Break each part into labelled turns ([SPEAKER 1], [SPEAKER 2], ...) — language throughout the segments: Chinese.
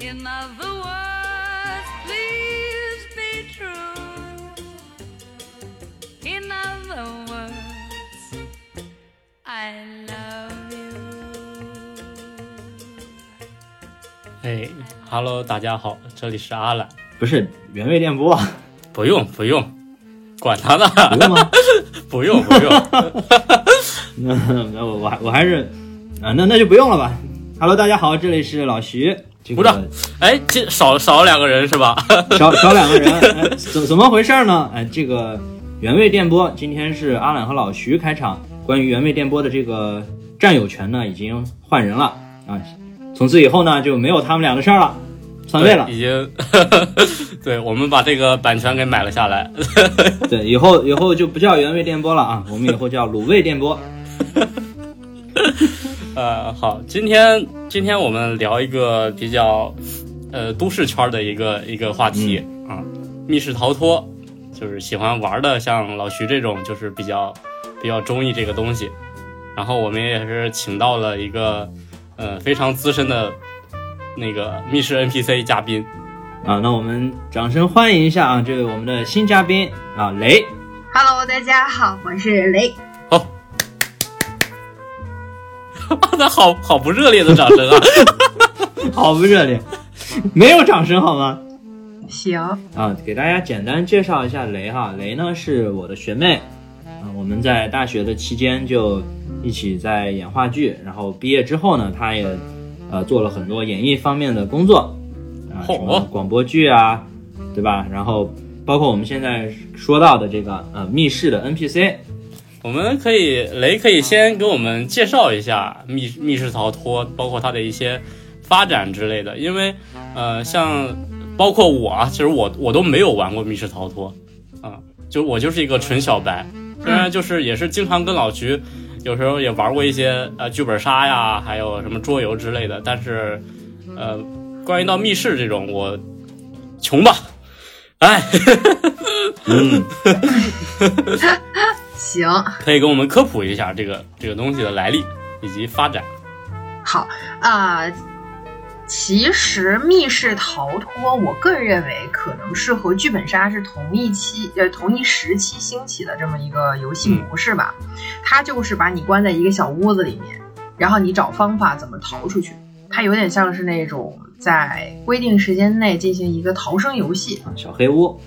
[SPEAKER 1] In other words, please be true. In other words, I love you.
[SPEAKER 2] 哎哈喽，大家好，这里是阿懒。
[SPEAKER 3] 不是原味电波，
[SPEAKER 2] 不啊用不用，管他呢，
[SPEAKER 3] 不用吗？
[SPEAKER 2] 不用不用。
[SPEAKER 3] 那 那我我还我还是啊，那那就不用了吧。Hello，大家好，这里是老徐。这
[SPEAKER 2] 鼓掌
[SPEAKER 3] 个
[SPEAKER 2] 哎，这少少两个人是吧？
[SPEAKER 3] 少少两个人，哎怎怎么回事呢？哎，这个原味电波今天是阿懒和老徐开场，关于原味电波的这个占有权呢，已经换人了啊。从此以后呢，就没有他们俩的事儿了，篡位了
[SPEAKER 2] 啊 对。已经。对，我们把这个版权给买了下来。
[SPEAKER 3] 对，以后以后就不叫原味电波了啊，我们以后叫卤味电波。
[SPEAKER 2] 呃，好，今天今天我们聊一个比较呃都市圈的一个一个话题啊、密室逃脱，就是喜欢玩的，像老徐这种就是比较比较中意这个东西。然后我们也是请到了一个呃非常资深的那个密室 NPC 嘉宾，
[SPEAKER 3] 啊，那我们掌声欢迎一下啊，这位我们的新嘉宾啊，雷。
[SPEAKER 4] Hello，大家好，我是雷。
[SPEAKER 2] 那好好不热烈的掌声啊！
[SPEAKER 3] 好不热烈，没有掌声好吗？
[SPEAKER 4] 行，
[SPEAKER 3] 啊，给大家简单介绍一下雷哈，雷呢是我的学妹，啊，我们在大学的期间就一起在演话剧，然后毕业之后呢，她也呃做了很多演艺方面的工作，啊，
[SPEAKER 2] 嚯
[SPEAKER 3] 什么广播剧啊，对吧？然后包括我们现在说到的这个呃密室的 NPC，
[SPEAKER 2] 我们可以雷可以先给我们介绍一下密密室逃脱，包括它的一些发展之类的。因为呃，像包括我啊，其实我我都没有玩过密室逃脱啊、就我就是一个纯小白。虽然就是也是经常跟老徐，有时候也玩过一些呃剧本杀呀，还有什么桌游之类的，但是呃，关于到密室这种，我穷吧，哎，
[SPEAKER 3] 嗯，
[SPEAKER 4] 行，
[SPEAKER 2] 可以给我们科普一下这个这个东西的来历以及发展。
[SPEAKER 4] 好啊、其实密室逃脱，我个人认为可能是和剧本杀是同一期呃同一时期兴起的这么一个游戏模式吧。它就是把你关在一个小屋子里面，然后你找方法怎么逃出去。它有点像是那种在规定时间内进行一个逃生游戏，
[SPEAKER 3] 啊小黑屋，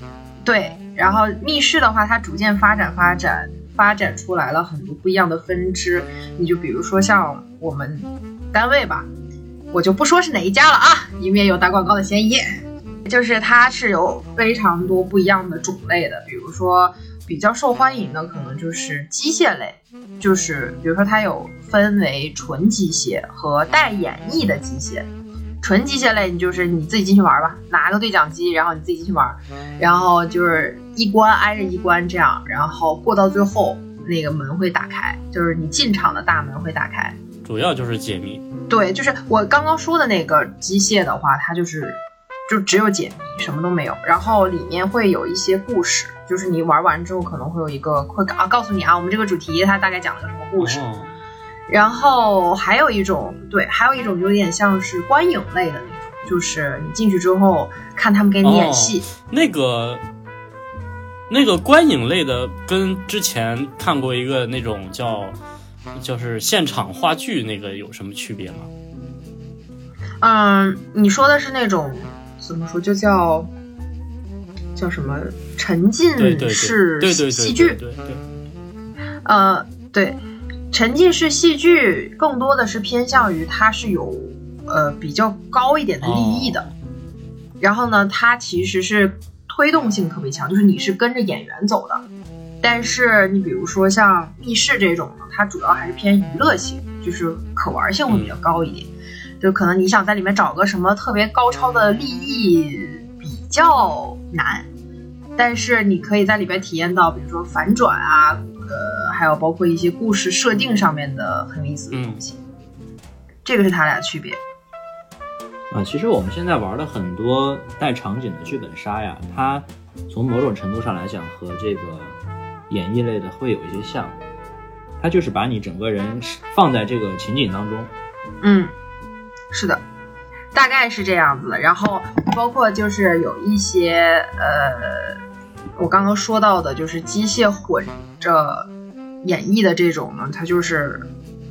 [SPEAKER 4] 对，然后密室的话，它逐渐发展发展发展出来了很多不一样的分支。你就比如说像我们单位吧，我就不说是哪一家了啊，以免有打广告的嫌疑。就是它是有非常多不一样的种类的，比如说比较受欢迎的可能就是机械类，就是比如说它有分为纯机械和带演绎的机械。纯机械类，你就是你自己进去玩吧，拿个对讲机，然后你自己进去玩。然后就是一关挨着一关这样，然后过到最后那个门会打开，就是你进场的大门会打开。
[SPEAKER 2] 主要就是解谜。
[SPEAKER 4] 对，就是我刚刚说的那个机械的话，它就是就只有解谜，什么都没有。然后里面会有一些故事，就是你玩完之后可能会有一个会啊告诉你啊，我们这个主题它大概讲了个什么故事。
[SPEAKER 2] 哦、
[SPEAKER 4] 然后还有一种，对，还有一种有点像是观影类的那种，就是你进去之后看他们给你
[SPEAKER 2] 哦
[SPEAKER 4] 演戏。
[SPEAKER 2] 那个那个观影类的，跟之前看过一个那种叫就是现场话剧那个有什么区别吗？
[SPEAKER 4] 嗯，你说的是那种怎么说，就叫叫什么沉浸
[SPEAKER 2] 对对对
[SPEAKER 4] 式
[SPEAKER 2] 对对对
[SPEAKER 4] 戏嗯剧
[SPEAKER 2] 对，对对，
[SPEAKER 4] 呃，对，沉浸式戏剧更多的是偏向于它是有呃比较高一点的立意的，然后呢，它其实是推动性特别强，就是你是跟着演员走的。但是你比如说像密室这种呢，它主要还是偏娱乐性，就是可玩性会比较高一点。就可能你想在里面找个什么特别高超的立意比较难，但是你可以在里边体验到，比如说反转啊，呃，还有包括一些故事设定上面的很有意思的东西。这个是它俩区别。
[SPEAKER 3] 啊，其实我们现在玩的很多带场景的剧本杀呀，它从某种程度上来讲和这个演绎类的会有一些像，它就是把你整个人是放在这个情景当中。
[SPEAKER 4] 嗯，是的。大概是这样子的。然后包括就是有一些呃，我刚刚说到的，就是机械混着演绎的这种呢，它就是，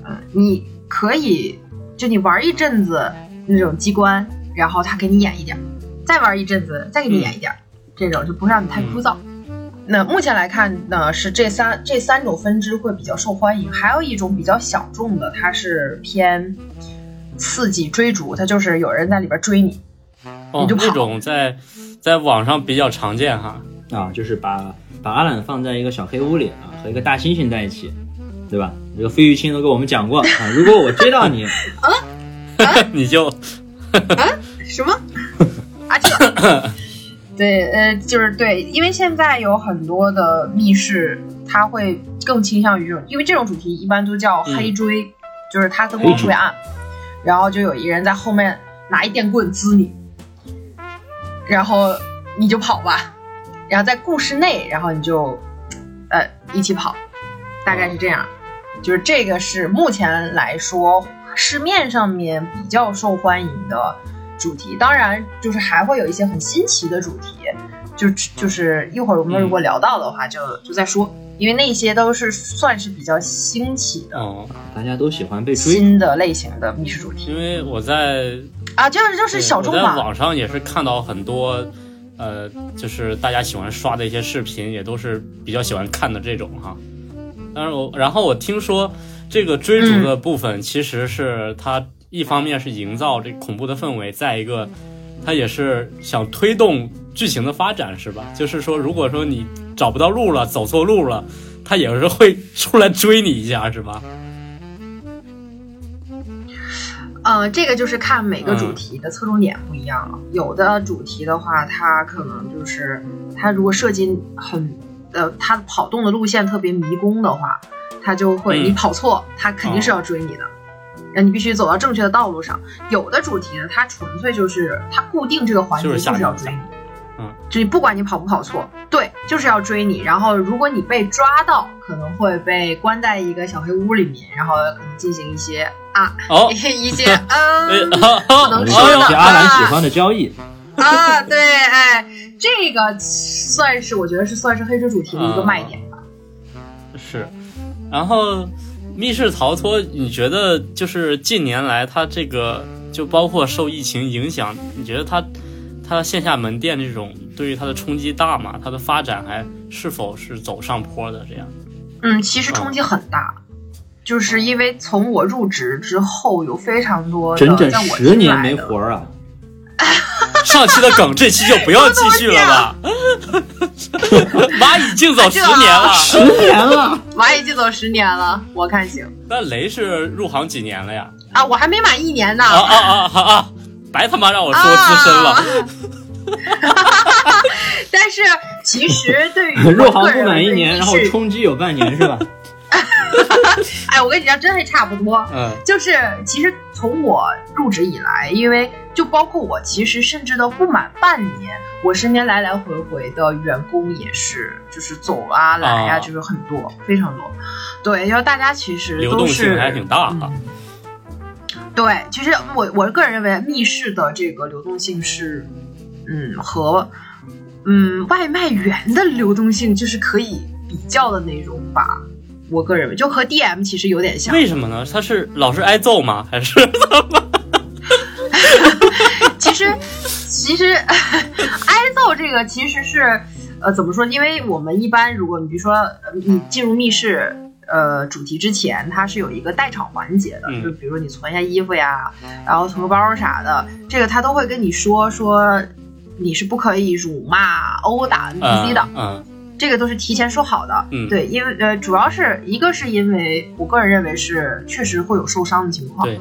[SPEAKER 4] 呃，你可以就你玩一阵子那种机关，然后它给你演一点儿，再玩一阵子再给你演一点儿，这种就不让你太枯燥。那目前来看呢，是这三这三种分支会比较受欢迎，还有一种比较小众的，它是偏刺激追逐，它就是有人在里边追你，
[SPEAKER 2] 哦
[SPEAKER 4] 你，就跑
[SPEAKER 2] 那种在在网上比较常见哈。
[SPEAKER 3] 啊，就是把把阿懒放在一个小黑屋里啊，和一个大猩猩在一起，对吧？这个费玉清都跟我们讲过啊，如果我追到你，
[SPEAKER 2] 你就
[SPEAKER 4] 什么？啊，这个对，呃，就是对，因为现在有很多的密室，它会更倾向于这种，因为这种主题一般都叫黑追，就是它灯光特别暗，然后就有一人在后面拿一电棍滋你，然后你就跑吧，然后在故事内，然后你就呃一起跑，大概是这样。就是这个是目前来说市面上面比较受欢迎的主题，当然就是还会有一些很新奇的主题，就就是一会儿我们如
[SPEAKER 2] 嗯
[SPEAKER 4] 果聊到的话就，就再说，因为那些都是算是比较新奇的
[SPEAKER 2] 哦，
[SPEAKER 3] 大家都喜欢被追，
[SPEAKER 4] 新的类型的密室主题
[SPEAKER 2] 因为我在
[SPEAKER 4] 啊，就是就是
[SPEAKER 2] 对
[SPEAKER 4] 小众
[SPEAKER 2] 我在
[SPEAKER 4] 嘛，
[SPEAKER 2] 网上也是看到很多，呃，就是大家喜欢刷的一些视频，也都是比较喜欢看的这种哈。但是我然后我听说这个追
[SPEAKER 4] 嗯
[SPEAKER 2] 逐的部分，其实是它一方面是营造这恐怖的氛围，再一个它也是想推动剧情的发展，是吧？就是说，如果说你找不到路了，走错路了。它也是会出来追你一下，是吧？
[SPEAKER 4] 呃，这个就是看每个
[SPEAKER 2] 嗯
[SPEAKER 4] 主题的侧重点不一样了。有的主题的话，它可能就是它如果设计很呃，它跑动的路线特别迷宫的话，它就会、
[SPEAKER 2] 嗯哦
[SPEAKER 4] 你跑错，它肯定是要追你的。那、你必须走到正确的道路上。有的主题呢，它纯粹就是它固定这个环节
[SPEAKER 2] 就是吓
[SPEAKER 4] 就
[SPEAKER 2] 你
[SPEAKER 4] 是要
[SPEAKER 2] 一下
[SPEAKER 4] 追你，
[SPEAKER 2] 嗯，
[SPEAKER 4] 就是不管你跑不跑错，对，就是要追你。然后如果你被抓到，可能会被关在一个小黑屋里面，然后可能进行一些啊，
[SPEAKER 2] 哦
[SPEAKER 4] 一 些嗯
[SPEAKER 2] 哎，
[SPEAKER 4] 不能
[SPEAKER 3] 我
[SPEAKER 4] 说
[SPEAKER 3] 一
[SPEAKER 4] 了
[SPEAKER 3] 些阿懒喜欢的交易，
[SPEAKER 4] 啊，对，哎，这个算是我觉得是算是黑水主题的一个卖点
[SPEAKER 3] 嗯
[SPEAKER 4] 吧。
[SPEAKER 2] 是，然后密室逃脱，你觉得就是近年来它这个就包括受疫情影响，你觉得它它线下门店这种对于它的冲击大吗？它的发展还是否是走上坡的这样？
[SPEAKER 4] 嗯，其实冲击很大，就是因为从我入职之后，有非常多的
[SPEAKER 3] 整整
[SPEAKER 4] 在我
[SPEAKER 3] 十
[SPEAKER 4] 听
[SPEAKER 3] 年
[SPEAKER 4] 来
[SPEAKER 3] 没
[SPEAKER 4] 的
[SPEAKER 3] 活儿啊！
[SPEAKER 2] 上期的梗，这期就不要继续了吧。蚂蚁竞走十年了，
[SPEAKER 3] 十年了，
[SPEAKER 4] 蚂蚁竞走十年了，我看行
[SPEAKER 2] 那雷是入行几年了呀？
[SPEAKER 4] 啊，我还没满一年呢。
[SPEAKER 3] 哦
[SPEAKER 4] 啊
[SPEAKER 2] 啊啊啊啊啊！白他妈让我说资深了。
[SPEAKER 4] 但是其实对于
[SPEAKER 3] 入行
[SPEAKER 4] 我个
[SPEAKER 3] 不
[SPEAKER 4] 人
[SPEAKER 3] 满一
[SPEAKER 4] 对
[SPEAKER 3] 年，
[SPEAKER 4] 密
[SPEAKER 3] 然后
[SPEAKER 4] 室
[SPEAKER 3] 冲击有半年是吧？
[SPEAKER 4] 哎，我跟你讲，真的差不多。
[SPEAKER 2] 嗯
[SPEAKER 4] 就是其实从我入职以来，因为就包括我，其实甚至都不满半年，我身边来来回回的员工也是，就是走啊来呀、
[SPEAKER 2] 啊
[SPEAKER 4] 就是很多，非常多。对，然后大家其实
[SPEAKER 2] 流
[SPEAKER 4] 都
[SPEAKER 2] 动
[SPEAKER 4] 是
[SPEAKER 2] 性还挺大的
[SPEAKER 4] 嗯对，其实我我个人认为密室的这个流动性是，嗯，和嗯外卖员的流动性就是可以比较的那种吧。我个人认为就和 DM 其实有点像，
[SPEAKER 2] 为什么呢？他是老是挨揍吗？还是
[SPEAKER 4] 其实，其实挨揍这个其实是，呃，怎么说？因为我们一般，如果你比如说呃你进入密室，呃，主题之前，它是有一个代场环节的，
[SPEAKER 2] 嗯
[SPEAKER 4] 就比如说你存一下衣服呀，然后存个包啥的，这个他都会跟你说说。你是不可以辱骂、殴打 NPC 的，
[SPEAKER 2] 嗯
[SPEAKER 4] 这个都是提前说好的。
[SPEAKER 2] 嗯
[SPEAKER 4] 对，因为呃，主要是一个是因为我个人认为是确实会有受伤的情况，
[SPEAKER 2] 对，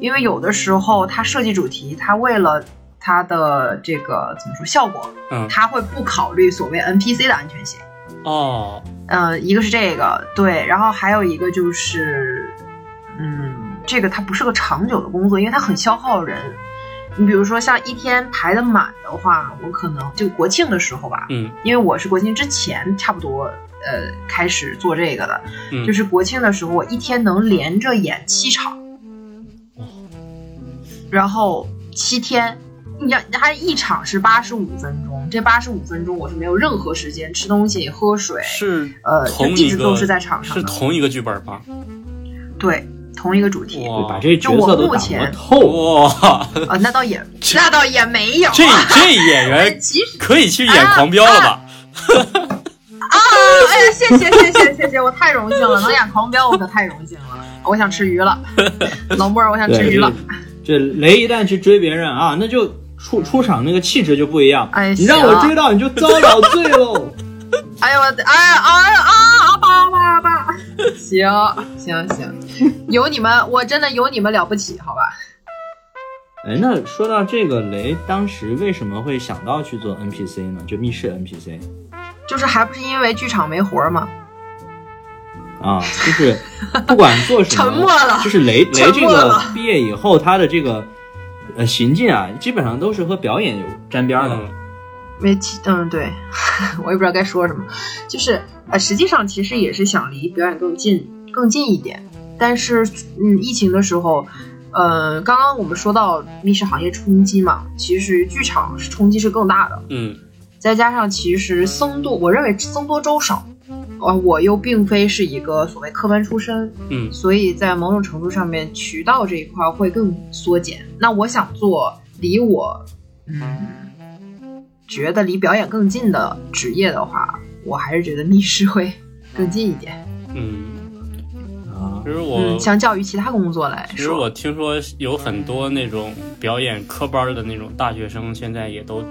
[SPEAKER 4] 因为有的时候它设计主题，它为了它的这个怎么说效果，
[SPEAKER 2] 嗯
[SPEAKER 4] 它会不考虑所谓 NPC 的安全性。
[SPEAKER 2] 哦，
[SPEAKER 4] 呃，一个是这个对，然后还有一个就是，嗯，这个它不是个长久的工作，因为它很消耗人。你比如说像一天排的满的话，我可能就国庆的时候吧，
[SPEAKER 2] 嗯
[SPEAKER 4] 因为我是国庆之前差不多呃开始做这个的，
[SPEAKER 2] 嗯，
[SPEAKER 4] 就是国庆的时
[SPEAKER 2] 哦
[SPEAKER 4] 候，我一天能连着演七场，然后七天，你要它一场是八十五分钟，这八十五分钟我是没有任何时间吃东西、喝水，
[SPEAKER 2] 是
[SPEAKER 4] 呃，就
[SPEAKER 2] 同
[SPEAKER 4] 一
[SPEAKER 2] 一
[SPEAKER 4] 直
[SPEAKER 2] 个
[SPEAKER 4] 都是在场上
[SPEAKER 2] 是
[SPEAKER 4] 的
[SPEAKER 2] 同一个剧本吗？
[SPEAKER 4] 对同一个主题。
[SPEAKER 2] 哇
[SPEAKER 3] 把这些角色都打磨透。
[SPEAKER 2] 哇，
[SPEAKER 4] 啊，那 倒也，那倒也没有啊。 哎
[SPEAKER 2] 这哎这演员
[SPEAKER 4] 其实
[SPEAKER 2] 可以去演狂飙 了吧？
[SPEAKER 4] 啊，哎呀，谢谢谢谢谢谢，我太荣幸了，能演狂飙我可太荣幸了。我想吃鱼 了，老莫儿，我想吃
[SPEAKER 3] 对，
[SPEAKER 4] 鱼了
[SPEAKER 3] 这。这雷一旦去追别人啊，那就出出场那个气质就不一样。
[SPEAKER 4] 哎
[SPEAKER 3] 你让
[SPEAKER 4] 行
[SPEAKER 3] 我追到你就遭老罪喽。
[SPEAKER 4] 哎呦我的，哎哎啊啊吧吧吧，行行行，有你们，我真的有你们了不起，好吧？
[SPEAKER 3] 哎，那说到这个雷，当时为什么会想到去做 NPC 呢？就密室 NPC
[SPEAKER 4] 就是还不是因为剧场没活儿吗？
[SPEAKER 3] 啊，就是 不管做什么，
[SPEAKER 4] 沉默了
[SPEAKER 3] 就是雷雷
[SPEAKER 4] 沉
[SPEAKER 3] 这
[SPEAKER 4] 默
[SPEAKER 3] 个
[SPEAKER 4] 了
[SPEAKER 3] 毕业以后，他的这个呃行径啊，基本上都是和表演有沾边儿的。
[SPEAKER 2] 嗯
[SPEAKER 4] 没提，嗯，对， 我也不知道该说什么，就是呃，实际上其实也是想离表演更近更近一点，但是嗯，疫情的时候，呃，刚刚我们说到密室行业冲击嘛，其实剧场是冲击是更大的，
[SPEAKER 2] 嗯
[SPEAKER 4] 再加上其实僧多，我认为僧多粥少，呃，我又并非是一个所谓科班出身，
[SPEAKER 2] 嗯
[SPEAKER 4] 所以在某种程度上面，渠道这一块会更缩减。那我想做离我，嗯，觉得离表演更近的职业的话，我还是觉得密室会更近一点。
[SPEAKER 2] 嗯，
[SPEAKER 3] 啊
[SPEAKER 2] 其，实我
[SPEAKER 4] 嗯，相较于其他工作来
[SPEAKER 2] 其实
[SPEAKER 4] 说，
[SPEAKER 2] 我听说有很多那种表演科班的那种大学生，现在也都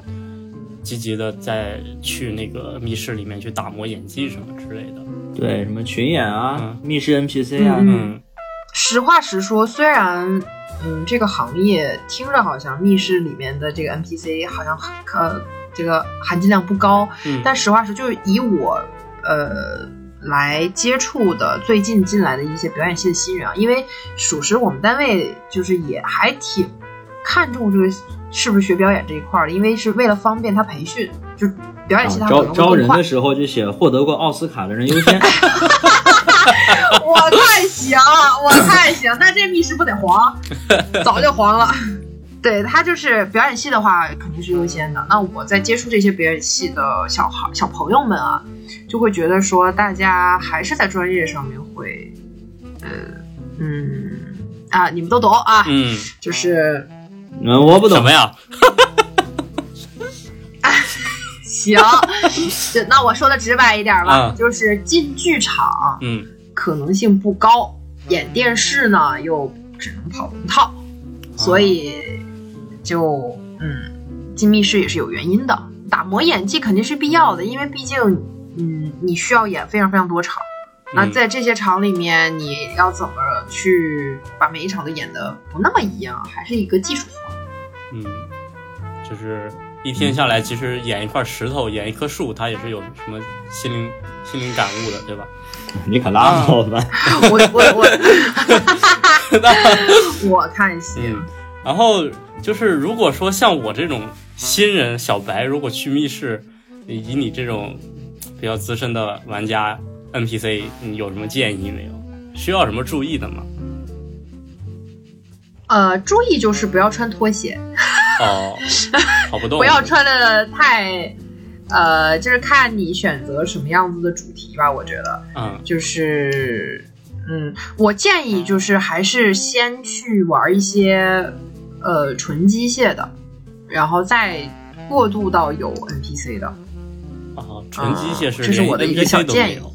[SPEAKER 2] 积极的在去那个密室里面去打磨演技什么之类的。
[SPEAKER 3] 对，什么群演啊，密室 NPC 啊，
[SPEAKER 4] 嗯
[SPEAKER 2] 嗯
[SPEAKER 4] 实话实说，虽然。嗯，这个行业听着好像密室里面的这个 NPC 好像呃这个含金量不高，
[SPEAKER 2] 嗯，
[SPEAKER 4] 但实话实说，就是以我呃来接触的最近进来的一些表演系的新人啊，因为属实我们单位就是也还挺看重这个是不是学表演这一块儿的，因为是为了方便他培训，就表演系他
[SPEAKER 3] 啊
[SPEAKER 4] 们
[SPEAKER 3] 招
[SPEAKER 4] 可能
[SPEAKER 3] 招
[SPEAKER 4] 会更
[SPEAKER 3] 人
[SPEAKER 4] 快
[SPEAKER 3] 的。时候就写获得过奥斯卡的人优先。
[SPEAKER 4] 我太行，我太行，那这密室不得黄？早就黄了。对他就是表演系的话，肯定是优先的。那我在接触这些表演系的小孩、小朋友们啊，就会觉得说，大家还是在专业上面会，呃，嗯啊，你们都懂啊，
[SPEAKER 2] 嗯，
[SPEAKER 4] 就是
[SPEAKER 3] 嗯，我不
[SPEAKER 2] 什
[SPEAKER 3] 懂
[SPEAKER 2] 么。呀？
[SPEAKER 4] 行。就那我说的直白一点吧，
[SPEAKER 2] 嗯
[SPEAKER 4] 就是进剧场
[SPEAKER 2] 嗯，
[SPEAKER 4] 可能性不高，演电视呢又只能跑龙套，所以就嗯，进密室也是有原因的。打磨演技肯定是必要的，因为毕竟嗯，你需要演非常非常多场。那
[SPEAKER 2] 嗯
[SPEAKER 4] 在这些场里面，你要怎么去把每一场都演得不那么一样，还是一个技术活。
[SPEAKER 2] 嗯，就是一天下来，其实演一块石头，演一棵树，它也是有什么心灵心灵感悟的，对吧？
[SPEAKER 3] 你可拉倒吧！
[SPEAKER 4] 我我 我，我看行。
[SPEAKER 2] 嗯，然后就是如果说像我这种新人小白，如果去密室，以你这种比较资深的玩家 NPC，你有什么建议没有？需要什么注意的吗？
[SPEAKER 4] 呃，注意就是不要穿拖鞋。
[SPEAKER 2] 哦，跑不动，
[SPEAKER 4] 不要穿的太，呃，就是看你选择什么样子的主题吧。我觉得
[SPEAKER 2] 嗯
[SPEAKER 4] 就是，嗯，我建议就是还是先去玩一些，呃，纯机械的，然后再过渡到有 NPC 的。
[SPEAKER 2] 啊，纯机械式
[SPEAKER 4] 这是
[SPEAKER 2] 连
[SPEAKER 4] 我的一个
[SPEAKER 2] NPC
[SPEAKER 4] 小
[SPEAKER 2] 都没
[SPEAKER 4] 建议
[SPEAKER 2] 有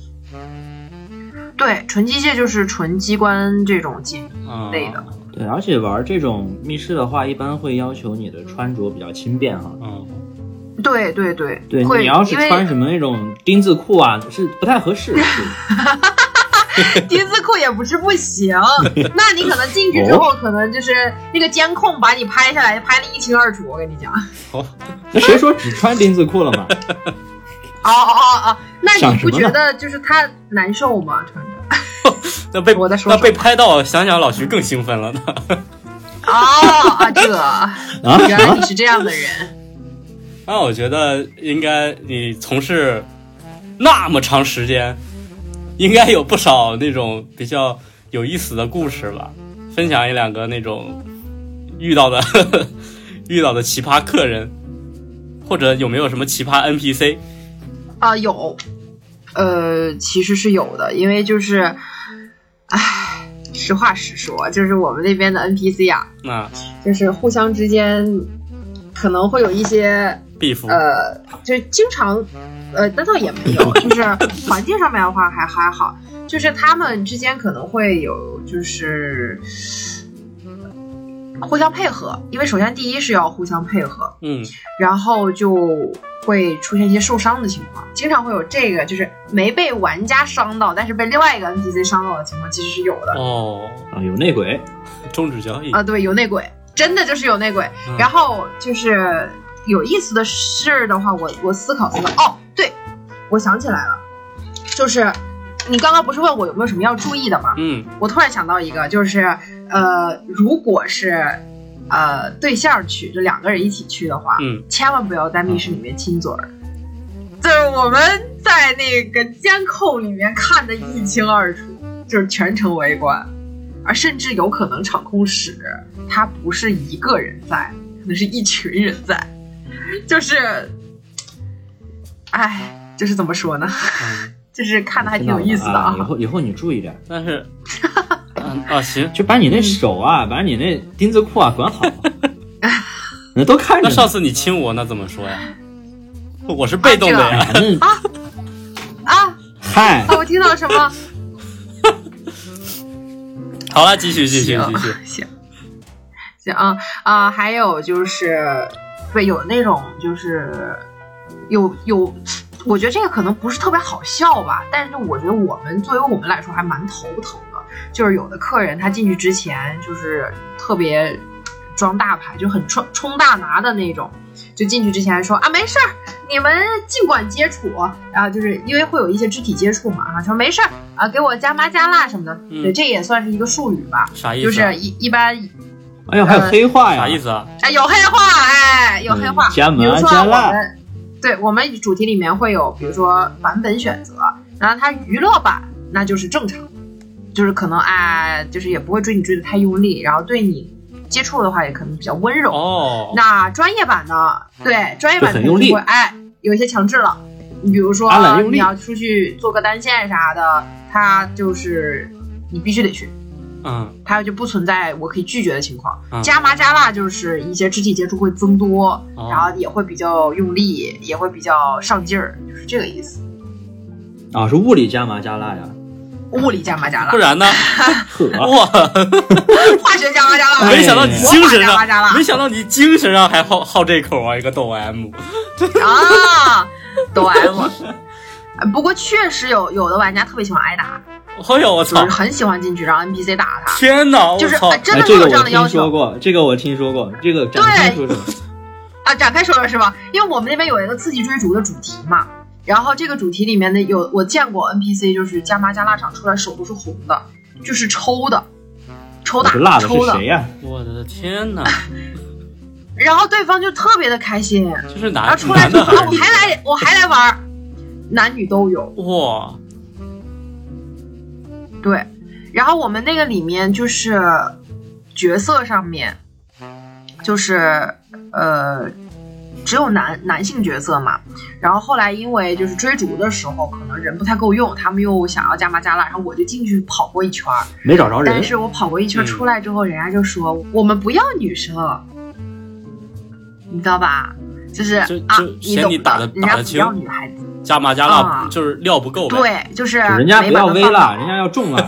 [SPEAKER 4] 对，纯机械就是纯机关这种解谜
[SPEAKER 2] 啊
[SPEAKER 4] 类的。
[SPEAKER 3] 对，而且玩这种密室的话，一般会要求你的穿着比较轻便哈。
[SPEAKER 2] 嗯，
[SPEAKER 4] 对对对，
[SPEAKER 3] 对
[SPEAKER 4] 会
[SPEAKER 3] 你要是
[SPEAKER 4] 因为
[SPEAKER 3] 穿什么那种丁字裤啊，是不太合适。对
[SPEAKER 4] 丁字裤也不是不行，那你可能进去之 后，可能就是那个监控把你拍下来，拍的一清二楚。我跟你讲，哦
[SPEAKER 3] 那谁说只穿丁字裤了嘛？
[SPEAKER 4] 哦哦哦，那
[SPEAKER 3] 想
[SPEAKER 4] 你
[SPEAKER 3] 什
[SPEAKER 4] 不
[SPEAKER 3] 么呢
[SPEAKER 4] 觉得就是他难受吗？穿着
[SPEAKER 2] 那被
[SPEAKER 4] 我在说
[SPEAKER 2] 那
[SPEAKER 4] 什
[SPEAKER 2] 被拍到，想想老徐更兴奋了呢。
[SPEAKER 4] 哦啊，这
[SPEAKER 3] 啊，
[SPEAKER 4] 原来你是这样的人，
[SPEAKER 2] 那我觉得应该你从事那么长时间，应该有不少那种比较有意思的故事吧？分享一两个那种遇到的 遇到的奇葩客人，或者有没有什么奇葩 NPC？
[SPEAKER 4] 啊、有，呃，其实是有的，因为就是，唉，实话实说，就是我们那边的 NPC 啊，
[SPEAKER 2] 那
[SPEAKER 4] 就是互相之间可能会有一些
[SPEAKER 2] 必服
[SPEAKER 4] 呃，就是经常，呃，那倒也没有，就是环境上面的话还还好，就是他们之间可能会有就是互相配合，因为首先第一是要互相配合，
[SPEAKER 2] 嗯
[SPEAKER 4] 然后就会出现一些受伤的情况，经常会有这个，就是没被玩家伤到，但是被另外一个 NPC 伤到的情况其实是有的。
[SPEAKER 2] 哦，
[SPEAKER 3] 啊，有内鬼，
[SPEAKER 2] 终止交易
[SPEAKER 4] 啊，对，有内鬼，真的就是有内鬼。
[SPEAKER 2] 嗯
[SPEAKER 4] 然后就是有意思的事儿的话，我我思考思考，哦，对，我想起来了，就是你刚刚不是问我有没有什么要注意的吗？
[SPEAKER 2] 嗯
[SPEAKER 4] 我突然想到一个，就是呃，如果是呃对象去，就两个人一起去的话，
[SPEAKER 2] 嗯
[SPEAKER 4] 千万不要在密室里面亲嘴儿。就是我们在那个监控里面看得一清二楚，就是全程围观，而甚至有可能场控室他不是一个人在，可能是一群人在，就是，哎，就是怎么说呢？
[SPEAKER 2] 嗯，
[SPEAKER 4] 就是看的还挺有意思的
[SPEAKER 3] 啊
[SPEAKER 4] 啊。
[SPEAKER 3] 以后以后你注意点，
[SPEAKER 2] 但是嗯啊行，
[SPEAKER 3] 就把你那手啊，把你那丁字裤啊管 好，那都看着
[SPEAKER 2] 那
[SPEAKER 3] 呢。
[SPEAKER 2] 上次你亲我那怎么说呀？我是被动的呀，
[SPEAKER 3] 哎 那
[SPEAKER 4] 啊
[SPEAKER 3] 嗨
[SPEAKER 4] 啊！，我听到了什么？
[SPEAKER 2] 好了，继续继续
[SPEAKER 4] 啊
[SPEAKER 2] 继续，
[SPEAKER 4] 嗯行行啊啊，还有就是，对，有那种就是有有，我觉得这个可能不是特别好笑吧，但是我觉得我们作为我们来说还蛮头疼的，就是有的客人他进去之前就是特别装大牌，就很冲冲大拿的那种。就进去之前说啊，没事儿，你们尽管接触，然、后就是因为会有一些肢体接触嘛，啊，说没事儿啊，给我加麻加辣什么的，
[SPEAKER 2] 嗯
[SPEAKER 4] 对，这也算是一个术语吧。
[SPEAKER 2] 啥意
[SPEAKER 4] 就
[SPEAKER 2] 思啊
[SPEAKER 4] 是？一一般，
[SPEAKER 3] 哎呦，还有
[SPEAKER 4] 呃
[SPEAKER 3] 黑话呀，
[SPEAKER 2] 啥意思啊？
[SPEAKER 4] 哎，有黑话，哎，有黑话
[SPEAKER 3] 嗯，加
[SPEAKER 4] 比如
[SPEAKER 3] 麻
[SPEAKER 4] 说
[SPEAKER 3] 加
[SPEAKER 4] 我
[SPEAKER 3] 辣，
[SPEAKER 4] 们，对我们主题里面会有，比如说版本选择，然后它娱乐版那就是正常，就是可能哎，就是也不会追你追的太用力，然后对你接触的话也可能比较温柔。
[SPEAKER 2] 哦，嗯
[SPEAKER 4] 那专业版呢？对，专业版
[SPEAKER 3] 就很
[SPEAKER 4] 可能
[SPEAKER 3] 用力
[SPEAKER 4] 会哎，有一些强制了。你比如说
[SPEAKER 3] 阿懒用，力
[SPEAKER 4] 你要出去做个单线啥的，它就是你必须得去。
[SPEAKER 2] 嗯
[SPEAKER 4] 它就不存在我可以拒绝的情况。
[SPEAKER 2] 嗯
[SPEAKER 4] 加麻加辣就是一些肢体接触会增多，
[SPEAKER 2] 哦
[SPEAKER 4] 然后也会比较用力，也会比较上劲儿，就是这个意思。
[SPEAKER 3] 啊，是物理加麻加辣呀，
[SPEAKER 4] 物理加麻加辣
[SPEAKER 2] 不， 然呢？
[SPEAKER 3] 呵，
[SPEAKER 2] 哇，
[SPEAKER 4] 化学加麻加辣，
[SPEAKER 2] 没想到你精神
[SPEAKER 4] 魔法加麻加辣
[SPEAKER 2] 上，没想到你精神上还好好这口啊，一个抖 M。
[SPEAKER 4] 啊，抖 M。呃不过确实有有的玩家特别喜欢挨打，
[SPEAKER 2] 哎呦我
[SPEAKER 4] 就是
[SPEAKER 2] 操！
[SPEAKER 4] 很喜欢进去让 NPC 打他，
[SPEAKER 2] 天哪，我
[SPEAKER 4] 就是、
[SPEAKER 2] 操
[SPEAKER 4] 呃！真
[SPEAKER 3] 哎
[SPEAKER 4] 的会
[SPEAKER 3] 这
[SPEAKER 4] 有
[SPEAKER 3] 个
[SPEAKER 4] 这
[SPEAKER 3] 我
[SPEAKER 4] 样的要
[SPEAKER 3] 听说
[SPEAKER 4] 求
[SPEAKER 3] 过，这个我听说过，这个展开说说，
[SPEAKER 4] 啊。展开说说是吧？因为我们那边有一个刺激追逐的主题嘛，然后这个主题里面的有我见过 NPC 就是加麻加辣场出来手都是红的，就是抽的，抽打
[SPEAKER 3] 这辣的
[SPEAKER 4] 抽
[SPEAKER 3] 是
[SPEAKER 4] 的
[SPEAKER 3] 谁，呀？
[SPEAKER 2] 我的天哪，
[SPEAKER 4] 啊然后对方就特别的开心，
[SPEAKER 2] 这是
[SPEAKER 4] 然后
[SPEAKER 2] 男
[SPEAKER 4] 出来
[SPEAKER 2] 啊男
[SPEAKER 4] 之
[SPEAKER 2] 的
[SPEAKER 4] 后，啊
[SPEAKER 2] 还
[SPEAKER 4] 我
[SPEAKER 2] 是
[SPEAKER 4] 还来，我还来玩儿，男女都有。
[SPEAKER 2] 哇？
[SPEAKER 4] 对，然后我们那个里面就是角色上面，就是呃，只有男男性角色嘛。然后后来因为就是追逐的时候，可能人不太够用，他们又想要加麻加辣，然后我就进去跑过一圈儿。
[SPEAKER 3] 没找着人嗯
[SPEAKER 4] 但，是我跑过一圈出来之后，人家就说我们不要女生，你知道吧？就是
[SPEAKER 2] 就
[SPEAKER 4] 啊
[SPEAKER 2] 就，
[SPEAKER 4] 你
[SPEAKER 2] 嫌
[SPEAKER 4] 懂
[SPEAKER 2] 你打得
[SPEAKER 4] 人
[SPEAKER 2] 打
[SPEAKER 4] 家
[SPEAKER 2] 得
[SPEAKER 4] 不要
[SPEAKER 2] 轻
[SPEAKER 4] 女孩子，
[SPEAKER 2] 加麻加辣
[SPEAKER 4] 啊
[SPEAKER 2] 就是料不够呗。
[SPEAKER 4] 对，就是
[SPEAKER 3] 人家
[SPEAKER 4] 没
[SPEAKER 3] 不
[SPEAKER 4] 把
[SPEAKER 3] 要
[SPEAKER 4] 它
[SPEAKER 3] 微
[SPEAKER 4] 放
[SPEAKER 3] 辣，
[SPEAKER 4] 好
[SPEAKER 3] 人家要 重辣，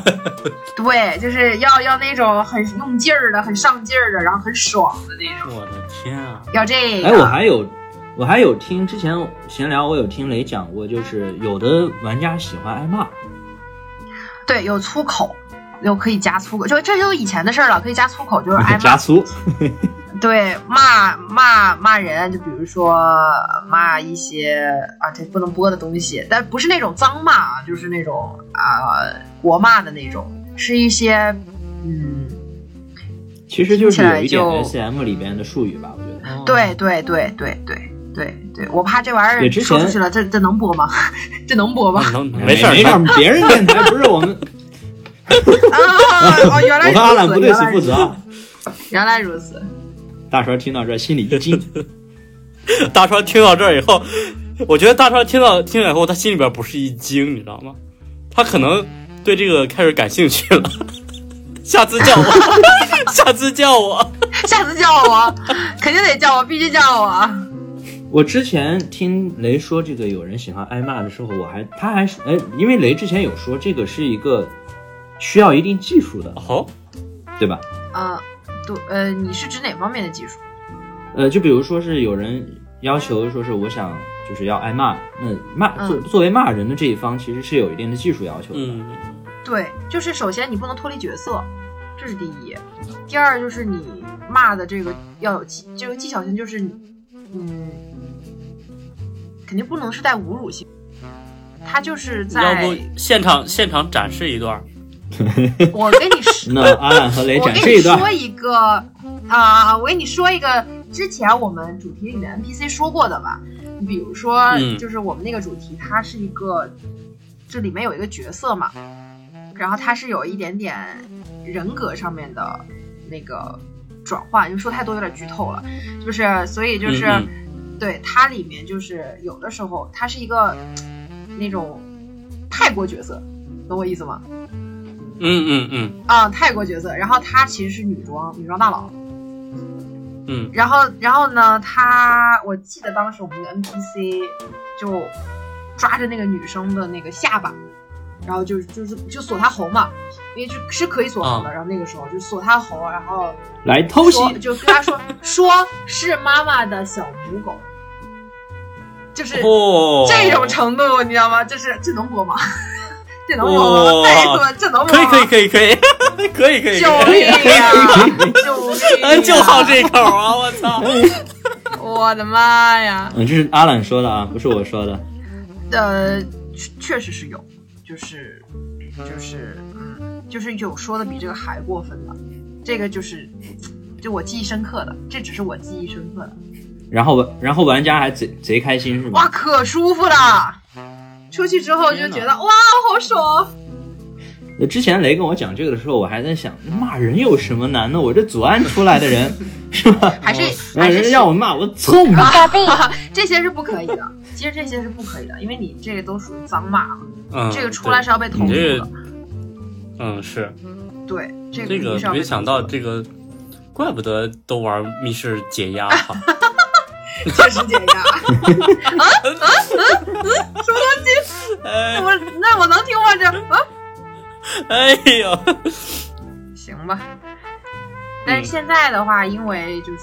[SPEAKER 4] 对，就是要要那种很用劲儿的、很上劲儿的，然后很爽的那种，
[SPEAKER 2] 我的天啊！
[SPEAKER 4] 要这个。
[SPEAKER 3] 哎，我还有，我还有听之前闲聊，我有听雷讲过，就是有的玩家喜欢挨骂，
[SPEAKER 4] 对有粗口，有可以加粗口，就这就以前的事儿了，可以加粗口，就是挨骂
[SPEAKER 3] 加粗，
[SPEAKER 4] 对，骂骂骂人，就比如说骂一些啊，这不能播的东西，但不是那种脏骂啊，就是那种啊、国骂的那种，是一些嗯，
[SPEAKER 3] 其实就是有一
[SPEAKER 4] 听起
[SPEAKER 3] 点
[SPEAKER 4] 来就
[SPEAKER 3] SM 里边的术语吧，我觉得。
[SPEAKER 4] 对对对对对对对，我怕这玩意
[SPEAKER 3] 对
[SPEAKER 4] 儿
[SPEAKER 3] 之前嗯
[SPEAKER 4] 说出去了，这这能播吗？ 这能播吗？
[SPEAKER 2] 能没事儿
[SPEAKER 3] 哎没事儿，别人电台不是我们，
[SPEAKER 4] 啊，哦，原
[SPEAKER 3] 我
[SPEAKER 4] 来哦
[SPEAKER 3] 和阿懒不
[SPEAKER 4] 如此，
[SPEAKER 3] 对
[SPEAKER 4] 原
[SPEAKER 3] 此
[SPEAKER 4] 来
[SPEAKER 3] 负责啊。
[SPEAKER 4] 原来如此，
[SPEAKER 3] 大川听到这儿心里一惊，
[SPEAKER 2] 大川听到这儿以后， 我觉得大川听到听了以后，他心里边不是一惊，你知道吗？他可能对这个开始感兴趣了。 下次叫我， 下次叫我。
[SPEAKER 4] 下次叫我，肯定得叫我，必须叫我。
[SPEAKER 3] 我之前听雷说这个有人喜欢挨骂的时候，我还他还是哎，因为雷之前有说这个是一个需要一定技术的，
[SPEAKER 2] 哦，
[SPEAKER 3] 对吧？
[SPEAKER 4] 啊，对，呃，你是指哪方面的技术？
[SPEAKER 3] 呃，就比如说是有人要求说是我想就是要挨骂，那骂作
[SPEAKER 4] 嗯
[SPEAKER 3] 作为骂人的这一方其实是有一定的技术要求的。
[SPEAKER 2] 嗯，
[SPEAKER 4] 对，就是首先你不能脱离角色，这是第一。第二就是你骂的这个要有技，这个技巧性就是你，嗯，肯定不能是带侮辱性。他就是
[SPEAKER 2] 要
[SPEAKER 4] 在
[SPEAKER 2] 不现场现场展示一段？
[SPEAKER 4] 我 跟你说，
[SPEAKER 3] 那阿懒和雷
[SPEAKER 4] 我
[SPEAKER 3] 展
[SPEAKER 4] 跟
[SPEAKER 3] 示
[SPEAKER 4] 你
[SPEAKER 3] 一段
[SPEAKER 4] 说，一个啊、我跟你说一个之前我们主题里面 NPC 说过的吧，你比如说
[SPEAKER 2] 嗯
[SPEAKER 4] 就是我们那个主题，它是一个这里面有一个角色嘛，然后它是有一点点人格上面的那个转换，因为说太多有点剧透了，就是所以就是。
[SPEAKER 2] 嗯
[SPEAKER 4] 对，它里面就是有的时候它是一个那种泰国角色，懂我意思吗？
[SPEAKER 2] 嗯嗯嗯
[SPEAKER 4] 啊，泰国角色，然后她其实是女装女装大佬，
[SPEAKER 2] 嗯
[SPEAKER 4] 然后然后呢，她我记得当时我们的 NPC 就抓着那个女生的那个下巴，然后就就是就锁她喉嘛，因为就是可以锁喉
[SPEAKER 2] 嗯
[SPEAKER 4] 的，然后那个时候就锁她喉，然后
[SPEAKER 3] 来偷袭
[SPEAKER 4] 说就跟她说说是妈妈的小母狗，就是
[SPEAKER 2] 嗯。哦，
[SPEAKER 4] 这种程度，你知道吗？这是这能播吗？ 这能播
[SPEAKER 2] 哇
[SPEAKER 4] 吗？再说 这能播
[SPEAKER 2] 可以
[SPEAKER 4] 吗？
[SPEAKER 2] 可以可以可以 可以可以，
[SPEAKER 4] 救命呀！救
[SPEAKER 2] 嗯，
[SPEAKER 4] 命！
[SPEAKER 2] 就好，这口啊！我操！
[SPEAKER 4] 我的妈呀！
[SPEAKER 3] 嗯，这是阿懒说的啊，不是我说的。
[SPEAKER 4] 呃，确确实是有，就是就是嗯，就是有说的比这个还过分的，这个就是就我记忆深刻的，这只是我记忆深刻的，
[SPEAKER 3] 然后玩，然后玩家还贼贼开心是
[SPEAKER 4] 哇，
[SPEAKER 3] 吧？
[SPEAKER 4] 可舒服了。出去之后就觉
[SPEAKER 2] 天
[SPEAKER 4] 得哇，好爽！
[SPEAKER 3] 呃之前雷跟我讲这个的时候，我还在想，骂人有什么难的？我这祖安出来的人 是吧？
[SPEAKER 4] 还是
[SPEAKER 3] 然
[SPEAKER 4] 还
[SPEAKER 3] 后
[SPEAKER 4] 是啊
[SPEAKER 3] 人家让我骂，我操你！
[SPEAKER 4] 这些是不可以的，其实这些是不可以的，因为你这个都属于脏骂，
[SPEAKER 2] 嗯，
[SPEAKER 4] 这个出来是要被投诉
[SPEAKER 2] 你这
[SPEAKER 4] 的
[SPEAKER 2] 个。嗯是
[SPEAKER 4] 对，这
[SPEAKER 2] 这
[SPEAKER 4] 个肯定
[SPEAKER 2] 个
[SPEAKER 4] 是要，被
[SPEAKER 2] 没想到这个，怪不得都玩密室解压哈。
[SPEAKER 4] 确实解压。啊啊啊！什么东西？
[SPEAKER 2] 哎
[SPEAKER 4] 我那我能听吗？这啊，
[SPEAKER 2] 哎呦，
[SPEAKER 4] 行吧。
[SPEAKER 2] 嗯
[SPEAKER 4] 但是现在的话，因为就是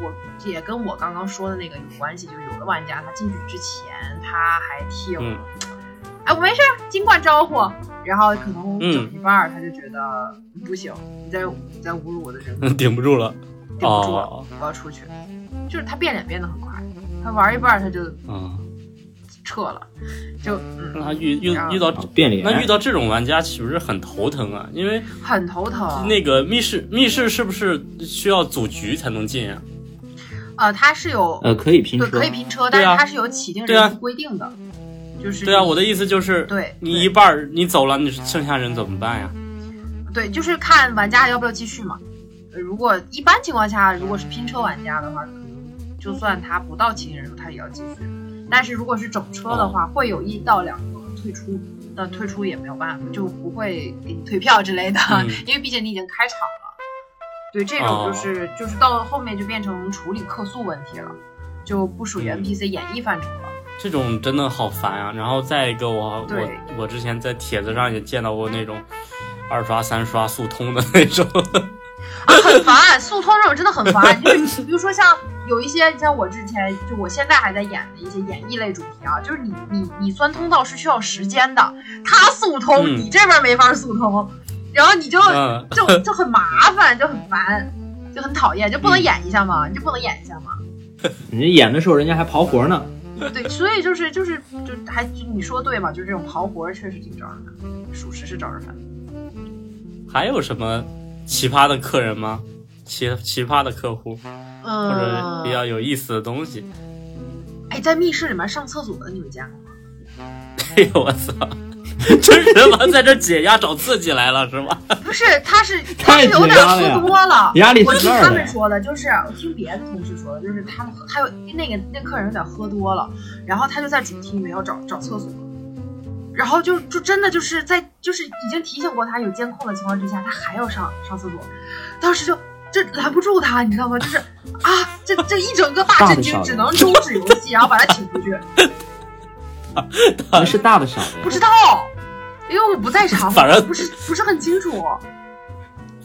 [SPEAKER 4] 我也跟我刚刚说的那个有关系，就是有的玩家他进去之前他还挺，
[SPEAKER 2] 嗯
[SPEAKER 4] 哎，我没事儿，尽管招呼。然后可能
[SPEAKER 2] 嗯
[SPEAKER 4] 整一半儿，他就觉得不行，你在你在侮辱我的人格。
[SPEAKER 2] 顶不住了。
[SPEAKER 4] 顶不住了，啊
[SPEAKER 2] 哦
[SPEAKER 4] 我要出去。就是他变脸变得很快，他玩一半儿他就
[SPEAKER 2] 嗯，
[SPEAKER 4] 撤了，就嗯
[SPEAKER 2] 那他遇遇
[SPEAKER 4] 啊
[SPEAKER 2] 遇到
[SPEAKER 3] 啊变脸，
[SPEAKER 2] 那遇到这种玩家岂不是很头疼啊？因为
[SPEAKER 4] 很头疼。
[SPEAKER 2] 那个密室密室是不是需要组局才能进啊？
[SPEAKER 4] 呃，他是有、
[SPEAKER 3] 呃，可以拼
[SPEAKER 4] 对
[SPEAKER 3] 车
[SPEAKER 4] 可以拼车，
[SPEAKER 2] 对
[SPEAKER 4] 但是
[SPEAKER 2] 啊
[SPEAKER 4] 他是有起定
[SPEAKER 2] 对啊
[SPEAKER 4] 人数规定的，就是
[SPEAKER 2] 对啊，我的意思就是，
[SPEAKER 4] 对
[SPEAKER 2] 你一半儿你走了，你剩下人怎么办呀？
[SPEAKER 4] 对就是看玩家要不要继续嘛。呃如果一般情况下，如果是拼车玩家的话，可能就算他不到起定人数，他也要继续。但是如果是整车的
[SPEAKER 2] 哦
[SPEAKER 4] 话，会有一到两个退出，但退出也没有办法，就不会给你退票之类的，
[SPEAKER 2] 嗯哦
[SPEAKER 4] 因为毕竟你已经开场了。对，这种就是、就是到后面就变成处理客诉问题了，就不属于
[SPEAKER 2] 嗯
[SPEAKER 4] NPC 演绎范畴了。
[SPEAKER 2] 这种真的好烦啊！然后再一个我，我
[SPEAKER 4] 对
[SPEAKER 2] 我之前在帖子上也见到过那种二刷三刷速通的那 种，
[SPEAKER 4] 啊，很烦， 速通这种真的很烦。就是比如说像有一些像我之前就我现在还在演的一些演绎类主题啊，就是你你你钻通道是需要时间的，他速通、
[SPEAKER 2] 嗯
[SPEAKER 4] 你这边没法速通，然后你就。
[SPEAKER 2] 嗯，
[SPEAKER 4] 就就很麻烦，就很烦，就很讨厌，就不能
[SPEAKER 2] 嗯
[SPEAKER 4] 演一下吗？你就不能演一下吗？
[SPEAKER 3] 你演的时候人家还刨活 呢。
[SPEAKER 4] 对，所以就是就是就还就你说对嘛，就这种刨活确实挺招人烦，属实是招人烦。
[SPEAKER 2] 还有什么奇葩的客人吗？奇奇葩的客户或者比
[SPEAKER 4] 嗯，
[SPEAKER 2] 较有意思的东西？
[SPEAKER 4] 哎，在密室里面上厕所的你们见过吗？
[SPEAKER 2] 哎呦我操！ 真人王在这解压找刺激来了是吗？
[SPEAKER 4] 不是，他是他是有点说多了，
[SPEAKER 3] 压力
[SPEAKER 4] 我
[SPEAKER 3] 是
[SPEAKER 4] 听
[SPEAKER 3] 这儿
[SPEAKER 4] 他们
[SPEAKER 3] 的。
[SPEAKER 4] 说的，就是我听别的同事说的，就是他们喝他有那个那客人有点喝多了，然后他就在主题里面要找找厕所，然后就就真的就是在就是已经提醒过他有监控的情况之下，他还要上上厕所，当时就就拦不住他，你知道吗？就是啊，这这一整个大
[SPEAKER 3] 大的
[SPEAKER 4] 震
[SPEAKER 3] 小
[SPEAKER 4] 惊，
[SPEAKER 3] 的
[SPEAKER 4] 只能终止游戏，然后把他请 出去，
[SPEAKER 3] 可能是大的小
[SPEAKER 4] 不
[SPEAKER 3] 的呀，
[SPEAKER 4] 知道。因为我不在场，
[SPEAKER 2] 反正
[SPEAKER 4] 不是不是很清楚，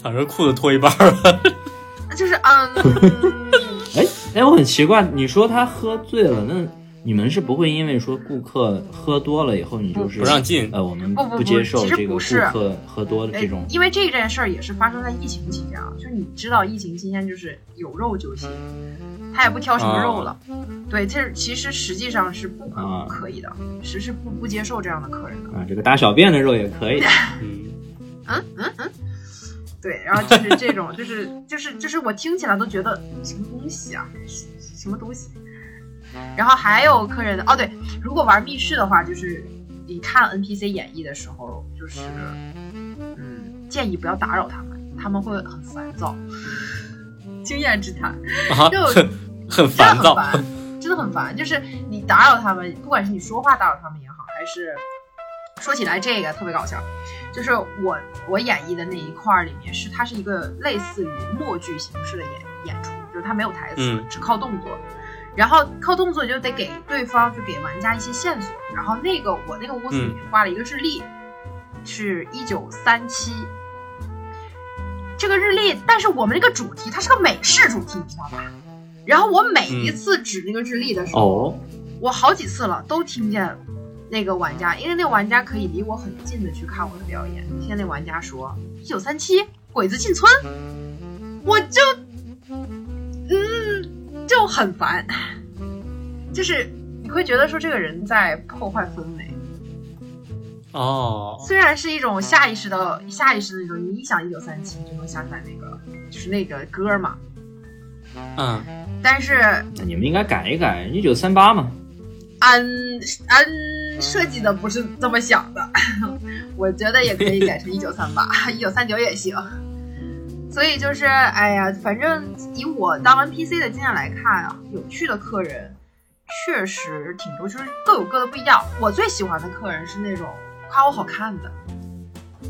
[SPEAKER 2] 反正裤子脱一半了，
[SPEAKER 4] 就是 嗯，
[SPEAKER 3] 哎哎，我很奇怪，你说他喝醉了，那你们是不会因为说顾客喝多了以后，你就是
[SPEAKER 2] 不让进。
[SPEAKER 3] 呃，我们
[SPEAKER 4] 哦不不不
[SPEAKER 3] 接受
[SPEAKER 4] 其实
[SPEAKER 3] 这个顾
[SPEAKER 4] 不是
[SPEAKER 3] 客喝多的这种
[SPEAKER 4] 呃，因为这件事儿也是发生在疫情期间啊，就是你知道疫情期间就是有肉就行，他也不挑什么肉了。对，这是其实实际上是不可、
[SPEAKER 3] 啊
[SPEAKER 4] 不可以的，是是不不接受这样的客人的。
[SPEAKER 3] 啊，这个大小便的肉也可 以。
[SPEAKER 2] 嗯，
[SPEAKER 4] 对，然后就是这种，就是就是就是我听起来都觉得什么东西啊，什什么东西。然后还有客人的哦，对，如果玩密室的话，就是你看 NPC 演绎的时候，就是嗯，建议不要打扰他们，他们会很烦躁。经验之谈。
[SPEAKER 2] 啊
[SPEAKER 4] 就，
[SPEAKER 2] 很很
[SPEAKER 4] 真的
[SPEAKER 2] 烦
[SPEAKER 4] 很
[SPEAKER 2] 躁。
[SPEAKER 4] 烦，真的很烦。就是你打扰他们，不管是你说话打扰他们也好，还是说起来这个特别搞笑，就是我我演绎的那一块儿里面是它是一个类似于默剧形式的演演出，就是它没有台词，
[SPEAKER 2] 嗯
[SPEAKER 4] 只靠动作。然后靠动作就得给对方，就给玩家一些线索。然后那个我那个屋子里面
[SPEAKER 2] 嗯
[SPEAKER 4] 挂了一个日历，是一九三七。这个日历，但是我们这个主题它是个美式主题，你知道吧？然后我每一次指那个日历的时候，
[SPEAKER 3] 哦，
[SPEAKER 4] 我好几次了都听见那个玩家，因为那个玩家可以离我很近的去看我的表演，听见那玩家说一九三七鬼子进村，我就嗯就很烦，就是你会觉得说这个人在破坏氛围。
[SPEAKER 2] 哦，
[SPEAKER 4] 虽然是一种下意识的、下意识的那种，你一想一九三七就能想起来那个，就是那个歌嘛。
[SPEAKER 2] 嗯，
[SPEAKER 4] 但是，
[SPEAKER 3] 那你们应该改一改，一九三八嘛。
[SPEAKER 4] 安安设计的不是这么想的， 我觉得也可以改成一九三八、一九三九也行。所以就是，哎呀，反正以我当 NPC 的经验来看啊，有趣的客人确实挺多，就是各有各的不一样。我最喜欢的客人是那种夸我好看的，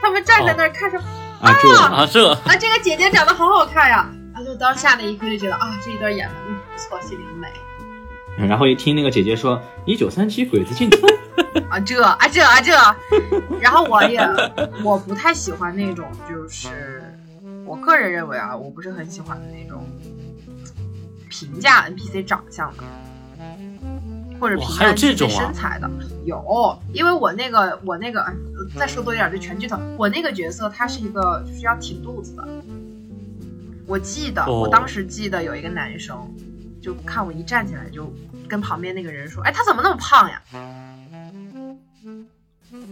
[SPEAKER 4] 他们站在那儿看着
[SPEAKER 3] 啊，这
[SPEAKER 2] 啊这
[SPEAKER 4] 啊，这个姐姐长得好好看呀！啊，就当下那一刻就觉得啊，这一段演的嗯不错，心里美
[SPEAKER 3] 嗯然后一听那个姐姐说一九三七鬼子进村，
[SPEAKER 4] 啊，这啊这啊这。然后我也我不太喜欢那种，就是我个人认为啊，我不是很喜欢的那种评价 NPC 长相的。或者
[SPEAKER 2] 哇
[SPEAKER 4] 评
[SPEAKER 2] 还
[SPEAKER 4] 价
[SPEAKER 2] 有这
[SPEAKER 4] NPC
[SPEAKER 2] 种啊
[SPEAKER 4] 身材的、有，因为我那个我那个，哎再说多一点就全剧透。我那个角色他是一个就是要挺肚子的，我记得，
[SPEAKER 2] 哦
[SPEAKER 4] 我当时记得有一个男生，就看我一站起来就跟旁边那个人说：“哎，他怎么那么胖呀？”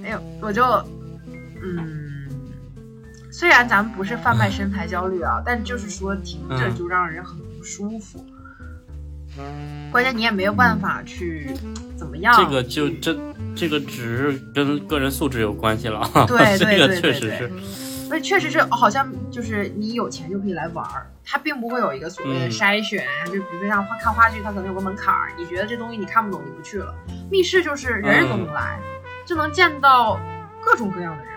[SPEAKER 4] 哎呦，我就，嗯，虽然咱们不是贩卖身材焦虑啊，但就是说听着
[SPEAKER 2] 嗯
[SPEAKER 4] 就让人很不舒服。关键你也没有办法去怎么样，
[SPEAKER 2] 这个
[SPEAKER 4] 啊
[SPEAKER 2] 就真这个只跟个人素质有关系了啊。
[SPEAKER 4] 对 对
[SPEAKER 2] 这个
[SPEAKER 4] 对
[SPEAKER 2] 确
[SPEAKER 4] 对
[SPEAKER 2] 实
[SPEAKER 4] 对
[SPEAKER 2] 是。
[SPEAKER 4] 那确实是，好像就是你有钱就可以来玩儿，它并不会有一个所谓的
[SPEAKER 2] 嗯
[SPEAKER 4] 筛选，啊就比如说像花看话剧，它可能有个门槛儿，你觉得这东西你看不懂，你不去了。密室就是人人都能来，就能见到各种各样的人，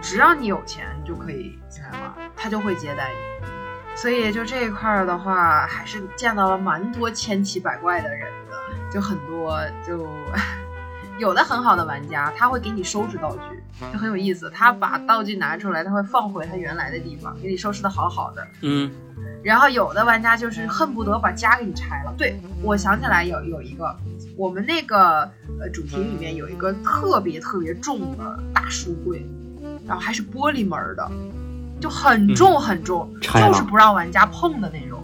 [SPEAKER 4] 只要你有钱你就可以进来玩儿，他就会接待你。所以就这一块儿的话，还是见到了蛮多千奇百怪的人的，就很多就有的很好的玩家，他会给你收拾道具，就很有意思。他把道具拿出来，他会放回他原来的地方，给你收拾的好好的。
[SPEAKER 2] 嗯，
[SPEAKER 4] 然后有的玩家就是恨不得把家给你拆了。对我想起来有有一个，我们那个呃主题里面有一个特别特别重的大书柜，然后还是玻璃门儿的，就很重很重，
[SPEAKER 3] 嗯拆了
[SPEAKER 4] 就是不让玩家碰的那种。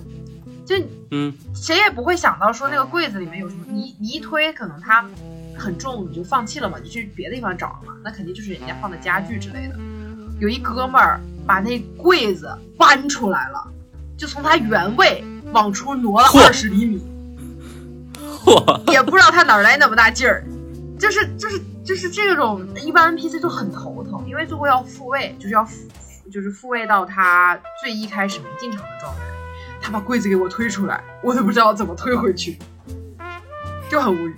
[SPEAKER 4] 就
[SPEAKER 2] 嗯，
[SPEAKER 4] 谁也不会想到说那个柜子里面有什么，你你一推可能它很重，你就放弃了嘛，你去别的地方找了嘛，那肯定就是人家放的家具之类的。有一哥们儿把那柜子搬出来了，就从它原位往出挪了
[SPEAKER 2] 嚯
[SPEAKER 4] 二十厘米，
[SPEAKER 2] 嚯，
[SPEAKER 4] 也不知道他哪儿来那么大劲儿，就是就是就是这种一般 NPC 都很头疼，因为最后要复位，就是要复就是复位到他最一开始没进场的状态。他把柜子给我推出来，我都不知道怎么推回去，就很无语。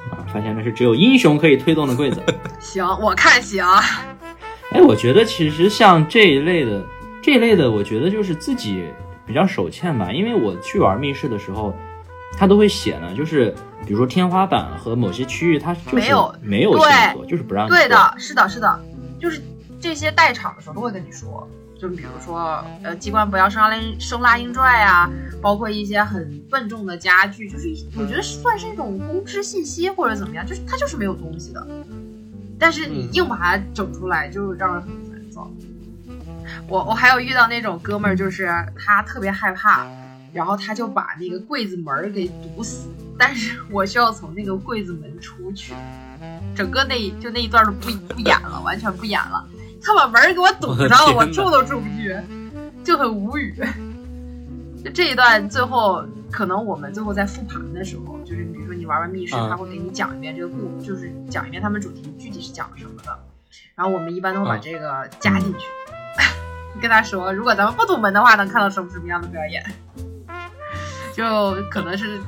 [SPEAKER 3] 啊，发现那是只有英雄可以推动的柜子。
[SPEAKER 4] 行，我看行。
[SPEAKER 3] 哎，我觉得其实像这一类的，这一类的，我觉得就是自己比较手欠吧。因为我去玩密室的时候，它都会写呢，就是比如说天花板和某些区域，它就是
[SPEAKER 4] 没有
[SPEAKER 3] 没有线索，就是不让你
[SPEAKER 4] 对
[SPEAKER 3] 过
[SPEAKER 4] 的，是的，是的，就是这些代场的时候都会跟你说，就比如说，呃，机关不要生拉硬生拉硬拽啊，包括一些很笨重的家具，就是一我觉得算是一种公知信息或者怎么样，就是它就是没有东西的，但是你
[SPEAKER 2] 嗯
[SPEAKER 4] 硬把它整出来，就让人很烦躁。我我还有遇到那种哥们儿，就是他特别害怕，然后他就把那个柜子门儿给堵死，但是我需要从那个柜子门出去，整个那一就那一段都不不演了，完全不演了。他把门儿给我堵上了，
[SPEAKER 2] 我
[SPEAKER 4] 我
[SPEAKER 2] 的天哪
[SPEAKER 4] 住都住不去，就很无语。就这一段最后，可能我们最后在复盘的时候，就是比如说你玩完密室，
[SPEAKER 2] 嗯
[SPEAKER 4] 他会给你讲一遍这个故，就是讲一遍他们主题具体是讲什么的。然后我们一般都会把
[SPEAKER 2] 嗯
[SPEAKER 4] 这个加进去， 跟他说，如果咱们不堵门的话，能看到什么什么样的表演，就可能是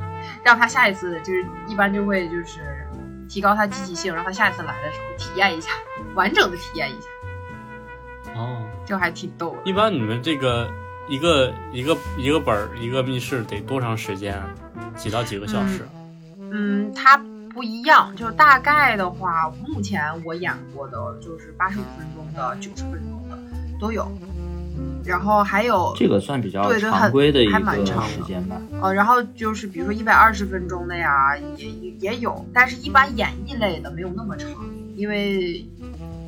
[SPEAKER 4] 让他下一次就是一般就会就是提高他积极性，让他下一次来的时候体验一下，完整的体验一下，
[SPEAKER 2] 哦，
[SPEAKER 4] 就还挺逗的。
[SPEAKER 2] 一般你们这个一个一个一个本儿一个密室得多长时间啊？几到几个小时？
[SPEAKER 4] 嗯，它不一样，就大概的话，目前我演过的就是八十五分钟的、九十分钟的都有，然后还有
[SPEAKER 3] 这个算比较
[SPEAKER 4] 对对
[SPEAKER 3] 常规的一
[SPEAKER 4] 还
[SPEAKER 3] 个
[SPEAKER 4] 还蛮长的
[SPEAKER 3] 时间吧。
[SPEAKER 4] 呃，然后就是比如说一百二十分钟的呀，也也也有，但是一般演绎类的没有那么长，因为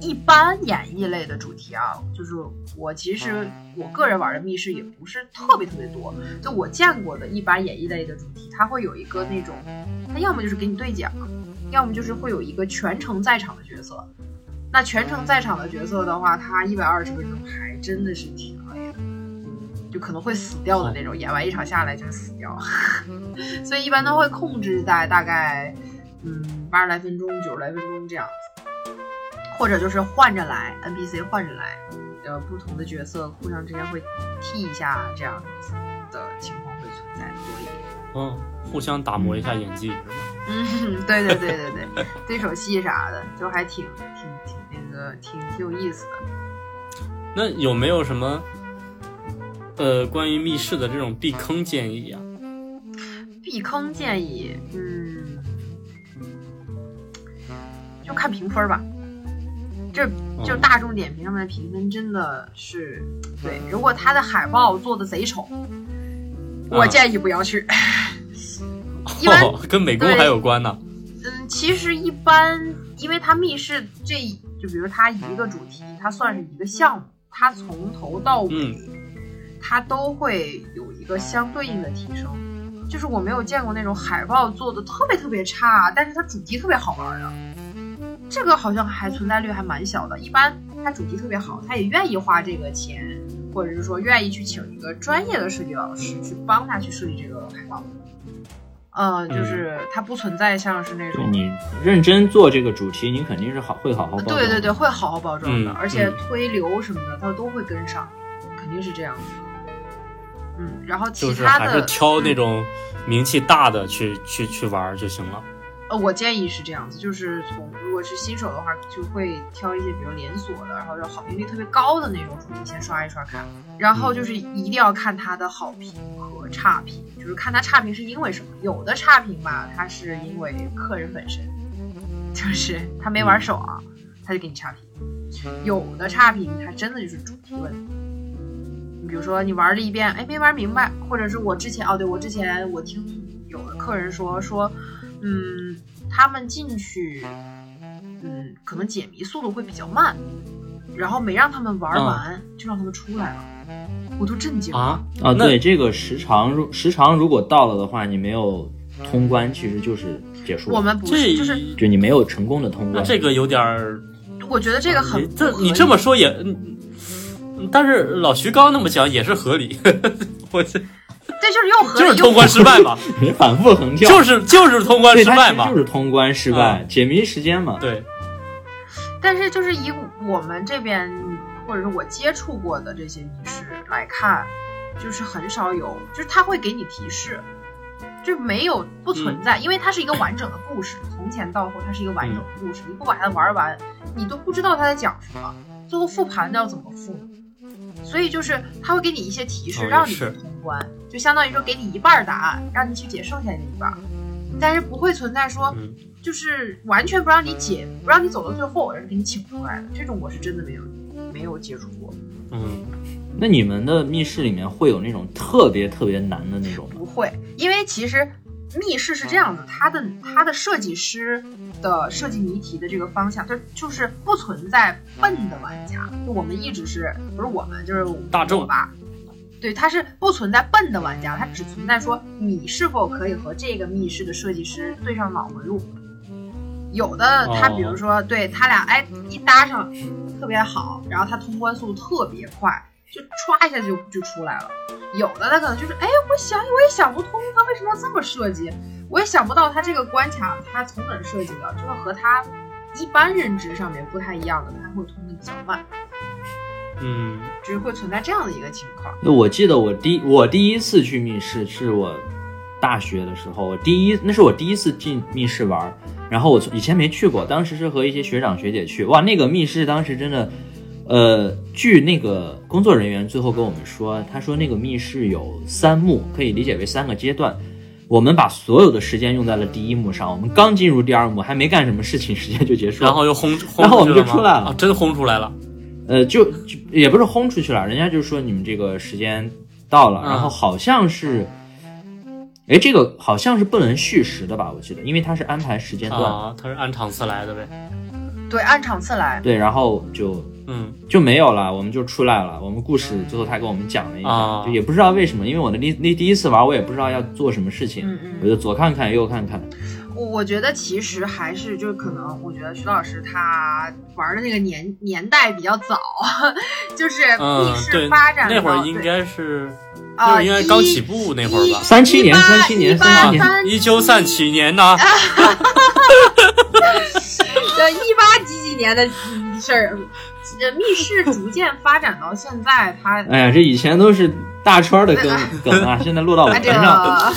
[SPEAKER 4] 一般演绎类的主题啊，就是我其实我个人玩的密室也不是特别特别多，就我见过的一般演绎类的主题，它会有一个那种，它要么就是给你兑奖，要么就是会有一个全程在场的角色。那全程在场的角色的话，他一百二十分钟还真的是挺累的，就可能会死掉的那种，演完一场下来就是死掉。 所以一般都会控制在大概嗯八十来分钟、九十来分钟这样子，或者就是换着来 NPC 换着来，呃，不同的角色互相之间会替一下这样子的情况会存在多一点。
[SPEAKER 2] 嗯，互相打磨一下演技，是吧
[SPEAKER 4] 嗯， 对对对对对，对手戏啥的，就还挺挺挺那个挺挺有意思的。
[SPEAKER 2] 那有没有什么呃关于密室的这种避坑建议啊？
[SPEAKER 4] 避坑建议，嗯，就看评分吧。这就
[SPEAKER 2] 嗯
[SPEAKER 4] 大众点评上面的评分真的是，对，如果它的海报做的贼丑，我
[SPEAKER 2] 嗯
[SPEAKER 4] 建议不要去。一般
[SPEAKER 2] 哦、跟美工还有关呢。
[SPEAKER 4] 嗯，其实一般，因为它密室这一就比如它一个主题，它算是一个项目，它从头到尾，它都会有一个相对应的提升。就是我没有见过那种海报做的特别特别差，但是它主题特别好玩的，啊这个好像还存在率还蛮小的。一般它主题特别好，他也愿意花这个钱，或者是说愿意去请一个专业的设计老师去帮他去设计这个海报。呃，就是它不存在像是那
[SPEAKER 3] 就
[SPEAKER 4] 种
[SPEAKER 3] 你认真做这个主题，你肯定是好会好好包装。
[SPEAKER 4] 呃啊对对对，会好好包装的，
[SPEAKER 2] 嗯
[SPEAKER 4] 而且
[SPEAKER 2] 嗯
[SPEAKER 4] 推流什么的，它都会跟上，肯定是这样子。嗯，然后其
[SPEAKER 2] 就是
[SPEAKER 4] 他
[SPEAKER 2] 还
[SPEAKER 4] 的，
[SPEAKER 2] 是挑那
[SPEAKER 4] 嗯
[SPEAKER 2] 种名气大的去去去玩儿就行了。
[SPEAKER 4] 呃，我建议是这样子，就是从如果是新手的话，就会挑一些比如连锁的，然后要好评率特别高的那种主题先刷一刷看，然后就是一定要看它的好评和差评，就是看它差评是因为什么。有的差评吧，它是因为客人本身，就是他没玩手啊，他就给你差评；有的差评它真的就是主题问题。你比如说你玩了一遍，哎，没玩明白，或者是我之前哦，对我之前我听有的客人说说，嗯，他们进去，嗯，可能解谜速度会比较慢，然后没让他们玩完，就让他们出来了，我都震惊了。
[SPEAKER 2] 啊
[SPEAKER 3] 啊，
[SPEAKER 2] 那
[SPEAKER 3] 对这个时长，如时长如果到了的话，你没有通关，其实就是结束了。
[SPEAKER 4] 我们不
[SPEAKER 2] 这
[SPEAKER 4] 是，就是
[SPEAKER 3] 就你没有成功的通
[SPEAKER 2] 那
[SPEAKER 3] 关。
[SPEAKER 2] 这个有点儿，
[SPEAKER 4] 我觉得这个
[SPEAKER 2] 啊你
[SPEAKER 4] 很
[SPEAKER 2] 这
[SPEAKER 4] 不合
[SPEAKER 2] 你
[SPEAKER 4] 理
[SPEAKER 2] 这么说也，嗯但是老徐刚刚那么讲也是合理。 我这
[SPEAKER 4] 这就是又合理
[SPEAKER 2] 就
[SPEAKER 4] 又
[SPEAKER 2] 是通关失败 嘛，
[SPEAKER 3] 你反复横跳，
[SPEAKER 2] 就是就是通关
[SPEAKER 3] 对
[SPEAKER 2] 失
[SPEAKER 3] 它
[SPEAKER 2] 败
[SPEAKER 3] 其实
[SPEAKER 2] 嘛嗯
[SPEAKER 3] 就，是通关失败，解谜时间嘛。
[SPEAKER 2] 对，
[SPEAKER 4] 但是就是以我们这边或者是我接触过的这些密室来看，就是很少有，就是它会给你提示，就没有不存
[SPEAKER 2] 嗯
[SPEAKER 4] 在，因为它是一个完整的故事，从前到后它是一个完整的故事，你不把它玩完，你都不知道它在讲什么，最后复盘要怎么复。所以就是它会给你一些提示，
[SPEAKER 2] 哦
[SPEAKER 4] 让你
[SPEAKER 2] 也
[SPEAKER 4] 去
[SPEAKER 2] 是
[SPEAKER 4] 通关，就相当于说给你一半儿答案，让你去解剩下的一半儿，但是不会存在说
[SPEAKER 2] 嗯
[SPEAKER 4] 就是完全不让你解，不让你走到最后，而是给你请出来的。这种我是真的没有没有接触过，
[SPEAKER 2] 嗯，
[SPEAKER 3] 那你们的密室里面会有那种特别特别难的那种吗？
[SPEAKER 4] 不会，因为其实密室是这样
[SPEAKER 2] 嗯
[SPEAKER 4] 的，它的它的设计师的设计谜题的这个方向，就就是不存在笨的玩家，就我们一直是不是我们就是
[SPEAKER 2] 大众
[SPEAKER 4] 我吧。对，它是不存在笨的玩家，它只存在说你是否可以和这个密室的设计师对上脑回路。有的他
[SPEAKER 2] 哦
[SPEAKER 4] 比如说，对他俩哎一搭上特别好，然后他通关速度特别快，就歘一下就就出来了。有的他可能就是哎，我想我也想不通他为什么要这么设计，我也想不到他这个关卡他从哪儿设计的，就是和他一般认知上面不太一样的，他会通的比较慢，
[SPEAKER 2] 嗯，
[SPEAKER 4] 就是会存在这样的一个情况。
[SPEAKER 3] 我记得我第我第一次去密室是我大学的时候，我第一那是我第一次进密室玩儿，然后我从以前没去过，当时是和一些学长学姐去，哇，那个密室当时真的，呃，据那个工作人员最后跟我们说，他说那个密室有三幕，可以理解为三个阶段。我们把所有的时间用在了第一幕上，我们刚进入第二幕，还没干什么事情，时间就结束了。
[SPEAKER 2] 然后又轰，轰
[SPEAKER 3] 然后我们
[SPEAKER 2] 出去
[SPEAKER 3] 就
[SPEAKER 2] 吗
[SPEAKER 3] 出来了
[SPEAKER 2] 啊，真轰出来了，
[SPEAKER 3] 呃，就就也不是轰出去了，人家就说你们这个时间到了，
[SPEAKER 2] 嗯
[SPEAKER 3] 然后好像是，哎，这个好像是不能续时的吧？我记得，因为它是安排时间段，
[SPEAKER 2] 啊，他是按场次来的呗，
[SPEAKER 4] 对，按场次来。
[SPEAKER 3] 对，然后就
[SPEAKER 2] 嗯，
[SPEAKER 3] 就没有了，我们就出来了。我们故事最后他给我们讲了一下，
[SPEAKER 2] 啊
[SPEAKER 3] 就也不知道为什么，因为我的那那第一次玩，我也不知道要做什么事情，
[SPEAKER 4] 嗯嗯
[SPEAKER 3] 我就左看看右看看，
[SPEAKER 4] 我我觉得其实还是就是可能，我觉得徐老师他玩的那个年年代比较早，就是密
[SPEAKER 2] 嗯，
[SPEAKER 4] 室
[SPEAKER 2] 对，
[SPEAKER 4] 发展到、
[SPEAKER 2] 那会儿应
[SPEAKER 4] 对
[SPEAKER 2] 该是那会
[SPEAKER 4] 啊
[SPEAKER 2] 儿应该刚起步那会儿吧，啊
[SPEAKER 3] 三七年三七年三七年
[SPEAKER 4] 18
[SPEAKER 2] 一九三七年呐，
[SPEAKER 4] 呃，一八几几年的事儿，呃，密室逐渐发展到现在，它
[SPEAKER 3] 哎呀，这以前都是大川 的梗梗啊，现在落到我
[SPEAKER 4] 它哎这
[SPEAKER 3] 身上，
[SPEAKER 4] 个。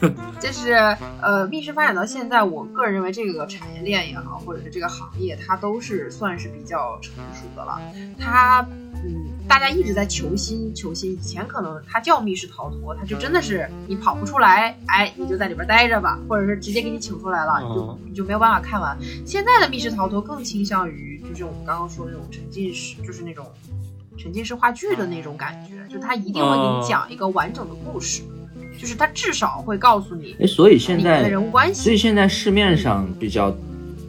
[SPEAKER 4] 就是呃，密室发展到现在，我个人认为这个产业链也好，或者是这个行业，它都是算是比较成熟的了。它嗯，大家一直在求新求新。以前可能它叫密室逃脱，它就真的是你跑不出来，哎，你就在里边待着吧，或者是直接给你请出来了，你就
[SPEAKER 3] 嗯
[SPEAKER 2] 哦
[SPEAKER 4] 你就没有办法看完。现在的密室逃脱更倾向于就是我们刚刚说的那种沉浸式，就是那种沉浸式话剧的那种感觉，就它一定会给
[SPEAKER 2] 哦
[SPEAKER 4] 你讲一个完整的故事，就是它至少会告诉你
[SPEAKER 3] 哎，所以
[SPEAKER 4] 里
[SPEAKER 3] 现
[SPEAKER 4] 面的
[SPEAKER 3] 在
[SPEAKER 4] 人物关
[SPEAKER 3] 所
[SPEAKER 4] 系。
[SPEAKER 3] 以现在市面上比较，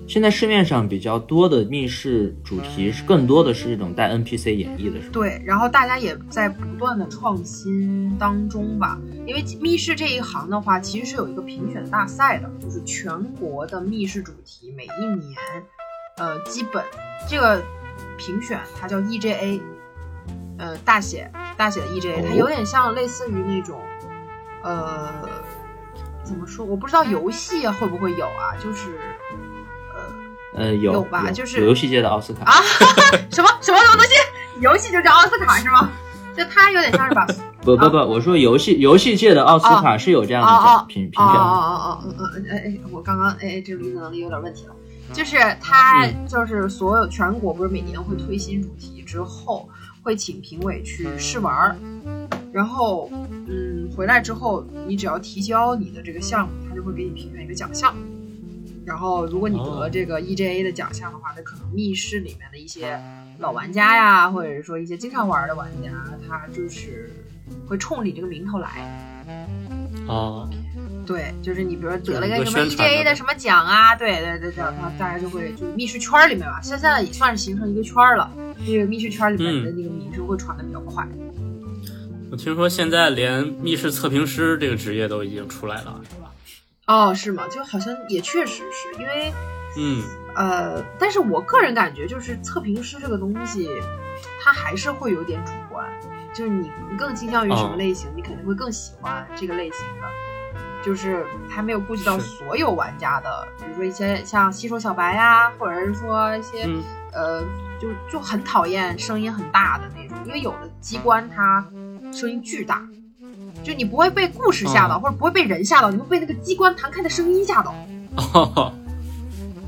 [SPEAKER 3] 现在市面上比较多的密室主题是更多的是这种带 NPC 演绎的，是吧？
[SPEAKER 4] 对，然后大家也在不断的创新当中吧，因为密室这一行的话，其实是有一个评选大赛的，就是全国的密室主题，每一年，呃，基本这个评选它叫 EJA，呃，大写大写的 EJA，它有点像类似于那种，呃，怎么说？我不知道游戏会不会有啊，就是，呃，
[SPEAKER 3] 呃，有
[SPEAKER 4] 有吧就是
[SPEAKER 3] 有游戏界的奥斯卡
[SPEAKER 4] 啊， 什么什么什么东西？游戏就叫奥斯卡是吗？就它有点像是把
[SPEAKER 3] 不不不，我说游戏游戏界的奥斯卡是有这样的
[SPEAKER 4] 啊哦
[SPEAKER 3] 奖
[SPEAKER 4] 哦
[SPEAKER 3] 评评
[SPEAKER 4] 哦
[SPEAKER 3] 选，
[SPEAKER 4] 哦哦哦哦，哎哎，我刚刚哎这理解能力有点问题了。就是他就是所有全国不是每年会推新主题之后，会请评委去试玩儿，然后嗯回来之后，你只要提交你的这个项目，他就会给你评选一个奖项。然后如果你得了这个 EJA 的奖项的话，那可能密室里面的一些老玩家呀，或者是说一些经常玩儿的玩家，他就是会冲你这个名头来。
[SPEAKER 2] 啊，
[SPEAKER 4] 对，就是你比如说
[SPEAKER 2] 就是
[SPEAKER 4] 得了
[SPEAKER 2] 一
[SPEAKER 4] 个
[SPEAKER 2] 个
[SPEAKER 4] 什么
[SPEAKER 2] 宣传
[SPEAKER 4] EJA
[SPEAKER 2] 的
[SPEAKER 4] 的什么奖啊，对对对对，然后大家就会就是密室圈儿里面吧，现现在也算是形成一个圈儿了，这个密室圈儿里面
[SPEAKER 2] 嗯
[SPEAKER 4] 的那个名声会传的比较快。
[SPEAKER 2] 我听说现在连密室测评师这个职业都已经出来了，是吧？
[SPEAKER 4] 哦，是吗？就好像也确实是因为
[SPEAKER 2] 嗯，
[SPEAKER 4] 呃，但是我个人感觉就是测评师这个东西，它还是会有点主观，就是你你更倾向于什么
[SPEAKER 2] 哦
[SPEAKER 4] 类型，你肯定会更喜欢这个类型的。就是他没有顾及到
[SPEAKER 2] 是
[SPEAKER 4] 所有玩家的，比如说一些像新手小白呀、或者是说一些、
[SPEAKER 2] 嗯
[SPEAKER 4] 呃，就就很讨厌声音很大的那种，因为有的机关它声音巨大，就你不会被故事吓到，
[SPEAKER 3] 嗯
[SPEAKER 4] 或者不会被人吓到，你会被那个机关弹开的声音吓到。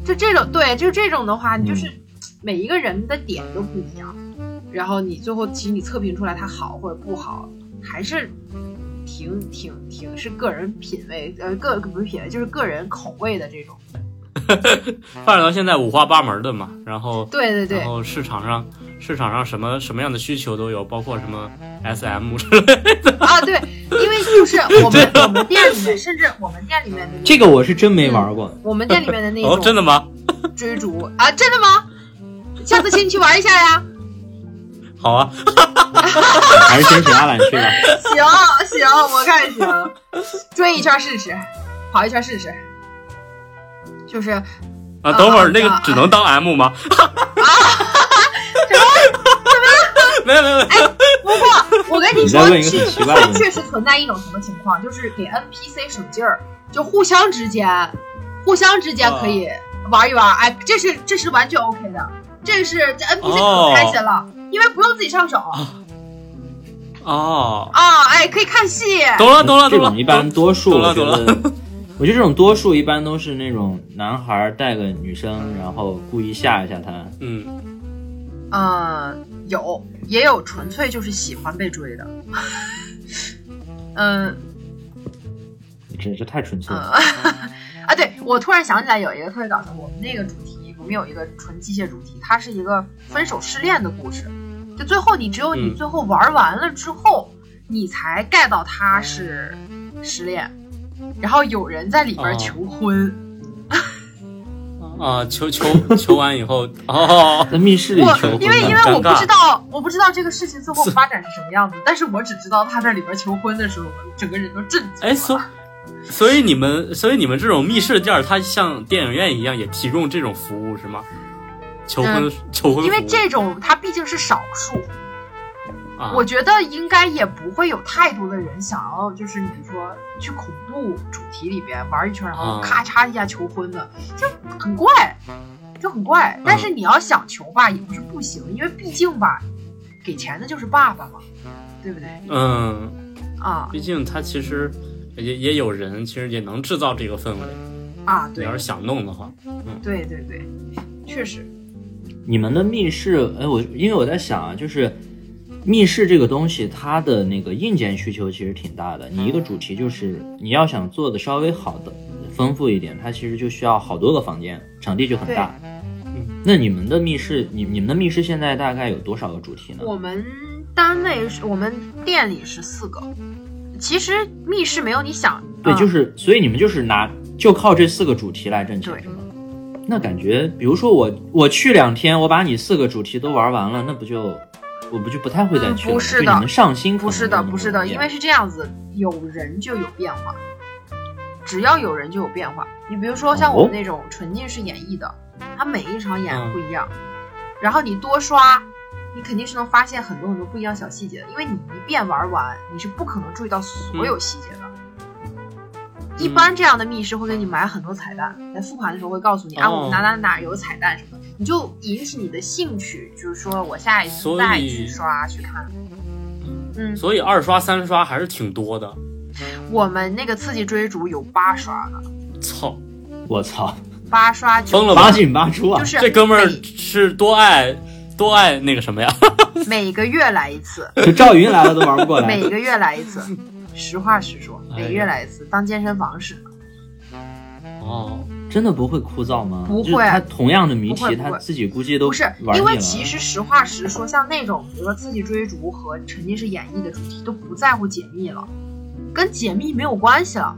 [SPEAKER 4] 就这种，对，就这种的话，你就是每一个人的点都不一样，然后你最后其实你测评出来它好或者不好，还是挺挺挺是个人品味，呃，个不是品味，就是个人口味的这种。
[SPEAKER 2] 发展到现在五花八门的嘛，然后
[SPEAKER 4] 对对对
[SPEAKER 2] 然，后市场上市场上什么什么样的需求都有，包括什么 SM 之类的。
[SPEAKER 4] 啊对，因为就是我们我们店里面，甚至我们店里面的那
[SPEAKER 3] 这个我是真没玩过，
[SPEAKER 4] 我们店里面的那
[SPEAKER 2] 哦，真
[SPEAKER 4] 种
[SPEAKER 2] 的吗？
[SPEAKER 4] 追逐、啊，真的吗？下次请你去玩一下呀！
[SPEAKER 2] 好 啊，
[SPEAKER 3] 还是先请阿懒去吧。
[SPEAKER 4] 行行，我看行，追一圈试试，跑一圈试试，就是
[SPEAKER 2] 啊，等会
[SPEAKER 4] 啊
[SPEAKER 2] 儿那个
[SPEAKER 4] 啊
[SPEAKER 2] 只能当 M 吗？没有没有没有，
[SPEAKER 4] 不过我跟
[SPEAKER 3] 你
[SPEAKER 4] 你说
[SPEAKER 3] 在问，一个
[SPEAKER 4] 确
[SPEAKER 3] 很奇怪的问题
[SPEAKER 4] 确实 存在一种什么情况，就是给 NPC 使劲儿，就互相之间，互相之间可以玩一玩，哎，这是这是完全 OK 的，这是这 NPC 可开心了，因为不用自己上手啊
[SPEAKER 2] 哦，
[SPEAKER 4] 哎，可以看戏，
[SPEAKER 2] 懂了懂了
[SPEAKER 3] 这
[SPEAKER 2] 懂了
[SPEAKER 3] 种，一般多数
[SPEAKER 2] 懂
[SPEAKER 3] 我
[SPEAKER 2] 了
[SPEAKER 3] 觉
[SPEAKER 2] 懂了
[SPEAKER 3] 得， 我觉得这种多数一般都是那种男孩带个女生，然后故意吓一吓她。
[SPEAKER 2] 嗯，
[SPEAKER 4] 嗯、有也有纯粹就是喜欢被追的，嗯。
[SPEAKER 3] 真是太纯粹了。
[SPEAKER 4] 啊，对，我突然想起来有一个特别搞笑，我们那个主题，我们有一个纯机械主题，它是一个分手失恋的故事，就最后你只有你
[SPEAKER 2] 嗯
[SPEAKER 4] 最后玩完了之后，你才 get 到他是失恋，然后有人在里边
[SPEAKER 2] 哦
[SPEAKER 4] 求婚，
[SPEAKER 2] 啊，求求求完以后，哦，
[SPEAKER 3] 在密室里
[SPEAKER 4] 我
[SPEAKER 3] 求婚
[SPEAKER 4] 因为因为
[SPEAKER 3] 的，
[SPEAKER 4] 我不
[SPEAKER 2] 尴尬
[SPEAKER 4] 知道我不知道这个事情最后发展是什么样子，但是我只知道他在里边求婚的时候，我整个人都震惊
[SPEAKER 2] 哎，所所以你们所以你们这种密室店儿，它像电影院一样也提供这种服务是吗？求婚、求婚服务，
[SPEAKER 4] 嗯因为这种它毕竟是少数，
[SPEAKER 2] 啊，
[SPEAKER 4] 我觉得应该也不会有太多的人想要，就是你说去恐怖主题里边玩一圈，然后
[SPEAKER 2] 嗯
[SPEAKER 4] 咔嚓一下求婚的，就很怪，就很怪。
[SPEAKER 2] 嗯
[SPEAKER 4] 但是你要想求吧，也不是不行，因为毕竟吧，给钱的就是爸爸嘛，对不对？
[SPEAKER 2] 嗯。
[SPEAKER 4] 啊
[SPEAKER 2] 毕竟他其实也也有人，其实也能制造这个氛围。
[SPEAKER 4] 啊，
[SPEAKER 2] 你
[SPEAKER 4] 对
[SPEAKER 2] 要是想弄的话，
[SPEAKER 4] 对对对，确实，
[SPEAKER 3] 你们的密室，哎，我因为我在想啊，就是密室这个东西，它的那个硬件需求其实挺大的。你一个主题就是你要想做的稍微好的、丰富一点，它其实就需要好多个房间，场地就很大。嗯，那你们的密室，你你们的密室现在大概有多少个主题呢？
[SPEAKER 4] 我们单位是我们店里是四个，其实密室没有你想，
[SPEAKER 3] 对，
[SPEAKER 4] 啊
[SPEAKER 3] 就是，所以你们就是拿就靠这四个主题来挣钱
[SPEAKER 4] 对
[SPEAKER 3] 是吗？那感觉，比如说我我去两天，我把你四个主题都玩完了，那不就我不就不太会再
[SPEAKER 4] 嗯
[SPEAKER 3] 去了吗？
[SPEAKER 4] 不是的
[SPEAKER 3] 就你们上心可
[SPEAKER 4] 不
[SPEAKER 3] 能
[SPEAKER 4] 是
[SPEAKER 3] 没
[SPEAKER 4] 的，
[SPEAKER 3] 有那么
[SPEAKER 4] 不是的，
[SPEAKER 3] 容易啊
[SPEAKER 4] 因为是这样子，有人就有变化，只要有人就有变化。你比如说像我们那种沉浸式演绎的，它每一场演不一样，
[SPEAKER 2] 嗯
[SPEAKER 4] 然后你多刷，你肯定是能发现很多很多不一样小细节的，因为你一遍玩完，你是不可能注意到所有细节的。
[SPEAKER 2] 嗯
[SPEAKER 4] 一般这样的密室会给你埋很多彩蛋，在复盘的时候会告诉你、啊，
[SPEAKER 2] 哦
[SPEAKER 4] 我们哪哪哪有彩蛋什么的，你就引起你的兴趣，就是说我下一次
[SPEAKER 2] 所
[SPEAKER 4] 再
[SPEAKER 2] 以
[SPEAKER 4] 去刷去看。嗯，
[SPEAKER 2] 所以二刷三刷还是挺多的。
[SPEAKER 4] 我们那个刺激追逐有八刷的，
[SPEAKER 2] 操，
[SPEAKER 3] 我操，
[SPEAKER 4] 八刷九
[SPEAKER 2] 疯了吧
[SPEAKER 3] 八进八出啊！
[SPEAKER 4] 就是
[SPEAKER 2] 这哥们儿
[SPEAKER 4] 每
[SPEAKER 2] 是多爱多爱那个什么呀？
[SPEAKER 4] 每个月来一次，
[SPEAKER 3] 就赵云来了都玩不过来
[SPEAKER 4] 每，个月来一次。实话实说，
[SPEAKER 2] 哎呀
[SPEAKER 4] 每个月来一次，当健身房使的。
[SPEAKER 2] 哦，
[SPEAKER 3] 真的不会枯燥吗？
[SPEAKER 4] 不会
[SPEAKER 3] 就是他同样的谜
[SPEAKER 4] 不会
[SPEAKER 3] 题，
[SPEAKER 4] 不会
[SPEAKER 3] 他自己估计都
[SPEAKER 4] 不是，
[SPEAKER 3] 玩腻
[SPEAKER 4] 因为
[SPEAKER 3] 了啊
[SPEAKER 4] 其实实话实说，像那种比如说刺激追逐和沉浸式演绎的主题都不在乎解密了，跟解密没有关系了。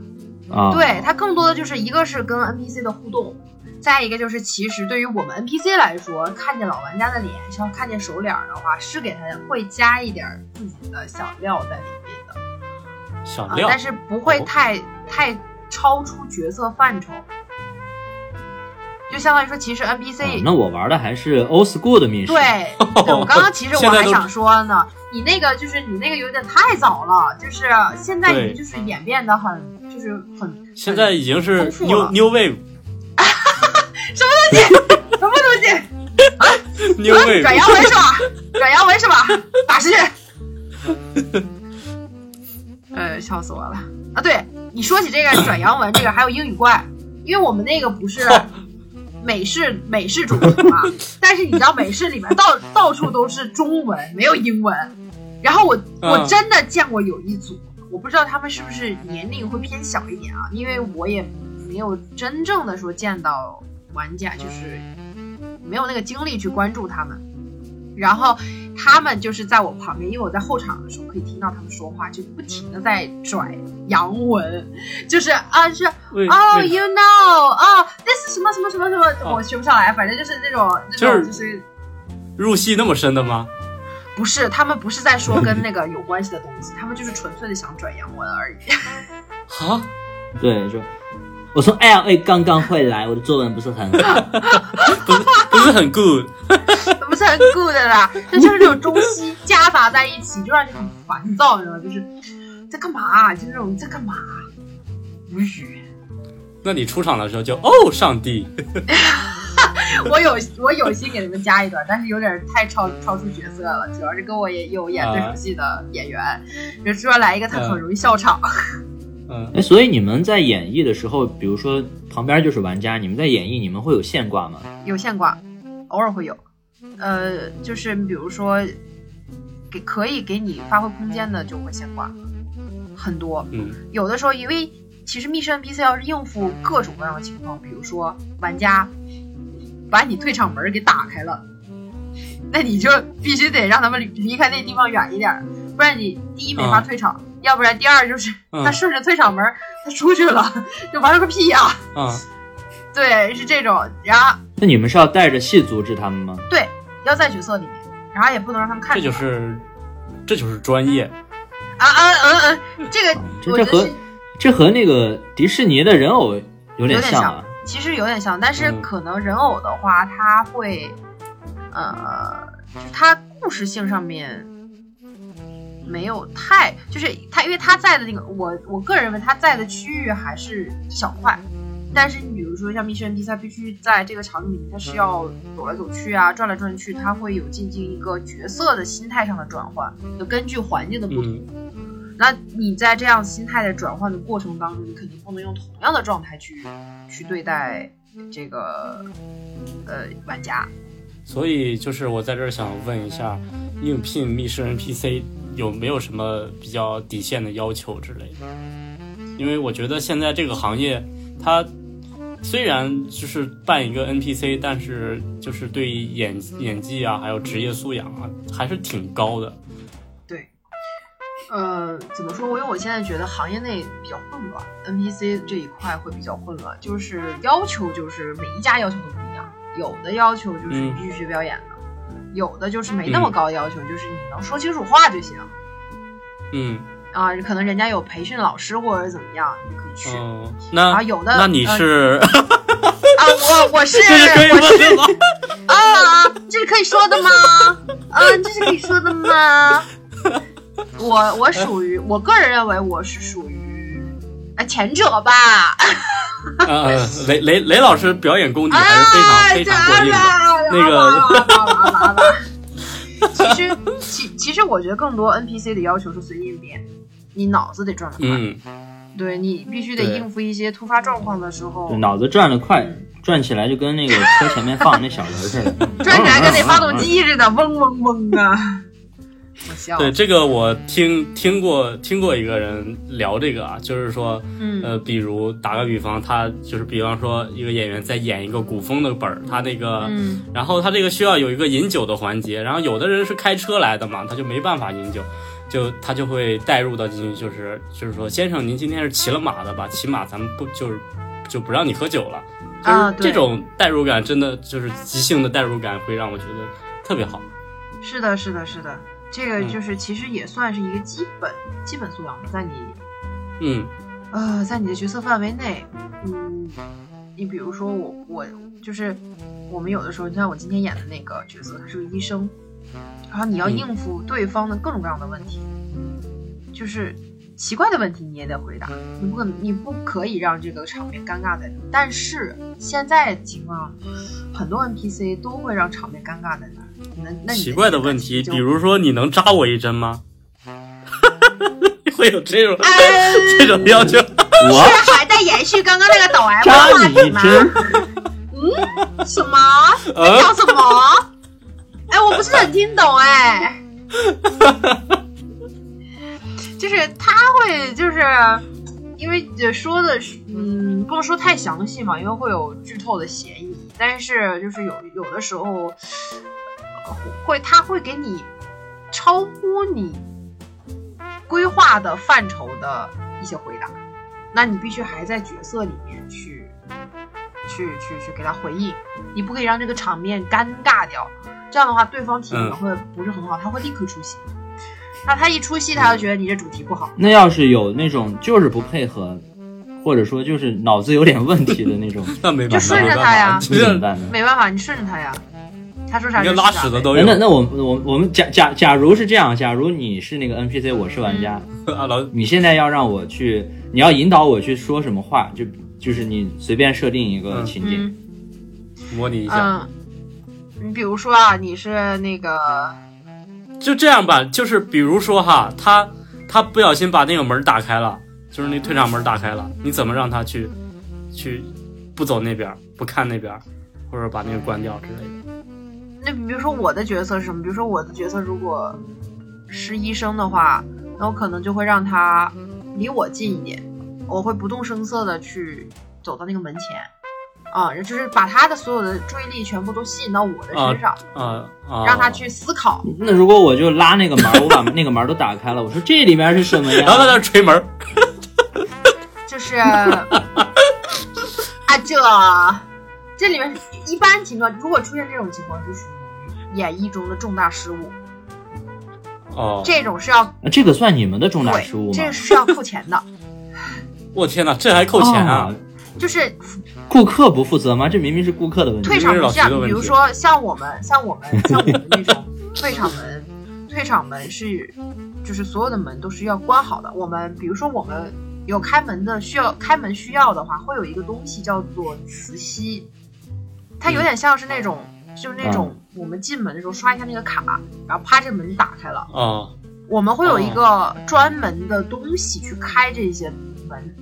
[SPEAKER 3] 啊，，
[SPEAKER 4] 对，它更多的就是一个是跟 NPC 的互动，再一个就是其实对于我们 NPC 来说，看见老玩家的脸，像看见手脸儿的话，是给他会加一点儿自己的小料在里面的，
[SPEAKER 2] 小
[SPEAKER 4] 啊
[SPEAKER 2] 料，
[SPEAKER 4] 但是不会
[SPEAKER 2] 哦
[SPEAKER 4] 太、太超出角色范畴。就相当于说，其实
[SPEAKER 2] 哦
[SPEAKER 4] NPC
[SPEAKER 3] 啊那我玩的还是 old school 的密室，
[SPEAKER 4] 对， 对我刚刚其实我
[SPEAKER 2] 现在
[SPEAKER 4] 还
[SPEAKER 2] 都
[SPEAKER 4] 想说呢，你那个就是你那个有点太早了，就是现在
[SPEAKER 3] 对
[SPEAKER 4] 你就是演变的很，就是很
[SPEAKER 2] 现在已经是
[SPEAKER 4] 丰富
[SPEAKER 2] new
[SPEAKER 4] 了
[SPEAKER 2] new wave
[SPEAKER 4] 什么东西，啊
[SPEAKER 2] new
[SPEAKER 4] 转
[SPEAKER 2] wave，
[SPEAKER 4] 阳文是吧？转阳文是 吧？打出去。呃，笑死我了啊！对你说起这个转阳文，这个还有英语怪，因为我们那个不是美式美式主题嘛，但是你知道美式里面到到处都是中文，没有英文。然后我我
[SPEAKER 2] 嗯
[SPEAKER 4] 真的见过有一组，我不知道他们是不是年龄会偏小一点啊，因为我也没有真正的说见到玩家，就是没有那个精力去关注他们。然后他们就是在我旁边，因为我在后场的时候可以听到他们说话，就不停的在拽洋文，就是啊是
[SPEAKER 2] 为
[SPEAKER 4] 哦、
[SPEAKER 2] 为
[SPEAKER 4] y o u know，哦、this is 什么什么什么什么，
[SPEAKER 2] 哦
[SPEAKER 4] 我学不上来，反正就是那种那种
[SPEAKER 2] 就是
[SPEAKER 4] 就是
[SPEAKER 2] 入戏那么深的 吗？
[SPEAKER 4] 不是他们不是在说跟那个有关系的东西，他们就是纯粹的想转洋文而已。
[SPEAKER 2] 啊，
[SPEAKER 3] 对，就我从 L A 刚刚会来，我的作文不是很好，
[SPEAKER 2] 不是很 good，
[SPEAKER 4] 不是很 good 啦，这就是这种中西夹杂在一起，就让你很烦躁，你知道吗？就是在干嘛、啊就是那种在干嘛、无语。
[SPEAKER 2] 那你出场的时候就哦，上帝，
[SPEAKER 4] 我有我有心给他们加一段，但是有点太超超出角色了，主要是跟我也有
[SPEAKER 2] 啊
[SPEAKER 4] 演对手戏的演员，比如说来一个他很容易笑场。
[SPEAKER 2] 嗯，
[SPEAKER 3] 哎，所以你们在演绎的时候，比如说旁边就是玩家，你们在演绎，你们会有现挂吗？
[SPEAKER 4] 有现挂，偶尔会有。呃，就是比如说，给可以给你发挥空间的就会现挂，很多。
[SPEAKER 2] 嗯，
[SPEAKER 4] 有的时候因为其实密室 NPC 要是应付各种各样的情况，比如说玩家把你退场门给打开了，那你就必须得让他们离离开那地方远一点儿，不然你第一没法
[SPEAKER 2] 嗯
[SPEAKER 4] 退场，要不然第二就是
[SPEAKER 2] 嗯
[SPEAKER 4] 他顺着退场门儿他出去了， 就玩个屁呀、
[SPEAKER 2] 啊，
[SPEAKER 4] 对，是这种，然后
[SPEAKER 3] 那你们是要带着戏阻止他们吗？
[SPEAKER 4] 对要在角色里面，然后也不能让他们看
[SPEAKER 2] 这
[SPEAKER 4] 出
[SPEAKER 2] 就
[SPEAKER 4] 来。
[SPEAKER 2] 是这就是专业，
[SPEAKER 4] 啊啊嗯嗯，这个
[SPEAKER 3] 啊这
[SPEAKER 4] 我
[SPEAKER 3] 这
[SPEAKER 4] 觉得
[SPEAKER 3] 和
[SPEAKER 4] 是
[SPEAKER 3] 这和那个迪士尼的人偶有
[SPEAKER 4] 有
[SPEAKER 3] 点
[SPEAKER 4] 点
[SPEAKER 3] 像啊
[SPEAKER 4] 像，，其实有点像，但是
[SPEAKER 2] 嗯
[SPEAKER 4] 可能人偶的话，它会，呃，就是它故事性上面没有太，就是它，因为它在的那个，我我个人认为它在的区域还是一小块。但是你比如说像密室 NPC，它必须在这个场景里面，它是要走来走去啊，转来转去，它会有进行一个角色的心态上的转换，就根据环境的不同。
[SPEAKER 2] 嗯
[SPEAKER 4] 那你在这样心态的转换的过程当中，你肯定不能用同样的状态去去对待这个呃玩家。
[SPEAKER 2] 所以就是我在这儿想问一下，应聘密室 NPC 有没有什么比较底线的要求之类的？因为我觉得现在这个行业，它虽然就是办一个 NPC，但是就是对演演技啊，还有职业素养啊，还是挺高的。
[SPEAKER 4] 对，呃，怎么说？我因为我现在觉得行业内比较混乱，NPC 这一块会比较混乱，就是要求就是每一家要求都不一样，有的要求就是你
[SPEAKER 2] 嗯
[SPEAKER 4] 必须学表演的，有的就是没那么高的要求，就是你能说清楚话就行
[SPEAKER 2] 嗯
[SPEAKER 4] 啊、可能人家有培训老师或者怎么样，你可以去。
[SPEAKER 2] 嗯、
[SPEAKER 4] 啊，
[SPEAKER 2] 那
[SPEAKER 4] 有的
[SPEAKER 2] 那你
[SPEAKER 4] 呃
[SPEAKER 2] 是、
[SPEAKER 4] 啊，我我是
[SPEAKER 2] 这是可以
[SPEAKER 4] 我是
[SPEAKER 2] 问的吗？
[SPEAKER 4] 啊，这是可以说的吗？啊，这是可以说的吗？我我属于我个人认为我是属于啊前者吧，
[SPEAKER 2] 呃，呃雷雷雷老师表演功底
[SPEAKER 4] 啊，
[SPEAKER 2] 还是非常、非常过硬的。那个
[SPEAKER 4] 个。其实，其其实我觉得更多 NPC 的要求是随机应变，你脑子得转得快，
[SPEAKER 2] 嗯，
[SPEAKER 4] 对你必须得
[SPEAKER 2] 对
[SPEAKER 4] 应付一些突发状况的时候
[SPEAKER 3] 就，脑子转得快，转起来就跟那个车前面放那小人似的，
[SPEAKER 4] 转起来跟那发动机似的，嗡嗡嗡 啊！我笑，
[SPEAKER 2] 嗯对，这个我听听过听过一个人聊这个啊，就是说，
[SPEAKER 4] 嗯，
[SPEAKER 2] 呃，比如打个比方，他就是比方说一个演员在演一个古风的本儿，他那个，
[SPEAKER 4] 嗯
[SPEAKER 2] 然后他这个需要有一个饮酒的环节，然后有的人是开车来的嘛，他就没办法饮酒。就他就会带入到进去，就是就是说，先生，您今天是骑了马的吧？骑马咱们不就是就不让你喝酒了。
[SPEAKER 4] 啊
[SPEAKER 2] 就是这
[SPEAKER 4] 对
[SPEAKER 2] 种代入感真的就是即兴的代入感，会让我觉得特别好。
[SPEAKER 4] 是的，是的，是的，这个
[SPEAKER 2] 嗯
[SPEAKER 4] 就是其实也算是一个基本基本素养吧，在你
[SPEAKER 2] 嗯，
[SPEAKER 4] 呃在你的角色范围内，嗯，你比如说我我就是我们有的时候，你像我今天演的那个角色，他是个医生，然后你要
[SPEAKER 3] 嗯
[SPEAKER 4] 应付对方的各种各样的问题，就是奇怪的问题你也得回答，你不可能你不可以让这个场面尴尬在那儿。但是现在情况，很多 NPC 都会让场面尴尬在那儿。那那你
[SPEAKER 2] 奇怪的问题，
[SPEAKER 4] 就
[SPEAKER 2] 比如说你能扎我一针吗？ 会有这种
[SPEAKER 4] 嗯
[SPEAKER 2] 这种要求？
[SPEAKER 3] 我
[SPEAKER 4] 这还在延续刚刚那个抖 M
[SPEAKER 3] 扎
[SPEAKER 4] 的话
[SPEAKER 3] 你
[SPEAKER 4] 题
[SPEAKER 3] 一
[SPEAKER 4] 吗？嗯
[SPEAKER 3] 针，
[SPEAKER 4] 什么？
[SPEAKER 2] 呃，
[SPEAKER 3] 嗯
[SPEAKER 4] 叫什么？哎，我不是很听懂哎。就是他会，就是因为呃说的是，嗯，不能说太详细嘛，因为会有剧透的嫌疑。但是就是有有的时候呃会，他会给你超乎你规划的范畴的一些回答，那你必须还在角色里面去去去去给他回应。你不可以让这个场面尴尬掉，这样的话对方体验
[SPEAKER 2] 嗯
[SPEAKER 4] 会不是很好，他会立刻出戏。那他一出戏，他就觉得你这主题不好。
[SPEAKER 3] 那要是有那种就是不配合，或者说就是脑子有点问题的那种，
[SPEAKER 2] 那没办法，
[SPEAKER 4] 就顺着
[SPEAKER 2] 没办法
[SPEAKER 4] 他呀
[SPEAKER 2] 就
[SPEAKER 3] 那
[SPEAKER 2] 是
[SPEAKER 3] 怎么办呢？
[SPEAKER 4] 没办法，你顺着他呀，他说啥就
[SPEAKER 2] 连
[SPEAKER 4] 是
[SPEAKER 2] 拉
[SPEAKER 4] 啥
[SPEAKER 2] 屎的
[SPEAKER 4] 呗
[SPEAKER 2] 都
[SPEAKER 3] 哎
[SPEAKER 2] 有
[SPEAKER 3] 那。那我我我们假假假如是这样，假如你是那个 NPC，我是玩家，
[SPEAKER 2] 啊，老
[SPEAKER 3] 你现在要让我去，你要引导我去说什么话，就就是你随便设定一个
[SPEAKER 2] 嗯
[SPEAKER 3] 情景，
[SPEAKER 4] 嗯
[SPEAKER 2] 模拟一下，
[SPEAKER 4] 嗯，你比如说啊，你是那个嗯
[SPEAKER 2] 就这样吧。就是比如说哈，他他不小心把那个门打开了，就是那退场门打开了，你怎么让他去去不走那边儿，不看那边儿，或者把那个关掉之类的？
[SPEAKER 4] 那比如说我的角色是什么？比如说我的角色如果是医生的话，那我可能就会让他离我近一点，我会不动声色的去走到那个门前，啊，就是把他的所有的注意力全部都吸引到我的身上，
[SPEAKER 2] 啊啊，
[SPEAKER 4] 让他。去思考。
[SPEAKER 3] 那如果我就拉那个门儿，我把 那个门儿都打开了，我说这里面是什么 呀啊
[SPEAKER 2] 然？后在那捶门儿，
[SPEAKER 4] 就 是啊，这这里面一般情况，如果出现这种情况，就属于演绎中的重大失误，
[SPEAKER 2] 哦，
[SPEAKER 4] 这种是要
[SPEAKER 3] 这个算你们的重大失误
[SPEAKER 4] 对，
[SPEAKER 3] 吗？
[SPEAKER 4] 这是要付钱的，
[SPEAKER 2] 我天哪，这还扣钱啊
[SPEAKER 3] 哦！！
[SPEAKER 4] 就是
[SPEAKER 3] 顾客不负责吗？这明明是顾客的问题
[SPEAKER 4] 退。场门
[SPEAKER 2] 嗯这
[SPEAKER 4] 是这
[SPEAKER 2] 是老徐的
[SPEAKER 4] 样，
[SPEAKER 2] 问题
[SPEAKER 4] 比如说像我们，像我们，像我们那种退场门，退场门是就是所有的门都是要关好的。我们比如说我们有开门的需要，开门需要的话，会有一个东西叫做磁吸，它有点像是那种，就是那
[SPEAKER 2] 嗯
[SPEAKER 4] 种我们进门的时候刷一下那个卡，然后啪这门打开了。
[SPEAKER 2] 哦，
[SPEAKER 4] 我们会有一个专门的东西去开这些门。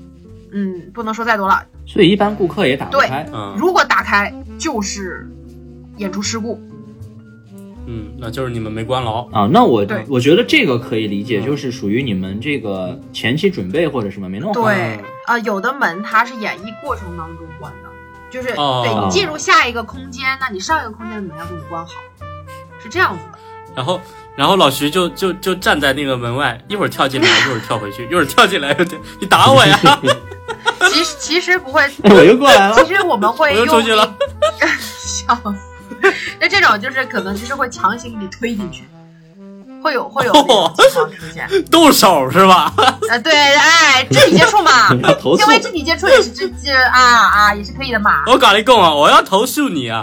[SPEAKER 4] 嗯，不能说再多了，
[SPEAKER 3] 所以一般顾客也打不
[SPEAKER 4] 对
[SPEAKER 3] 开。
[SPEAKER 2] 嗯
[SPEAKER 4] 如果打开就是演出事故。
[SPEAKER 2] 嗯，那就是你们没关牢。
[SPEAKER 3] 啊，那我
[SPEAKER 4] 对
[SPEAKER 3] 我觉得这个可以理解，
[SPEAKER 2] 嗯
[SPEAKER 3] 就是属于你们这个前期准备或者什么没弄好。
[SPEAKER 4] 对
[SPEAKER 2] 嗯，
[SPEAKER 4] 呃，有的门它是演绎过程当中关的，就是
[SPEAKER 2] 哦
[SPEAKER 4] 对你进入下一个空间，那你上一个空间的门要给你关好，是这样子的。
[SPEAKER 2] 然后，然后老徐就就就站在那个门外，一会儿跳进来，一会儿跳回去，一会儿跳进来，又跳你打我呀！
[SPEAKER 4] 其实其实不会，
[SPEAKER 3] 哎我又过来了。
[SPEAKER 4] 其实我们会
[SPEAKER 2] 我又
[SPEAKER 4] 用
[SPEAKER 2] 出去了
[SPEAKER 4] 力，笑死。那这种 就是可能就是会强行给你推进去，会有会有这
[SPEAKER 2] 哦
[SPEAKER 4] 种情况出现。
[SPEAKER 2] 动手是吧？
[SPEAKER 4] 呃，对，哎，肢体接触 嘛
[SPEAKER 3] 你要，投诉
[SPEAKER 4] 因为肢体接触也是这这啊啊也是可以的嘛。
[SPEAKER 2] 我搞了一供啊！我要投诉你啊！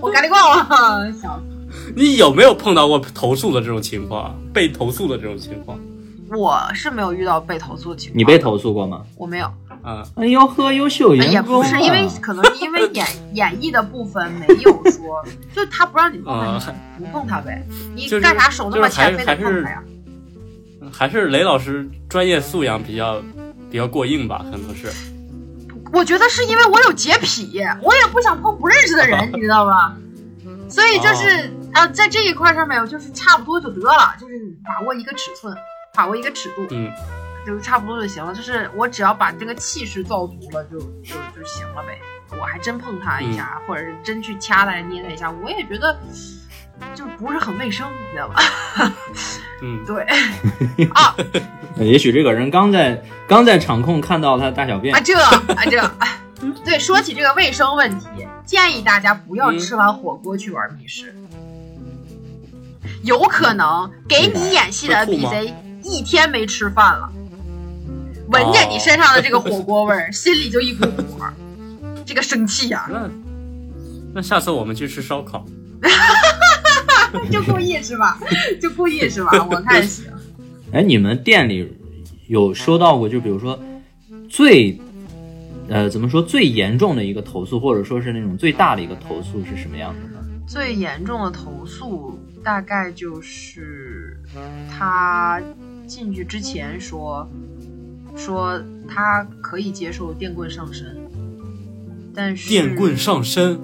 [SPEAKER 4] 我赶紧逛 了，笑死。
[SPEAKER 2] 你有没有碰到过投诉的这种情况？被投诉的这种情况？
[SPEAKER 4] 我是没有遇到被投诉的情况，
[SPEAKER 3] 你被投诉过吗？
[SPEAKER 4] 我没有。
[SPEAKER 2] 啊，
[SPEAKER 3] 哎呦呵，优秀
[SPEAKER 4] 也
[SPEAKER 3] 员工、
[SPEAKER 4] 哎不
[SPEAKER 3] 啊。
[SPEAKER 4] 是因为可能是因为演 演绎的部分没有说，就他不让你碰
[SPEAKER 2] 呃
[SPEAKER 4] 他，你就不碰他呗。你
[SPEAKER 2] 啊就是
[SPEAKER 4] 干啥手那么
[SPEAKER 2] 就
[SPEAKER 4] 欠，非
[SPEAKER 2] 是
[SPEAKER 4] 得
[SPEAKER 2] 还
[SPEAKER 4] 碰他呀？
[SPEAKER 2] 还是雷老师专业素养比较比较过硬吧？可能是
[SPEAKER 4] 我觉得是因为我有洁癖，我也不想碰不认识的人，你知道吧？所以就是啊，在这一块上面，我就是差不多就得了，就是把握一个尺寸，把握一个尺度，
[SPEAKER 2] 嗯，
[SPEAKER 4] 就是差不多就行了。就是我只要把这个气势造足了，就就就行了呗。我还真碰他一
[SPEAKER 2] 嗯
[SPEAKER 4] 下，或者是真去掐他捏他一下，我也觉得就不是很卫生，你知道吧？
[SPEAKER 2] 嗯，
[SPEAKER 4] 对
[SPEAKER 3] 也许这个人刚在刚在场控看到他大小便
[SPEAKER 4] 啊，，这啊这，对，说起这个卫生问题，建议大家不要
[SPEAKER 2] 嗯
[SPEAKER 4] 吃完火锅去玩密室，有可能给你演戏的
[SPEAKER 2] 会吐吗
[SPEAKER 4] NPC 一天没吃饭了，闻见
[SPEAKER 2] 哦
[SPEAKER 4] 你身上的这个火锅味儿，心里就一股火，这个生气呀、
[SPEAKER 2] 那那下次我们去吃烧烤，
[SPEAKER 4] 就故意是吧？就故意是吧？我看行。
[SPEAKER 3] 哎，你们店里有收到过，就比如说最呃怎么说最严重的一个投诉，或者说是那种最大的一个投诉是什么样的呢？
[SPEAKER 4] 最严重的投诉大概就是他进去之前说说他可以接受电棍上身，但是
[SPEAKER 2] 电棍上身，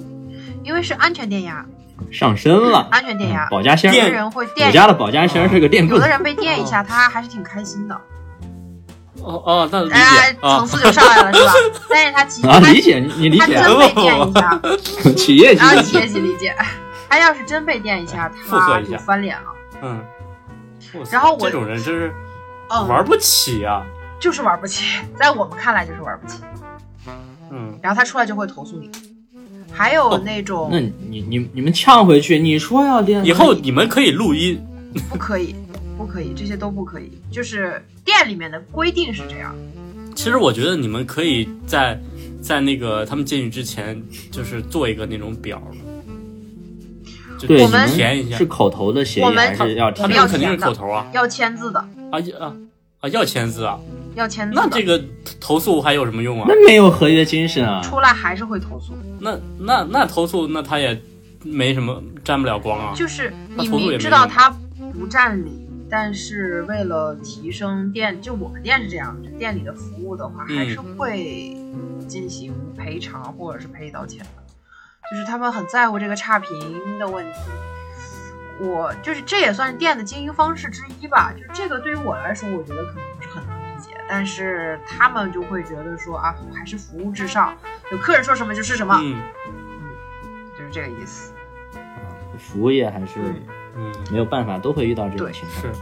[SPEAKER 4] 因为是安全电压，
[SPEAKER 3] 上身了，
[SPEAKER 4] 安全电压，
[SPEAKER 3] 嗯保家仙儿，
[SPEAKER 4] 有的
[SPEAKER 2] 电
[SPEAKER 4] 人会
[SPEAKER 3] 我
[SPEAKER 4] 电，
[SPEAKER 3] 家的保家仙儿是个电
[SPEAKER 4] 有
[SPEAKER 3] 棍
[SPEAKER 4] 的，人被电一下，他还是挺开心的，
[SPEAKER 2] 哦哦，那理
[SPEAKER 4] 哎，
[SPEAKER 2] 解
[SPEAKER 4] 层
[SPEAKER 2] 啊，
[SPEAKER 4] 次就上来了是吧？ 但是他其实
[SPEAKER 3] 啊，
[SPEAKER 4] 他
[SPEAKER 3] 理解你，你理
[SPEAKER 4] 他
[SPEAKER 3] 解啊哦
[SPEAKER 4] 真被电一下，
[SPEAKER 3] 企业级
[SPEAKER 4] 然后
[SPEAKER 3] 的
[SPEAKER 4] 企业啊级理解，他要是真被电一下，
[SPEAKER 2] 哎附和
[SPEAKER 4] 他
[SPEAKER 2] 一下
[SPEAKER 4] 就翻脸了，
[SPEAKER 2] 嗯。哇塞
[SPEAKER 4] 然后我
[SPEAKER 2] 这种人真是
[SPEAKER 4] 嗯，
[SPEAKER 2] 玩不起啊，
[SPEAKER 4] 就是玩不起，在我们看来就是玩不起。
[SPEAKER 2] 嗯，
[SPEAKER 4] 然后他出来就会投诉你。还
[SPEAKER 2] 哦
[SPEAKER 4] 有那种、
[SPEAKER 3] 那你你你们呛回去，你说要电，
[SPEAKER 2] 以后你们可以录音，
[SPEAKER 4] 不可以，不可以，这些都不可以。就是店里面的规定是这样，
[SPEAKER 2] 其实我觉得你们可以在在那个他们进去之前，就是做一个那种表，就
[SPEAKER 3] 对
[SPEAKER 4] 我们
[SPEAKER 2] 填一下
[SPEAKER 3] 是。口头的协议
[SPEAKER 4] 我们
[SPEAKER 3] 还是要
[SPEAKER 2] 他
[SPEAKER 3] 填
[SPEAKER 2] 那
[SPEAKER 4] 们？
[SPEAKER 2] 个肯定是口头啊
[SPEAKER 4] 要签字的，
[SPEAKER 2] 啊啊啊！要签字啊，
[SPEAKER 4] 要签字的。
[SPEAKER 2] 那这个投诉还有什么用啊？
[SPEAKER 3] 那没有合约精神啊！
[SPEAKER 4] 出来还是会投诉，
[SPEAKER 2] 那那那投诉那他也没什么沾不了光啊。
[SPEAKER 4] 就是
[SPEAKER 2] 那
[SPEAKER 4] 你
[SPEAKER 2] 投诉也没
[SPEAKER 4] 明知道他不占理，但是为了提升店，就我们店是这样，就店里的服务的话，
[SPEAKER 2] 嗯
[SPEAKER 4] 还是会进行赔偿或者是赔礼道歉的，就是他们很在乎这个差评的问题。我就是这也算是店的经营方式之一吧，就这个对于我来说，我觉得可能不是很能理解，但是他们就会觉得说啊，还是服务至上，有客人说什么就是什么，
[SPEAKER 2] 嗯
[SPEAKER 4] 就是这个意思。
[SPEAKER 3] 服务业还是
[SPEAKER 4] 嗯
[SPEAKER 2] 嗯，
[SPEAKER 3] 没有办法，都会遇到这种
[SPEAKER 4] 对
[SPEAKER 3] 情况。
[SPEAKER 2] 是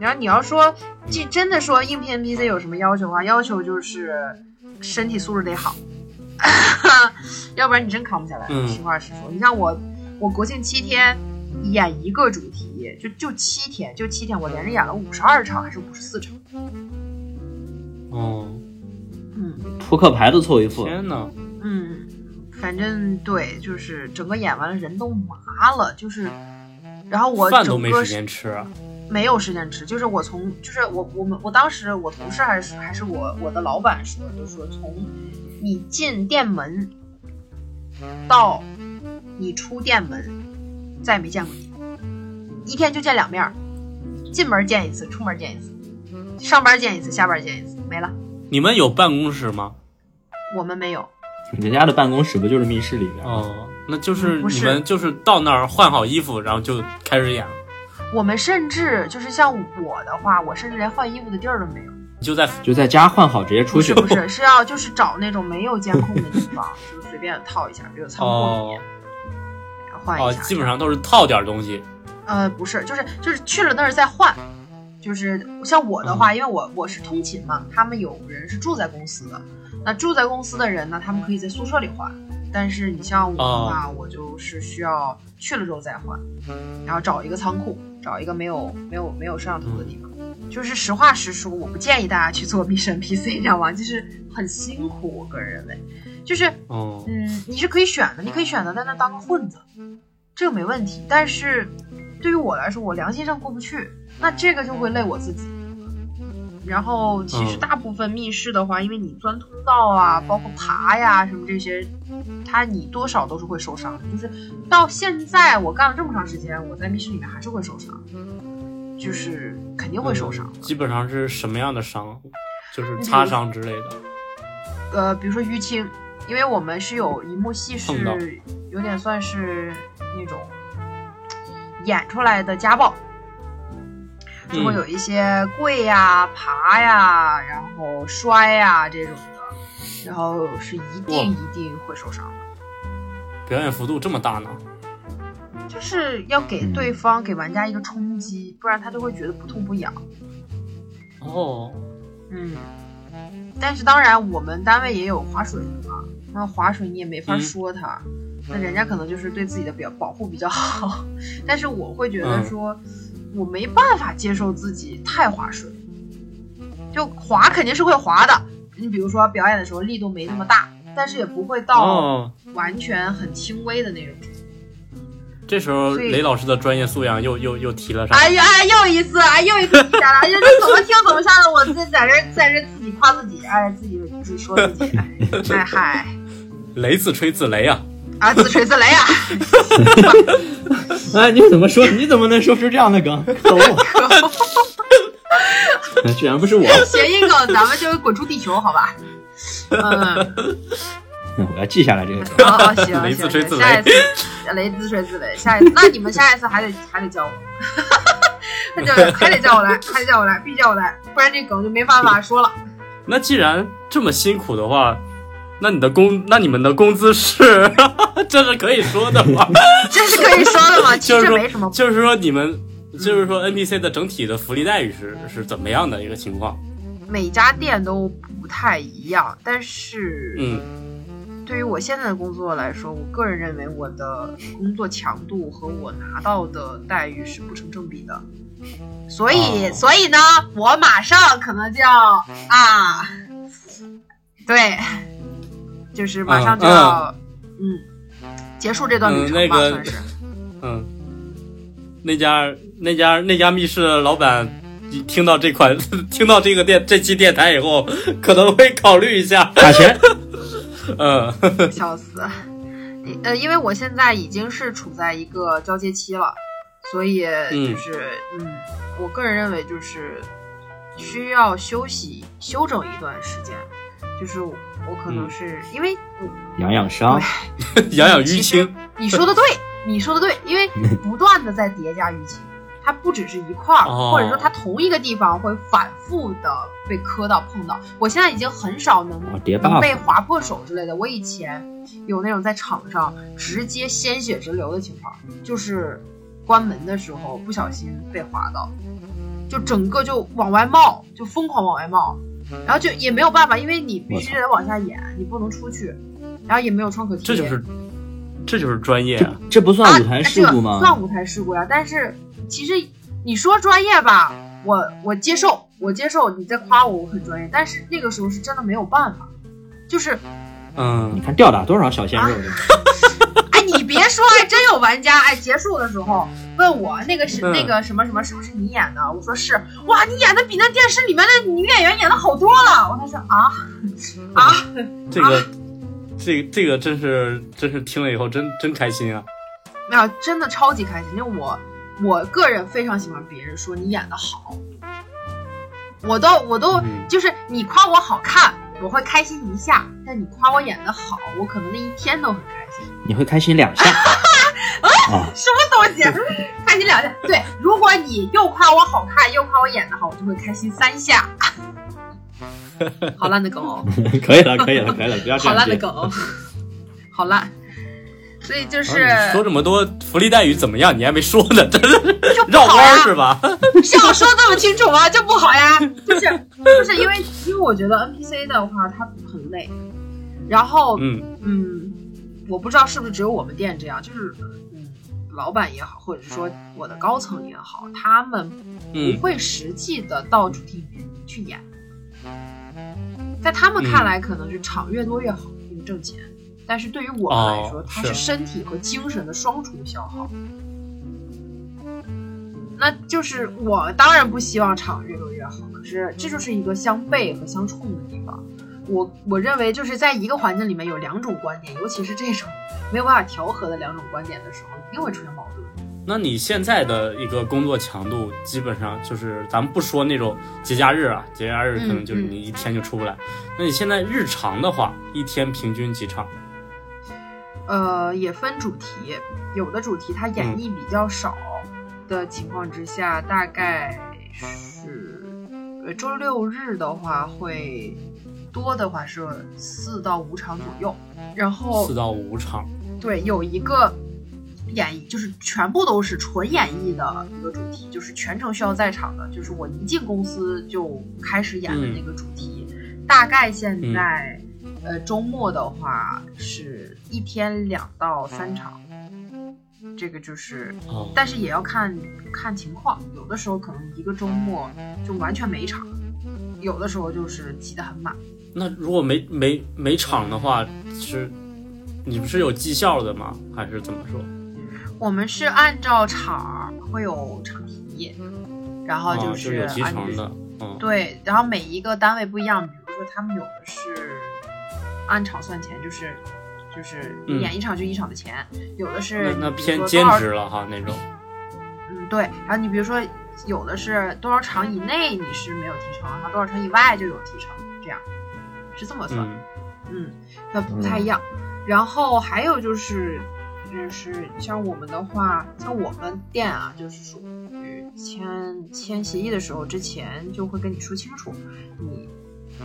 [SPEAKER 4] 然后你要说，这真的说应聘 NPC 有什么要求啊？要求就是身体素质得好， 要不然你真扛不下来。
[SPEAKER 2] 嗯
[SPEAKER 4] 实话实说，你像我，我国庆七天演一个主题，就就七天，就七天，我连着演了五十二场还是五十四场。
[SPEAKER 2] 哦，
[SPEAKER 4] 嗯
[SPEAKER 3] 扑克牌都凑一副，
[SPEAKER 2] 天哪！
[SPEAKER 4] 嗯，反正对，就是整个演完了人都麻了，就是，然后我
[SPEAKER 2] 饭都
[SPEAKER 4] 整
[SPEAKER 2] 没
[SPEAKER 4] 个
[SPEAKER 2] 时间吃啊。
[SPEAKER 4] 没有时间吃，就是我从就是我我们我当时我同事还是还是我我的老板说，就是说从你进店门到你出店门，再也没见过你，一天就见两面儿，进门见一次，出门见一次，上班见一次，下班见一次，没了。
[SPEAKER 2] 你们有办公室吗？
[SPEAKER 4] 我们没有，
[SPEAKER 3] 人家的办公室不就是密室里边？
[SPEAKER 2] 哦，那就是
[SPEAKER 4] 嗯不是
[SPEAKER 2] 你们就是到那儿换好衣服，然后就开始演了，
[SPEAKER 4] 我们甚至就是像我的话，我甚至连换衣服的地儿都没有。
[SPEAKER 2] 就在
[SPEAKER 3] 就在家换好直接出
[SPEAKER 4] 不
[SPEAKER 3] 去
[SPEAKER 4] 是。不是，是要就是找那种没有监控的地方，就随便套一下，比如仓库里
[SPEAKER 2] 哦
[SPEAKER 4] 面然后换
[SPEAKER 2] 哦
[SPEAKER 4] 一下。，
[SPEAKER 2] 基本上都是套点儿东西。
[SPEAKER 4] 呃，不是，就是就是去了那儿再换。就是像我的话，因为我我是通勤嘛，他们有人是住在公司的，那住在公司的人呢，他们可以在宿舍里换。但是你像我的话，我就是需要去了之后再换，然后找一个仓库，找一个没有没有没有摄像头的地方。就是实话实说，我不建议大家去做密室 NPC，你知道吗？就是很辛苦，我个人认为，就是
[SPEAKER 2] 哦，
[SPEAKER 4] 嗯，你是可以选的，你可以选择在那当个混子，这个没问题。但是对于我来说，我良心上过不去，那这个就会累我自己。然后其实
[SPEAKER 2] 嗯
[SPEAKER 4] 大部分密室的话，因为你钻通道啊，包括爬呀什么这些，它你多少都是会受伤的。就是到现在我干了这么长时间，我在密室里面还是会受伤，就是肯定会受伤。
[SPEAKER 2] 嗯基本上是什么样的伤？就是擦伤之类的。
[SPEAKER 4] 呃，比如说淤青，因为我们是有一幕戏
[SPEAKER 2] 碰到
[SPEAKER 4] 是有点算是那种演出来的家暴，就会
[SPEAKER 2] 嗯
[SPEAKER 4] 有一些跪呀、爬呀、然后摔呀、这种的，然后是一定
[SPEAKER 2] 哇
[SPEAKER 4] 一定会受伤的，
[SPEAKER 2] 表演幅度这么大呢？
[SPEAKER 4] 就是要给
[SPEAKER 3] 嗯
[SPEAKER 4] 对方、给玩家一个冲击，不然他就会觉得不痛不痒。
[SPEAKER 2] 哦，
[SPEAKER 4] 嗯，但是当然，我们单位也有划水的嘛，那划水你也没法
[SPEAKER 2] 嗯
[SPEAKER 4] 说他，那人家可能就是对自己的表保护比较好， 但是我会觉得
[SPEAKER 2] 嗯
[SPEAKER 4] 说，我没办法接受自己太划水，就滑肯定是会滑的。你比如说表演的时候力度没那么大，但是也不会到
[SPEAKER 2] 哦，
[SPEAKER 4] 完全很轻微的那种。
[SPEAKER 2] 这时候
[SPEAKER 4] 所以
[SPEAKER 2] 雷老师的专业素养又又又提了上来。
[SPEAKER 4] 哎呀，哎，又一次，哎，又一次提下来，哎呀，这怎么听怎么上的，我自己在这儿在这儿自己夸自己，哎，自己自己说自己，哎，哎嗨，
[SPEAKER 2] 雷自吹自擂啊！
[SPEAKER 4] 啊，自吹自擂啊，
[SPEAKER 3] 哎，你怎么说？你怎么能说出这样的梗？可 恶！哎居然不是我！
[SPEAKER 4] 谐音梗，咱们就滚出地球，好吧？嗯，
[SPEAKER 3] 嗯我要记下来这个梗。
[SPEAKER 4] 好好行，
[SPEAKER 2] 雷
[SPEAKER 4] 行
[SPEAKER 2] 自吹自
[SPEAKER 4] 行，
[SPEAKER 2] 擂
[SPEAKER 4] 下一次雷自吹自擂，下一次，那你们下一次还得还得叫我，还得还得叫我来，还得叫我来，必须叫我来，不然这梗就没办法说了。
[SPEAKER 2] 那既然这么辛苦的话，那你的工，那你们的工资是， 这是可以说的吗？
[SPEAKER 4] 这是可以说的吗？其
[SPEAKER 2] 就是
[SPEAKER 4] 实
[SPEAKER 2] 说
[SPEAKER 4] 没什么，嗯
[SPEAKER 2] 就是说你们，就是说 NPC 的整体的福利待遇是
[SPEAKER 4] 嗯
[SPEAKER 2] 是怎么样的一个情况？
[SPEAKER 4] 每家店都不太一样，但是
[SPEAKER 2] 嗯，
[SPEAKER 4] 对于我现在的工作来说，我个人认为我的工作强度和我拿到的待遇是不成正比的。所以，
[SPEAKER 2] 哦
[SPEAKER 4] 所以呢，我马上可能就要啊，对，就是马上就要，嗯，结束这段旅程吧，
[SPEAKER 2] 嗯嗯那个
[SPEAKER 4] 算是。
[SPEAKER 2] 嗯，那家那家那家密室的老板一听到这款 听到这个电这期电台以后，可能会考虑一下。
[SPEAKER 3] 打钱，
[SPEAKER 2] 嗯，
[SPEAKER 4] 笑死。呃，因为我现在已经是处在一个交接期了，所以就是嗯我个人认为就是需要休息休整一段时间，就是我可能
[SPEAKER 2] 嗯
[SPEAKER 4] 是、因为我
[SPEAKER 3] 养养
[SPEAKER 4] 哎
[SPEAKER 3] 伤。
[SPEAKER 2] 养养
[SPEAKER 4] 其
[SPEAKER 2] 淤
[SPEAKER 4] 实
[SPEAKER 2] 青。
[SPEAKER 4] 你说的对，你说的对，因为不断的在叠加淤青。它不只是一块儿，
[SPEAKER 2] 哦
[SPEAKER 4] 或者说它同一个地方会反复的被磕到碰到。我现在已经很少能
[SPEAKER 3] 哦，叠
[SPEAKER 4] 能
[SPEAKER 3] buff
[SPEAKER 4] 被划破手之类的。我以前有那种在场上直接鲜血直流的情况，就是关门的时候不小心被划到，就整个就往外冒，就疯狂往外冒，然后就也没有办法，因为你必须得往下演，你不能出去，然后也没有创可贴，
[SPEAKER 2] 这就是，这就是专业
[SPEAKER 3] 这
[SPEAKER 2] 啊！
[SPEAKER 3] 这不
[SPEAKER 4] 啊
[SPEAKER 3] 算舞台事故
[SPEAKER 4] 啊这个、
[SPEAKER 3] 吗？
[SPEAKER 4] 算舞台事故呀、但是其实你说专业吧，我我接受，我接受你在夸我我很专业，但是那个时候是真的没有办法，就是
[SPEAKER 3] 你
[SPEAKER 2] 嗯，
[SPEAKER 3] 看吊打多少小鲜
[SPEAKER 4] 啊
[SPEAKER 3] 肉这个
[SPEAKER 4] 哎，你别说，还真有玩家哎，结束的时候问我那个是、
[SPEAKER 2] 嗯
[SPEAKER 4] 那个什么什么是不是你演的？我说是，哇，你演的比那电视里面的女演员演的好多了。我他说啊啊，
[SPEAKER 2] 这个，这个，这个真是真是听了以后真真开心啊！
[SPEAKER 4] 没有，真的超级开心，因为我我个人非常喜欢别人说你演的好，我都我都、
[SPEAKER 2] 嗯
[SPEAKER 4] 就是你夸我好看，我会开心一下，但你夸我演的好，我可能那一天都很开心。
[SPEAKER 3] 你会开心两下 啊！
[SPEAKER 4] 什么东西？ 开心两下。对，如果你又夸我好看，又夸我演的好，我就会开心三 下。好烂的梗哦，
[SPEAKER 3] 可以了，可以了，可以了，不要这样
[SPEAKER 4] 好烂的
[SPEAKER 3] 接。
[SPEAKER 4] 梗哦，好烂。所以就是、
[SPEAKER 2] 啊你说这么多福利待遇怎么样？你还没说呢，真是
[SPEAKER 4] 就不
[SPEAKER 2] 绕
[SPEAKER 4] 好啊
[SPEAKER 2] 弯
[SPEAKER 4] 呀
[SPEAKER 2] 儿，是吧？
[SPEAKER 4] 像我说这么清楚吗？就不好呀，就是就是因为因为我觉得 NPC 的话它很累，然后
[SPEAKER 2] 嗯
[SPEAKER 4] 嗯，我不知道是不是只有我们店这样，就是嗯，老板也好，或者是说我的高层也好，他们不
[SPEAKER 2] 嗯，
[SPEAKER 4] 会实际的到主题里面去演。在他们看来，可能是场越多越好，因为挣钱。但是对于我们来说，
[SPEAKER 2] 哦
[SPEAKER 4] 它
[SPEAKER 2] 是
[SPEAKER 4] 是身体和精神的双重消耗。那就是我当然不希望场越多越好，可是这就是一个相悖和相冲的地方。我我认为就是在一个环境里面有两种观点，尤其是这种没有办法调和的两种观点的时候，一定会出现矛盾。
[SPEAKER 2] 那你现在的一个工作强度，基本上就是咱们不说那种节假日啊，节假日可能就是
[SPEAKER 4] 嗯嗯
[SPEAKER 2] 你一天就出不来。那你现在日常的话，一天平均几场？
[SPEAKER 4] 呃，也分主题，有的主题它演绎比较少的情况之下，大概是呃周六日的话会多的话是四到五场左右，然后
[SPEAKER 2] 四到五场。
[SPEAKER 4] 对有一个演绎就是全部都是纯演绎的一个主题，就是全程需要在场的，就是我一进公司就开始演的那个主题，大概现在、呃周末的话是一天两到三场，这个就是
[SPEAKER 2] 哦，
[SPEAKER 4] 但是也要看看情况，有的时候可能一个周末就完全没场，因有的时候就是挤得很满。
[SPEAKER 2] 那如果没没没场的话，是你们是有绩效的吗？还是怎么说？
[SPEAKER 4] 我们是按照场儿会有场题，然后
[SPEAKER 2] 啊，
[SPEAKER 4] 哦是
[SPEAKER 2] 是有
[SPEAKER 4] 按
[SPEAKER 2] 提成的，嗯，
[SPEAKER 4] 对，然后每一个单位不一样，比如说他们有的是按场算钱，就是就是
[SPEAKER 2] 嗯
[SPEAKER 4] 你演一场就一场的钱，有的是
[SPEAKER 2] 那那
[SPEAKER 4] 比如
[SPEAKER 2] 偏
[SPEAKER 4] 说
[SPEAKER 2] 兼
[SPEAKER 4] 多少
[SPEAKER 2] 职了哈那种。
[SPEAKER 4] 嗯，对。然后你比如说，有的是多少场以内你是没有提成，然后多少场以外就有提成，这样是这么算。
[SPEAKER 2] 嗯，
[SPEAKER 4] 嗯，那不太一样。然后还有就是，就是像我们的话，像我们店啊，就是属于签签协议的时候之前就会跟你说清楚，你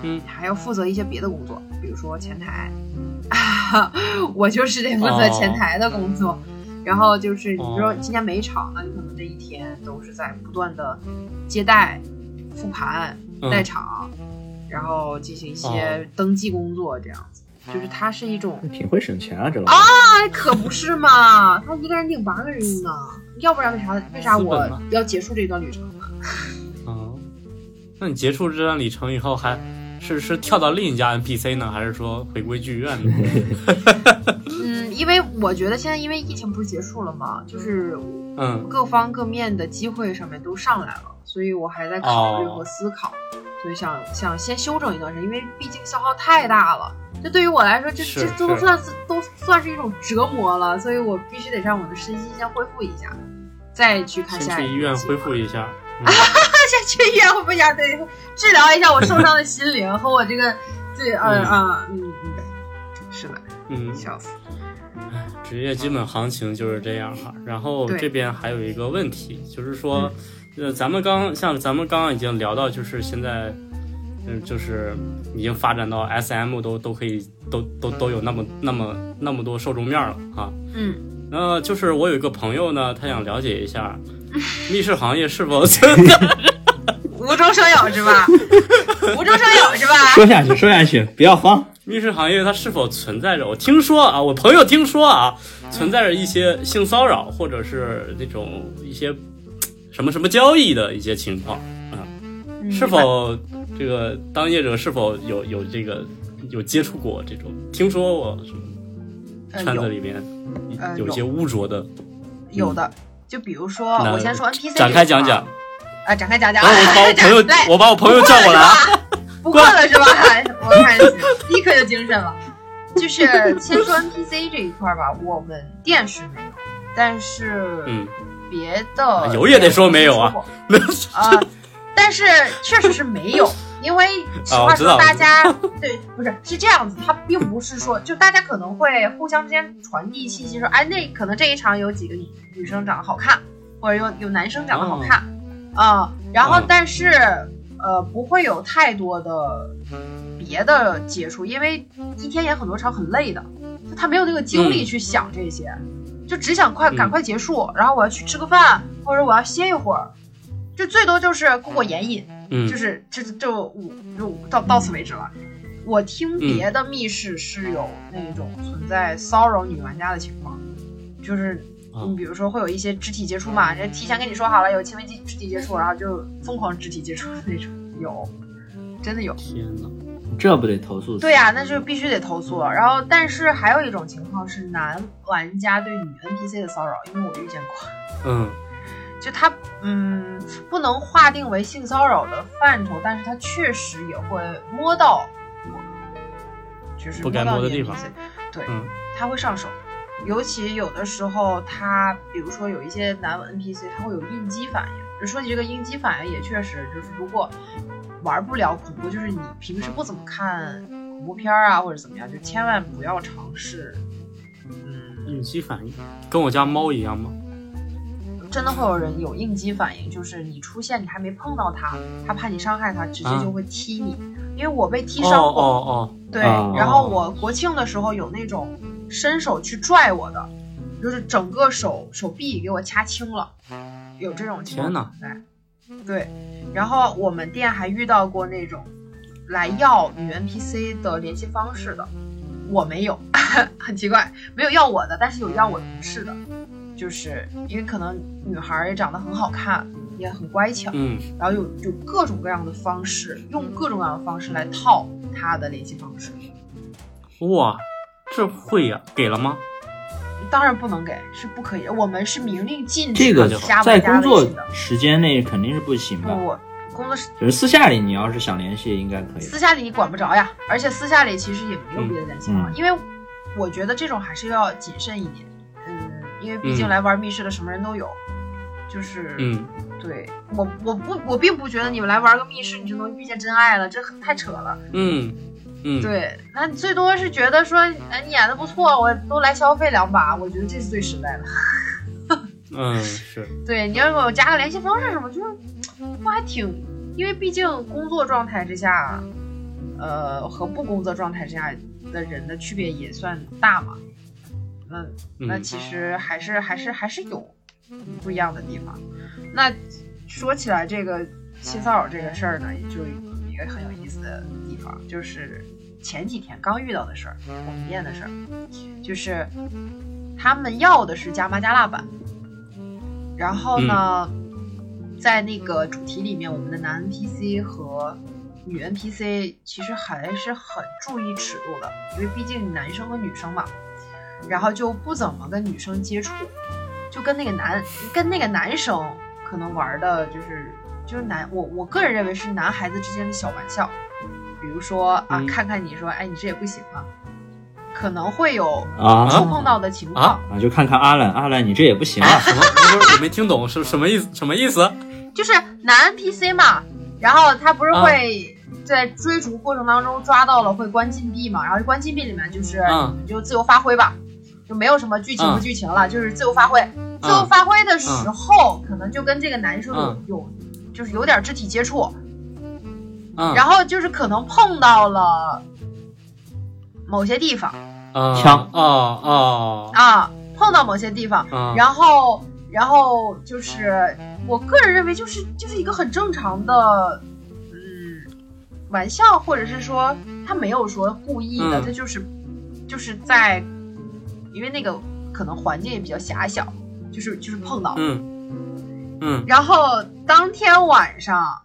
[SPEAKER 2] 嗯
[SPEAKER 4] 还要负责一些别的工作，比如说前台， 我就是得负责前台的工作。然后就是你比如说
[SPEAKER 2] 哦
[SPEAKER 4] 今天没场，那就可能这一天都是在不断的接待、复盘、
[SPEAKER 2] 嗯
[SPEAKER 4] 带场，然后进行一些
[SPEAKER 2] 哦嗯
[SPEAKER 4] 登记工作，这样子，就是它是一种，
[SPEAKER 3] 挺会省钱啊，这老
[SPEAKER 4] 啊哎，可不是嘛，他一个人顶八个人呢，要不然为啥为啥
[SPEAKER 2] 资
[SPEAKER 4] 我
[SPEAKER 2] 本嘛
[SPEAKER 4] 要结束这段旅程呢？
[SPEAKER 2] 哦，那你结束这段里程以后还，是是跳到另一家 NPC 呢，还是说回归剧院呢？
[SPEAKER 4] 嗯，因为我觉得现在因为疫情不是结束了嘛，就是
[SPEAKER 2] 嗯，
[SPEAKER 4] 各方各面的机会上面都上来了，所以我还在考虑
[SPEAKER 2] 哦
[SPEAKER 4] 和思考，所以想想先休整一段时间，因为毕竟消耗太大了。这对于我来说，这
[SPEAKER 2] 是
[SPEAKER 4] 这这都
[SPEAKER 2] 是
[SPEAKER 4] 算是都算是一种折磨了，所以我必须得让我的身心先恢复一下，再去看
[SPEAKER 2] 先
[SPEAKER 4] 下一
[SPEAKER 2] 去
[SPEAKER 4] 个
[SPEAKER 2] 医院
[SPEAKER 4] 计划
[SPEAKER 2] 恢 复一下。嗯
[SPEAKER 4] 再去医院恢复一下，对，治疗一下我受伤的心灵和我这个对呃
[SPEAKER 2] 嗯
[SPEAKER 4] 啊嗯嗯，是的，
[SPEAKER 2] 嗯，
[SPEAKER 4] 笑死，
[SPEAKER 2] 职业基本行情就是这样哈。然后
[SPEAKER 4] 对嗯
[SPEAKER 2] 这边还有一个问题，就是说，呃，咱们刚像咱们刚刚已经聊到，就是现在，嗯，就是已经发展到 SM 都都可以都都都有那么那么那么多受众面了啊。
[SPEAKER 4] 嗯，
[SPEAKER 2] 那就是我有一个朋友呢，他想了解一 下密室行业是否存在。
[SPEAKER 4] 无中生有是吧？ 无中生有是吧？
[SPEAKER 3] 说下去，说下去，不要慌。
[SPEAKER 2] 密室行业它是否存在着？我听说啊，我朋友听说啊，存在着一些性骚扰或者是那种一些嘖什么什么交易的一些情况，
[SPEAKER 4] 嗯
[SPEAKER 2] 是否这个当业者是否有有这个有接触过这种？听说过什么
[SPEAKER 4] 呃
[SPEAKER 2] 圈
[SPEAKER 4] 有
[SPEAKER 2] 子里面
[SPEAKER 4] 呃
[SPEAKER 2] 有些污浊的，
[SPEAKER 4] 有的，就比如说
[SPEAKER 2] 嗯那
[SPEAKER 4] 我先说 NPC
[SPEAKER 2] 展开讲讲
[SPEAKER 4] 啊。、展开讲讲。
[SPEAKER 2] 然后我把我朋友我把我朋友
[SPEAKER 4] 来，
[SPEAKER 2] 叫过来啊，
[SPEAKER 4] 不困了是吧？哎我看立刻就精神了。就是先说 NPC 这一块儿吧，我们店是没有，但是
[SPEAKER 2] 嗯，
[SPEAKER 4] 别的
[SPEAKER 2] 有也得说没有啊
[SPEAKER 4] 别的我听说过。啊、但是确实是没有，因为实话
[SPEAKER 2] 哦我知
[SPEAKER 4] 说，
[SPEAKER 2] 道
[SPEAKER 4] 大家、对不是是这样子，它并不是说就大家可能会互相之间传递信息说，哎，那可能这一场有几个女女生长得好看，或者有有男生长得好
[SPEAKER 2] 哦
[SPEAKER 4] 看啊、然后
[SPEAKER 2] 嗯
[SPEAKER 4] 但是、呃不会有太多的别的接触，因为一天演很多场很累的，就他没有那个精力
[SPEAKER 2] 嗯
[SPEAKER 4] 去想这些。就只想快
[SPEAKER 2] 嗯
[SPEAKER 4] 赶快结束，然后我要去吃个饭，或者我要歇一会儿，就最多就是过过眼瘾，
[SPEAKER 2] 嗯
[SPEAKER 4] 就，是这这就我就到到此为止了。我
[SPEAKER 2] 嗯
[SPEAKER 4] 听别的密室是有那种存在骚扰女玩家的情况，就是
[SPEAKER 2] 啊嗯
[SPEAKER 4] 你比如说会有一些肢体接触嘛，人提前跟你说好了有轻微肢肢体接触，然后就疯狂肢体接触的那种，有，真的有。
[SPEAKER 2] 天哪，
[SPEAKER 3] 这不得投诉死？
[SPEAKER 4] 对啊呀、那就必须得投诉。然后，但是还有一种情况是男玩家对女 NPC 的骚扰，因为我遇见过，
[SPEAKER 2] 嗯
[SPEAKER 4] 就他嗯不能划定为性骚扰的范畴，但是他确实也会摸到我，就是
[SPEAKER 2] 不该
[SPEAKER 4] 到
[SPEAKER 2] 摸的
[SPEAKER 4] 你
[SPEAKER 2] 地方
[SPEAKER 4] NPC，对，
[SPEAKER 2] 嗯
[SPEAKER 4] 他会上手。尤其有的时候他，比如说有一些男 NPC，他会有应激反应。说起这个应激反应，也确实就是，如果玩不了恐怖，就是你平时不怎么看恐怖片儿啊，或者怎么样，就千万不要尝试。嗯，
[SPEAKER 2] 应激反应跟我家猫一样吗？
[SPEAKER 4] 真的会有人有应激反应，就是你出现你还没碰到他，他怕你伤害他，直接就会踢你。因为我被踢伤
[SPEAKER 2] 啊哦哦
[SPEAKER 4] 过，
[SPEAKER 2] 哦，
[SPEAKER 4] 对，
[SPEAKER 3] 啊
[SPEAKER 4] 然后我国庆的时候有那种伸手去拽我的，就是整个手手臂给我掐青了，有这种情况。
[SPEAKER 2] 天哪！
[SPEAKER 4] 对，然后我们店还遇到过那种来要女 NPC 的联系方式的，我没有， 很奇怪，没有要我的，但是有要我同事的，就是因为可能女孩儿也长得很好看，也很乖巧，
[SPEAKER 2] 嗯
[SPEAKER 4] 然后有有各种各样的方式，用各种各样的方式来套他的联系方式。
[SPEAKER 2] 哇，这会呀、给了吗？
[SPEAKER 4] 当然不能给，是不可以。我们是明令禁止
[SPEAKER 3] 这个
[SPEAKER 4] 加不
[SPEAKER 3] 在
[SPEAKER 4] 加
[SPEAKER 3] 工
[SPEAKER 4] 微
[SPEAKER 3] 作嗯
[SPEAKER 4] 信的。嗯
[SPEAKER 3] 时间内肯定是不行的，
[SPEAKER 4] 不，工作室
[SPEAKER 3] 就是私下里你要是想联系，应该可以。
[SPEAKER 4] 私下里你管不着呀，而且私下里其实也没有别的联系方法，
[SPEAKER 3] 嗯
[SPEAKER 4] 因为我觉得这种还是要谨慎一点。嗯，因为毕竟
[SPEAKER 2] 嗯
[SPEAKER 4] 来玩密室的什么人都有，就是、
[SPEAKER 2] 嗯，
[SPEAKER 4] 对我我不我并不觉得你们来玩个密室你就能遇见真爱了，这很太扯了。
[SPEAKER 2] 嗯嗯，
[SPEAKER 4] 对，那你最多是觉得说，哎，你演的不错，我都来消费两把，我觉得这是最实在的。
[SPEAKER 2] 嗯是，
[SPEAKER 4] 对，你要给我加个联系方式什么，就是我还挺，因为毕竟工作状态之下，呃，和不工作状态之下的人的区别也算大嘛。那那
[SPEAKER 2] 嗯
[SPEAKER 4] 其实还是还是还是有不一样的地方。那说起来这个性骚扰这个事儿呢，也就有一个很有意思的地方，就是前几天刚遇到的事儿，我们店的事儿，就是他们要的是加麻加辣版，然后呢，在那个主题里面，我们的男 NPC 和女 NPC 其实还是很注意尺度的，因为毕竟男生和女生嘛，然后就不怎么跟女生接触，就跟那个男跟那个男生可能玩的就是就是男我我个人认为是男孩子之间的小玩笑，比如说啊、
[SPEAKER 2] 嗯
[SPEAKER 4] 看看你说哎你这也不行啊，可能会有
[SPEAKER 3] 啊
[SPEAKER 4] 触碰到的情况。
[SPEAKER 2] 啊
[SPEAKER 3] 啊，就看看阿兰，阿兰你这也不行啊
[SPEAKER 2] 啊，什么？不是我没听懂是什么意思？什么意思？
[SPEAKER 4] 就是男 NPC 嘛，然后他不是
[SPEAKER 2] 啊
[SPEAKER 4] 会在追逐过程当中抓到了会关禁闭嘛，然后关禁闭里面就是
[SPEAKER 2] 嗯
[SPEAKER 4] 你就自由发挥吧，就没有什么剧情不
[SPEAKER 2] 嗯
[SPEAKER 4] 剧情了，就是自由发挥。自由发挥的时候，可能就跟这个男生有
[SPEAKER 2] 嗯
[SPEAKER 4] 有就是有点肢体接触，
[SPEAKER 2] 嗯，
[SPEAKER 4] 然后就是可能碰到了某些地方
[SPEAKER 2] 啊
[SPEAKER 3] 枪
[SPEAKER 2] 啊啊
[SPEAKER 4] 啊，碰到某些地方，
[SPEAKER 2] 啊，
[SPEAKER 4] 然后，然后就是我个人认为，就是就是一个很正常的，嗯，玩笑，或者是说他没有说故意
[SPEAKER 2] 嗯
[SPEAKER 4] 的，他就是就是在，因为那个可能环境也比较狭小，就是就是碰到。
[SPEAKER 2] 嗯嗯
[SPEAKER 4] 然后当天晚上，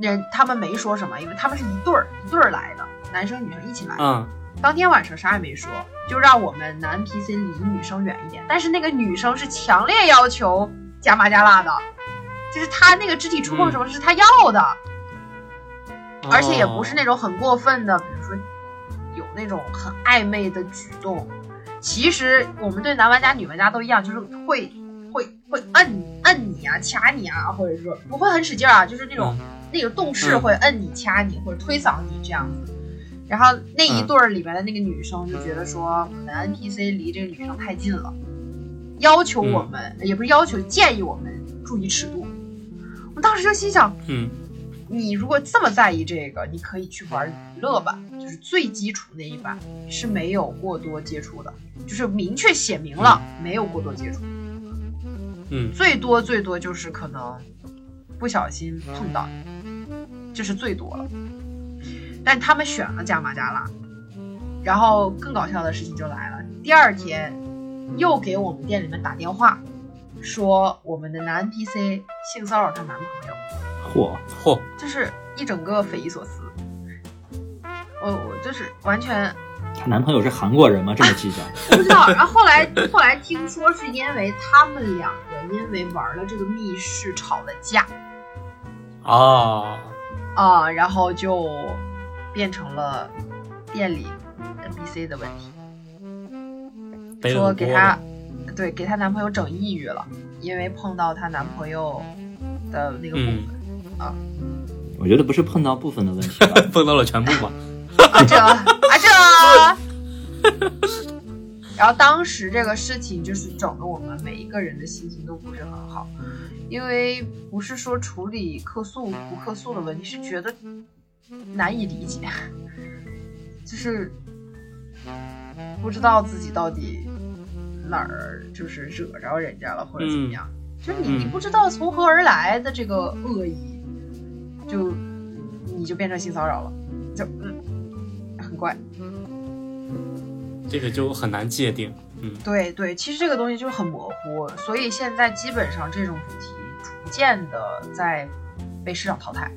[SPEAKER 4] 人他们没说什么，因为他们是一对儿一对儿来的，男生女生一起来的。
[SPEAKER 2] 嗯
[SPEAKER 4] 当天晚上啥也没说，就让我们男 PC 离女生远一点。但是那个女生是强烈要求加麻加辣的，就是她那个肢体触碰什么是她要的，
[SPEAKER 2] 嗯，
[SPEAKER 4] 而且也不是那
[SPEAKER 2] 哦
[SPEAKER 4] 种很过分的，比如说有那种很暧昧的举动。其实我们对男玩家、女玩家都一样，就是会会会摁摁你啊、掐你啊，或者是不会很使劲儿啊，就是那种、那个动势
[SPEAKER 2] 嗯
[SPEAKER 4] 会摁你、掐你或者推搡你这样子。然后那
[SPEAKER 2] 嗯
[SPEAKER 4] 一对儿里边的那个女生就觉得说，我们 NPC 离这个女生太近了，要求我
[SPEAKER 2] 嗯
[SPEAKER 4] 们、也不是要求，建议我们注意尺度。我当时就心想，
[SPEAKER 2] 嗯
[SPEAKER 4] 你如果这么在意这个，你可以去玩娱乐版，就是最基础那一版是没有过多接触的，就是明确写明了没有过多接触，
[SPEAKER 2] 嗯
[SPEAKER 4] 最多最多就是可能不小心碰到你，这是最多了。但他们选了加马加拉，然后更搞笑的事情就来了，第二天又给我们店里面打电话，说我们的男 NPC 性骚扰她男朋友。
[SPEAKER 3] 嚯，
[SPEAKER 2] 嚯
[SPEAKER 4] 就是一整个匪夷所思。我我就是完全
[SPEAKER 3] 她男朋友是韩国人吗？这么计较？
[SPEAKER 4] 不 知道。然后后来后来听说是因为他们两个因为玩了这个密室吵了架
[SPEAKER 2] 啊
[SPEAKER 4] 啊、然后就变成了店里 NPC 的问题，
[SPEAKER 2] 背了
[SPEAKER 4] 说
[SPEAKER 2] 个
[SPEAKER 4] 给
[SPEAKER 2] 锅
[SPEAKER 4] 她对给她男朋友整抑郁了，因为碰到她男朋友的那个
[SPEAKER 2] 嗯
[SPEAKER 4] 部分。
[SPEAKER 3] 我觉得不是碰到部分的问 题吧，
[SPEAKER 2] 碰到了全部吧？
[SPEAKER 4] 啊这啊这。 然后当时这个事情就是整的我们每一个人的心情都不是很好，因为不是说处理客诉不客诉的问题，是觉得难以理解，就是不知道自己到底哪儿就是惹着人家了或者怎么样，就是你你
[SPEAKER 2] 嗯
[SPEAKER 4] 不知道从何而来的这个恶意，就你就变成性骚扰了，就嗯很怪。
[SPEAKER 2] 这个就很难界定。嗯
[SPEAKER 4] 对对，其实这个东西就是很模糊，所以现在基本上这种主题，除渐的在被市场淘汰，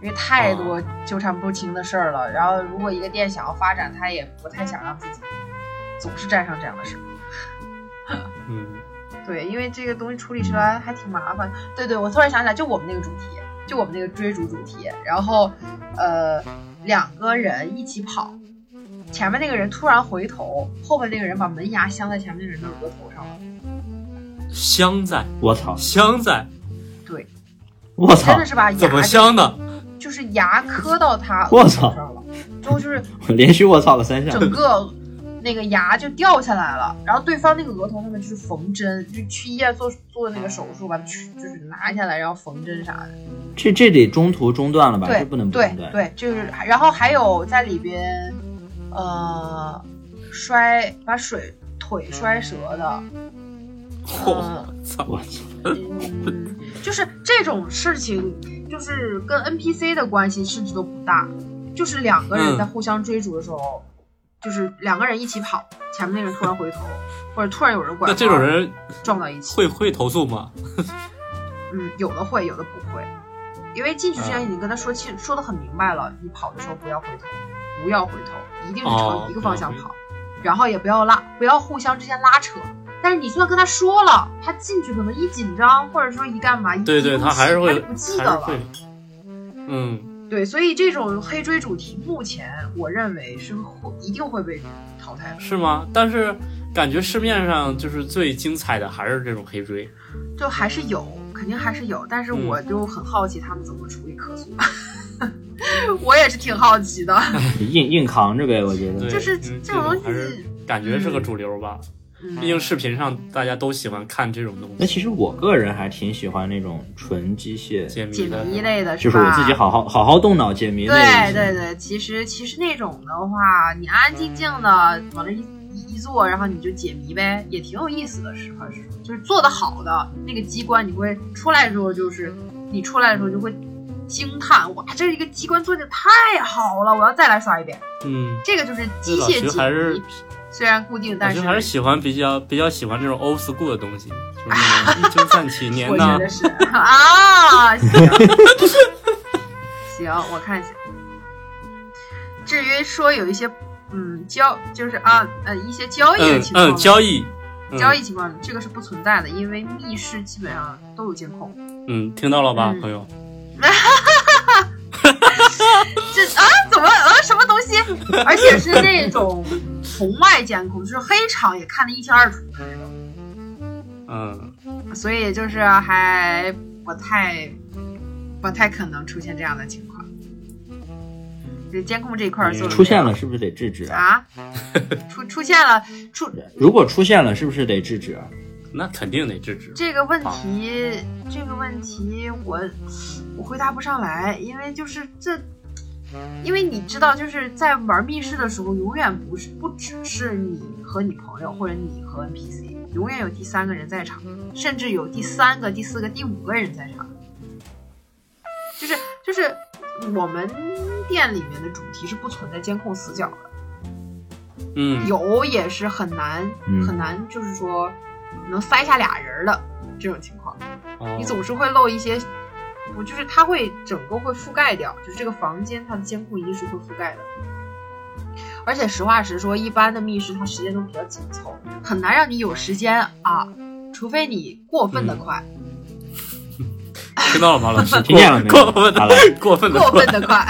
[SPEAKER 4] 因为太多纠缠不清的事儿了。然后，如果一个店想要发展，他也不太想让自己总是沾上这样的事儿。
[SPEAKER 2] 嗯，
[SPEAKER 4] 对，因为这个东西处理出来还挺麻烦。对对，我突然想起来，就我们那个主题，就我们那个追逐主题，然后呃，两个人一起跑，前面那个人突然回头，后面那个人把门牙镶在前面那人的额头上了。
[SPEAKER 5] 香在
[SPEAKER 3] 我操，
[SPEAKER 5] 香在
[SPEAKER 4] 对，
[SPEAKER 3] 我
[SPEAKER 4] 真
[SPEAKER 3] 操
[SPEAKER 4] 的，是把牙呃
[SPEAKER 5] 怎么香的？
[SPEAKER 4] 就是牙磕到他
[SPEAKER 3] 我操
[SPEAKER 4] 额头上了，之后就是
[SPEAKER 3] 我连续我操了三下，
[SPEAKER 4] 整个那个牙就掉下来了，然后对方那个额头上面就是缝针，就去医院做做那个手术吧，去就是拿下来然后缝针啥的。
[SPEAKER 3] 这这得中途中断了吧？
[SPEAKER 4] 对
[SPEAKER 3] 这不能不
[SPEAKER 4] 对
[SPEAKER 3] 中断。
[SPEAKER 4] 对，就是，然后还有在里边，呃，摔把水腿摔折的，呃
[SPEAKER 5] 嚯，操！
[SPEAKER 3] 我操，
[SPEAKER 4] 嗯，就是这种事情，就是跟 NPC 的关系甚至都不大，就是两个
[SPEAKER 5] 嗯
[SPEAKER 4] 人在互相追逐的时候，就是两个人一起跑，前面那个人突然回头，或者突然有人
[SPEAKER 5] 那
[SPEAKER 4] 拐弯，
[SPEAKER 5] 这种人
[SPEAKER 4] 撞到一起，
[SPEAKER 5] 会会投诉吗？
[SPEAKER 4] 嗯，有的会，有的不会，因为进去之
[SPEAKER 2] 嗯
[SPEAKER 4] 前已经跟他说清、说的很明白了，你跑的时候不要回头，不要回头，一定是朝一个方向
[SPEAKER 5] 哦不要
[SPEAKER 4] 跑，然后也不要拉，不要互相之间拉扯。但是你就算跟他说了，他进去可能一紧张，或者说一干嘛，一
[SPEAKER 2] 对对，
[SPEAKER 4] 一不
[SPEAKER 2] 他还是
[SPEAKER 4] 记
[SPEAKER 2] 会
[SPEAKER 4] 他就不哎记
[SPEAKER 2] 还是
[SPEAKER 4] 得了
[SPEAKER 2] 会。，嗯，
[SPEAKER 4] 对，所以这种黑追主题，目前我认为是会一定会被淘汰的。
[SPEAKER 2] 是吗？但是感觉市面上就是最精彩的还是这种黑追，
[SPEAKER 4] 就还是有，肯定还是有，但是
[SPEAKER 2] 嗯
[SPEAKER 4] 我就很好奇他们怎么处理客诉， 我也是挺好 奇的。
[SPEAKER 3] 硬硬扛着呗，我觉得
[SPEAKER 2] 对，
[SPEAKER 4] 就是
[SPEAKER 2] 嗯
[SPEAKER 4] 这
[SPEAKER 2] 这
[SPEAKER 4] 种东西
[SPEAKER 2] 还是感觉是个主流吧。
[SPEAKER 4] 嗯
[SPEAKER 2] 毕竟视频上大家都喜欢看这种东
[SPEAKER 3] 那
[SPEAKER 2] 西，
[SPEAKER 3] 其实我个人还挺喜欢那种纯机械，
[SPEAKER 2] 解谜
[SPEAKER 4] 解
[SPEAKER 2] 的，
[SPEAKER 4] 谜类的
[SPEAKER 3] 就是
[SPEAKER 4] 吧？
[SPEAKER 3] 我自己好好好好动脑解谜那
[SPEAKER 4] 啊对
[SPEAKER 3] 一
[SPEAKER 4] 对
[SPEAKER 3] 类。
[SPEAKER 4] 对，其实其实那种的话，你安安静静的往那一一坐，然后你就解谜呗，也挺有意思的。实话实说，就是做的好的那个机关，你会出来的时候就是你出来的时候就会惊叹，哇，这一个机关做的太好了，我要再来刷一遍。
[SPEAKER 2] 嗯，
[SPEAKER 4] 这个就是
[SPEAKER 2] 对
[SPEAKER 4] 机
[SPEAKER 2] 老
[SPEAKER 4] 械
[SPEAKER 2] 徐还
[SPEAKER 4] 解
[SPEAKER 2] 是
[SPEAKER 4] 谜，虽然固定，
[SPEAKER 2] 我
[SPEAKER 4] 但
[SPEAKER 2] 觉
[SPEAKER 4] 是
[SPEAKER 2] 得还是喜欢比较比较喜欢这种 old school 的东西，就是那 种一九三七年
[SPEAKER 4] 我觉
[SPEAKER 2] 呐，嗯
[SPEAKER 4] 得是啊，行，行，我看一下。至于说有一些嗯交，就是啊呃一些交易的
[SPEAKER 2] 嗯
[SPEAKER 4] 情况呢、
[SPEAKER 2] 嗯，交易，嗯
[SPEAKER 4] 交易，情况，这个是不存在的，因为密室基本上都有监控。
[SPEAKER 2] 嗯，听到了吧，
[SPEAKER 4] 嗯
[SPEAKER 2] 朋友？
[SPEAKER 4] 这啊怎么啊什么东西？而且是那种红外监控，就是黑场也看得一清二楚的那种。
[SPEAKER 2] 嗯，
[SPEAKER 4] 所以就是还不太不太可能出现这样的情况。嗯这监控这一块儿做得
[SPEAKER 3] 出现了是不是得制止啊？
[SPEAKER 4] 啊，出出现了出
[SPEAKER 3] 如果出现了是不是得制止啊？
[SPEAKER 2] 那肯定得制止。
[SPEAKER 4] 这个问题，这个问题我我回答不上来，因为就是这。因为你知道，就是在玩密室的时候，永远不是不只是你和你朋友，或者你和 NPC，永远有第三个人在场，甚至有第三个、第四个、第五个人在场。就是就是我们店里面的主题是不存在监控死角的。
[SPEAKER 2] 嗯，
[SPEAKER 4] 有也是很难、
[SPEAKER 3] 嗯
[SPEAKER 4] 很难，就是说能塞下俩人儿的这种情况，
[SPEAKER 2] 哦
[SPEAKER 4] 你总是会漏一些，不就是它会整个会覆盖掉，就是这个房间它的监控一定是会覆盖的。而且实话实说，一般的密室它时间都比较紧凑，很难让你有时间啊，除非你过分的快，
[SPEAKER 2] 听到了 吗，老师？
[SPEAKER 3] 听见了没有
[SPEAKER 2] 过分
[SPEAKER 3] 好
[SPEAKER 2] 的
[SPEAKER 3] 了，
[SPEAKER 2] 过分的，
[SPEAKER 4] 过分的 快。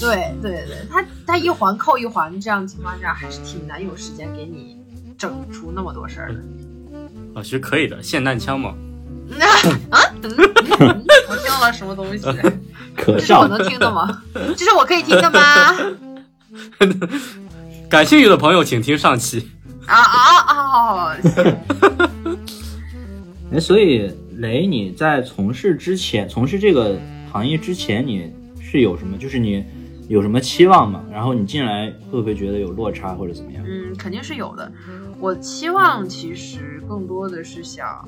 [SPEAKER 4] 对对对，它它一环扣一环，这样的情况下还是挺难有时间给你整出那么多事儿的。
[SPEAKER 2] 老徐可以的，霰弹枪嘛。
[SPEAKER 4] 那 啊，嗯嗯我听了什么东西？
[SPEAKER 3] 可
[SPEAKER 4] 这是
[SPEAKER 3] 笑。
[SPEAKER 4] 我能听的吗？这是我可以听的吗？
[SPEAKER 2] 感兴趣的朋友请听上期。
[SPEAKER 4] 啊啊啊！行
[SPEAKER 3] 哎，所以雷，你在从事之前，从事这个行业之前，你是有什么？就是你有什么期望吗？然后你进来会不会觉得有落差或者怎么样？
[SPEAKER 4] 嗯，肯定是有的。我期望其实更多的是想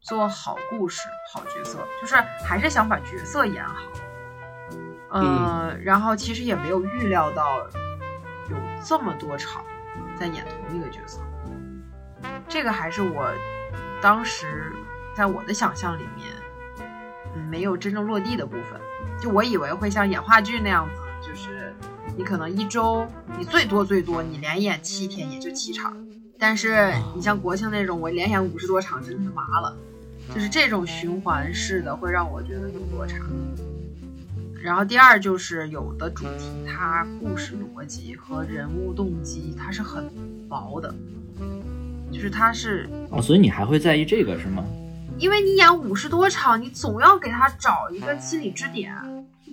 [SPEAKER 4] 做好故事、好角色，就是还是想把角色演好。呃、嗯，然后其实也没有预料到有这么多场在演同一个角色，这个还是我当时在我的想象里面，嗯没有真正落地的部分。就我以为会像演话剧那样子，就是你可能一周你最多最多你连演七天也就七场，但是你像国庆那种，我连演五十多场真的是麻了，就是这种循环式的会让我觉得有落差。然后第二就是有的主题，它故事逻辑和人物动机它是很薄的，就是它是
[SPEAKER 3] 哦，所以你还会在意这个是吗？
[SPEAKER 4] 因为你演五十多场，你总要给他找一个心理支点，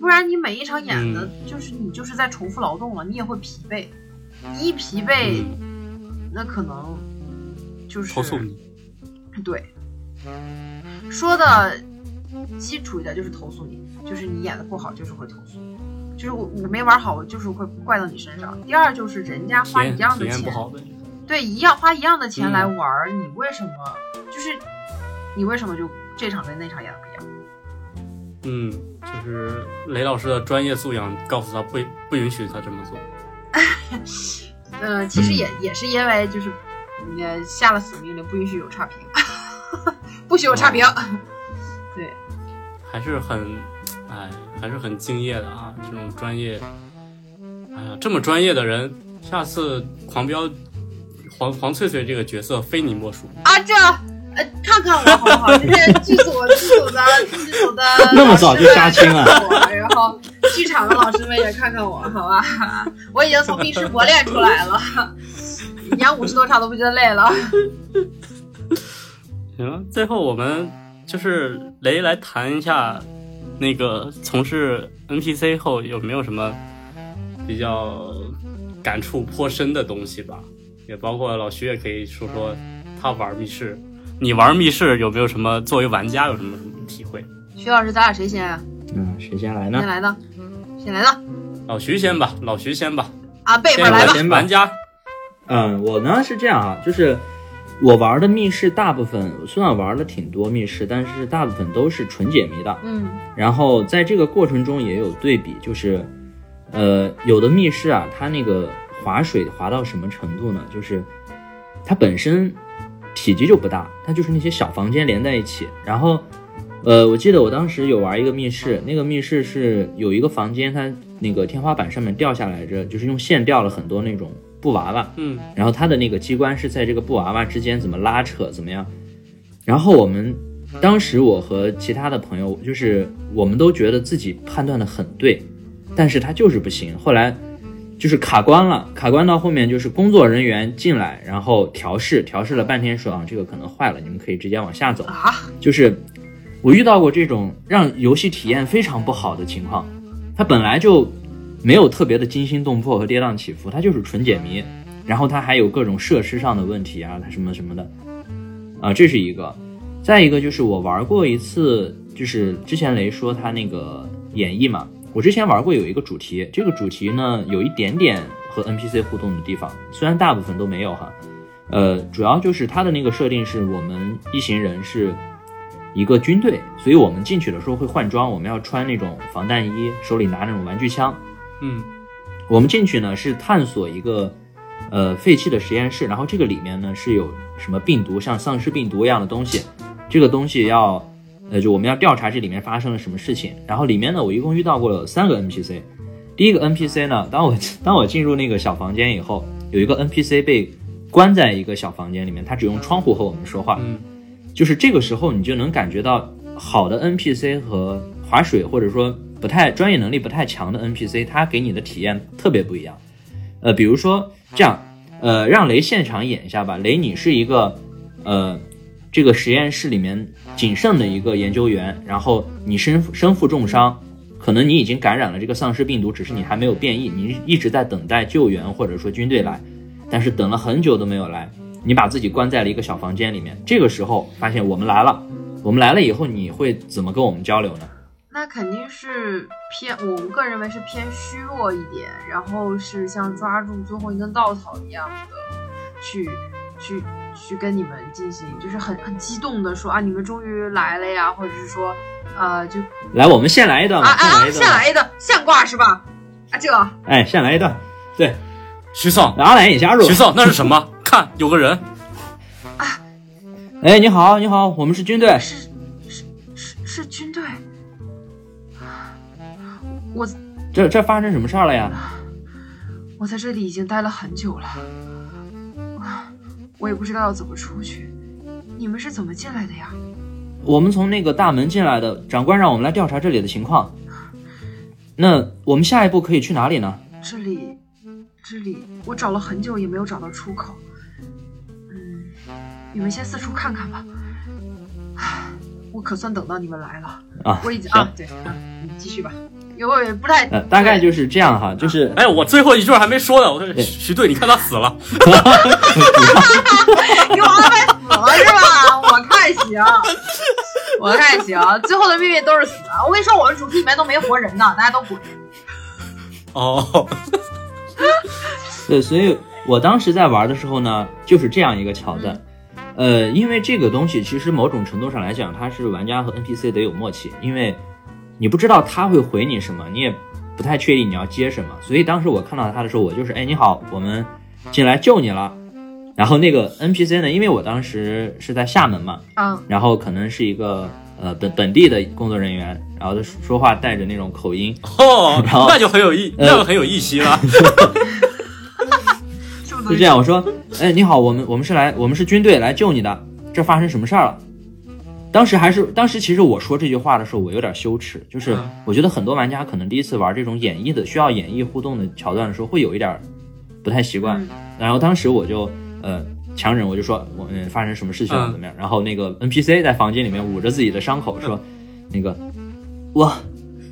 [SPEAKER 4] 不然你每一场演的就是你就是在重复劳动了，你也会疲惫。你一疲惫，
[SPEAKER 2] 嗯，
[SPEAKER 4] 那可能就是
[SPEAKER 5] 投诉你，
[SPEAKER 4] 对，说的基础一点就是投诉你，就是你演的不好就是会投诉，就是我我没玩好，我就是会怪到你身上。第二就是人家
[SPEAKER 5] 体
[SPEAKER 4] 花一
[SPEAKER 5] 验
[SPEAKER 4] 样
[SPEAKER 5] 体
[SPEAKER 4] 的
[SPEAKER 5] 验不
[SPEAKER 4] 钱，
[SPEAKER 5] 好呗。
[SPEAKER 4] 对，一样花一样的钱
[SPEAKER 2] 嗯
[SPEAKER 4] 来玩儿，你为什么就是你为什么就这场跟那场演的不一样？
[SPEAKER 2] 嗯，
[SPEAKER 5] 就是雷老师的专业素养告诉他不不允许他这么做。
[SPEAKER 4] 嗯，其实也也是因为就是，呃，下了死命令不允许有差评， 不许有差
[SPEAKER 5] 哦
[SPEAKER 4] 评。对，
[SPEAKER 5] 还是很，哎，还是很敬业的啊！这种专业，哎呀，这么专业的人，下次狂飙黄黄翠翠这个角色非你莫属。
[SPEAKER 4] 啊这。呃，看看我好不 好？这是剧组剧组的剧组的
[SPEAKER 3] 那么早就杀青啊
[SPEAKER 4] 老师们也看看我！然后剧场的老师们也看看我，好吧？ 我已经从密室磨练出来了， 演五十多场都不觉得累了。
[SPEAKER 2] 行了，最后我们就是雷来谈一下那个从事 NPC 后有没有什么比较感触颇深的东西吧，也包括老徐也可以说说他玩密室，你玩密室有没有什么作为玩家有什么体会？
[SPEAKER 4] 徐老师，咱俩谁先啊？
[SPEAKER 3] 嗯，谁先来
[SPEAKER 4] 先
[SPEAKER 3] 呢？
[SPEAKER 4] 来的，先来的
[SPEAKER 2] 老徐先吧，老徐先吧，
[SPEAKER 4] 啊！贝
[SPEAKER 2] 先
[SPEAKER 4] 贝来
[SPEAKER 2] 玩
[SPEAKER 4] 吧
[SPEAKER 3] 我，先吧
[SPEAKER 2] 玩家，
[SPEAKER 3] 嗯，我呢是这样啊，就是我玩的密室大部分虽然玩了挺多密室，但是大部分都是纯解谜的。
[SPEAKER 4] 嗯
[SPEAKER 3] 然后在这个过程中也有对比，就是，呃，有的密室啊，它那个划水划到什么程度呢？就是它本身体积就不大，它就是那些小房间连在一起。然后，呃，我记得我当时有玩一个密室，那个密室是有一个房间，它那个天花板上面掉下来着，就是用线吊了很多那种布娃娃。
[SPEAKER 2] 嗯，
[SPEAKER 3] 然后它的那个机关是在这个布娃娃之间怎么拉扯怎么样。然后我们当时我和其他的朋友，就是我们都觉得自己判断的很对，但是他就是不行。后来就是卡关了，卡关到后面就是工作人员进来，然后调试，调试了半天说啊这个可能坏了，你们可以直接往下走。
[SPEAKER 4] 啊，
[SPEAKER 3] 就是我遇到过这种让游戏体验非常不好的情况，它本来就没有特别的惊心动魄和跌宕起伏，它就是纯解谜，然后它还有各种设施上的问题啊，它什么什么的，啊，这是一个。再一个就是我玩过一次，就是之前雷说他那个演绎嘛，我之前玩过有一个主题，这个主题呢有一点点和 NPC 互动的地方，虽然大部分都没有哈，呃，主要就是它的那个设定是我们一行人是一个军队，所以我们进去的时候会换装，我们要穿那种防弹衣，手里拿那种玩具枪。
[SPEAKER 2] 嗯，
[SPEAKER 3] 我们进去呢是探索一个呃废弃的实验室，然后这个里面呢是有什么病毒，像丧尸病毒一样的东西，这个东西要呃就我们要调查这里面发生了什么事情。然后里面呢我一共遇到过了三个 NPC，第一个 NPC 呢，当我 当我进入那个小房间以后，有一个 NPC 被关在一个小房间里面，他只用窗户和我们说话。
[SPEAKER 2] 嗯，
[SPEAKER 3] 就是这个时候你就能感觉到，好的 NPC 和划水或者说不太专业能力不太强的 NPC，他给你的体验特别不一样。呃，比如说这样，呃，让雷现场演一下吧。雷，你是一个呃这个实验室里面仅剩的一个研究员，然后你身负身负重伤，可能你已经感染了这个丧尸病毒，只是你还没有变异，你一直在等待救援或者说军队来，但是等了很久都没有来，你把自己关在了一个小房间里面。这个时候发现我们来了，我们来了以后，你会怎么跟我们交流呢？
[SPEAKER 4] 那肯定是偏，我个人认为是偏虚弱一点，然后是像抓住最后一根稻草一样的，去去去跟你们进行，就是很很激动的说啊，你们终于来了呀，或者是说，呃，就
[SPEAKER 3] 来，我们先来一段
[SPEAKER 4] 啊
[SPEAKER 3] 吧，先来
[SPEAKER 4] 啊啊，
[SPEAKER 3] 一
[SPEAKER 4] 下
[SPEAKER 3] 段吧，
[SPEAKER 4] 来一段现挂是吧？啊，这
[SPEAKER 3] 哎，先来一段。对，
[SPEAKER 5] 徐嫂，
[SPEAKER 3] 阿兰也加入
[SPEAKER 5] 徐。嫂，那是什么？看有个人，
[SPEAKER 3] 哎，你好，你好，我们是军队。
[SPEAKER 4] 是是是是军队，我
[SPEAKER 3] 这这发生什么事儿了呀？
[SPEAKER 4] 我在这里已经待了很久了， 我也不知道要怎么出去。你们是怎么进来的呀？
[SPEAKER 3] 我们从那个大门进来的，长官让我们来调查这里的情况。那我们下一步可以去哪里呢？
[SPEAKER 4] 这里，这里，我找了很久也没有找到出口。嗯，你们先四处看看吧。唉我可算等到你们来了。
[SPEAKER 3] 啊
[SPEAKER 4] 我已经
[SPEAKER 3] 行
[SPEAKER 4] 啊，对啊，你继续吧。因为我也不太
[SPEAKER 3] 呃，大概就是这样哈，就是
[SPEAKER 5] 哎，我最后一句还没说呢，我说
[SPEAKER 3] 对
[SPEAKER 5] 徐徐队，你看他死了，
[SPEAKER 4] 给我安排死了是吧？我看行，我看行，最后的命运都是死啊！我跟你说，我们主题里面都没活人呢，大家都滚。
[SPEAKER 5] 哦，
[SPEAKER 3] 对，呃所以我当时在玩的时候呢，就是这样一个桥段。呃，因为这个东西其实某种程度上来讲，它是玩家和 NPC 得有默契，因为你不知道他会回你什么，你也不太确定你要接什么。所以当时我看到他的时候，我就是哎你好，我们进来救你了。然后那个 NPC 呢，因为我当时是在厦门嘛，
[SPEAKER 4] 嗯
[SPEAKER 3] 然后可能是一个呃本本地的工作人员，然后他说说话带着那种口音，
[SPEAKER 5] 哦
[SPEAKER 3] 然后，
[SPEAKER 5] 那就很有意，那就很有意思了。
[SPEAKER 4] 这么多
[SPEAKER 3] 就这样，我说，哎，你好，我们我们是来，我们是军队来救你的，这发生什么事儿了？当时还是，当时其实我说这句话的时候，我有点羞耻，就是我觉得很多玩家可能第一次玩这种演绎的需要演绎互动的桥段的时候，会有一点儿不太习惯。
[SPEAKER 4] 嗯
[SPEAKER 3] 然后当时我就呃强忍，我就说我们发生什么事情了
[SPEAKER 5] 嗯
[SPEAKER 3] 怎么样？然后那个 NPC 在房间里面捂着自己的伤口说，那个我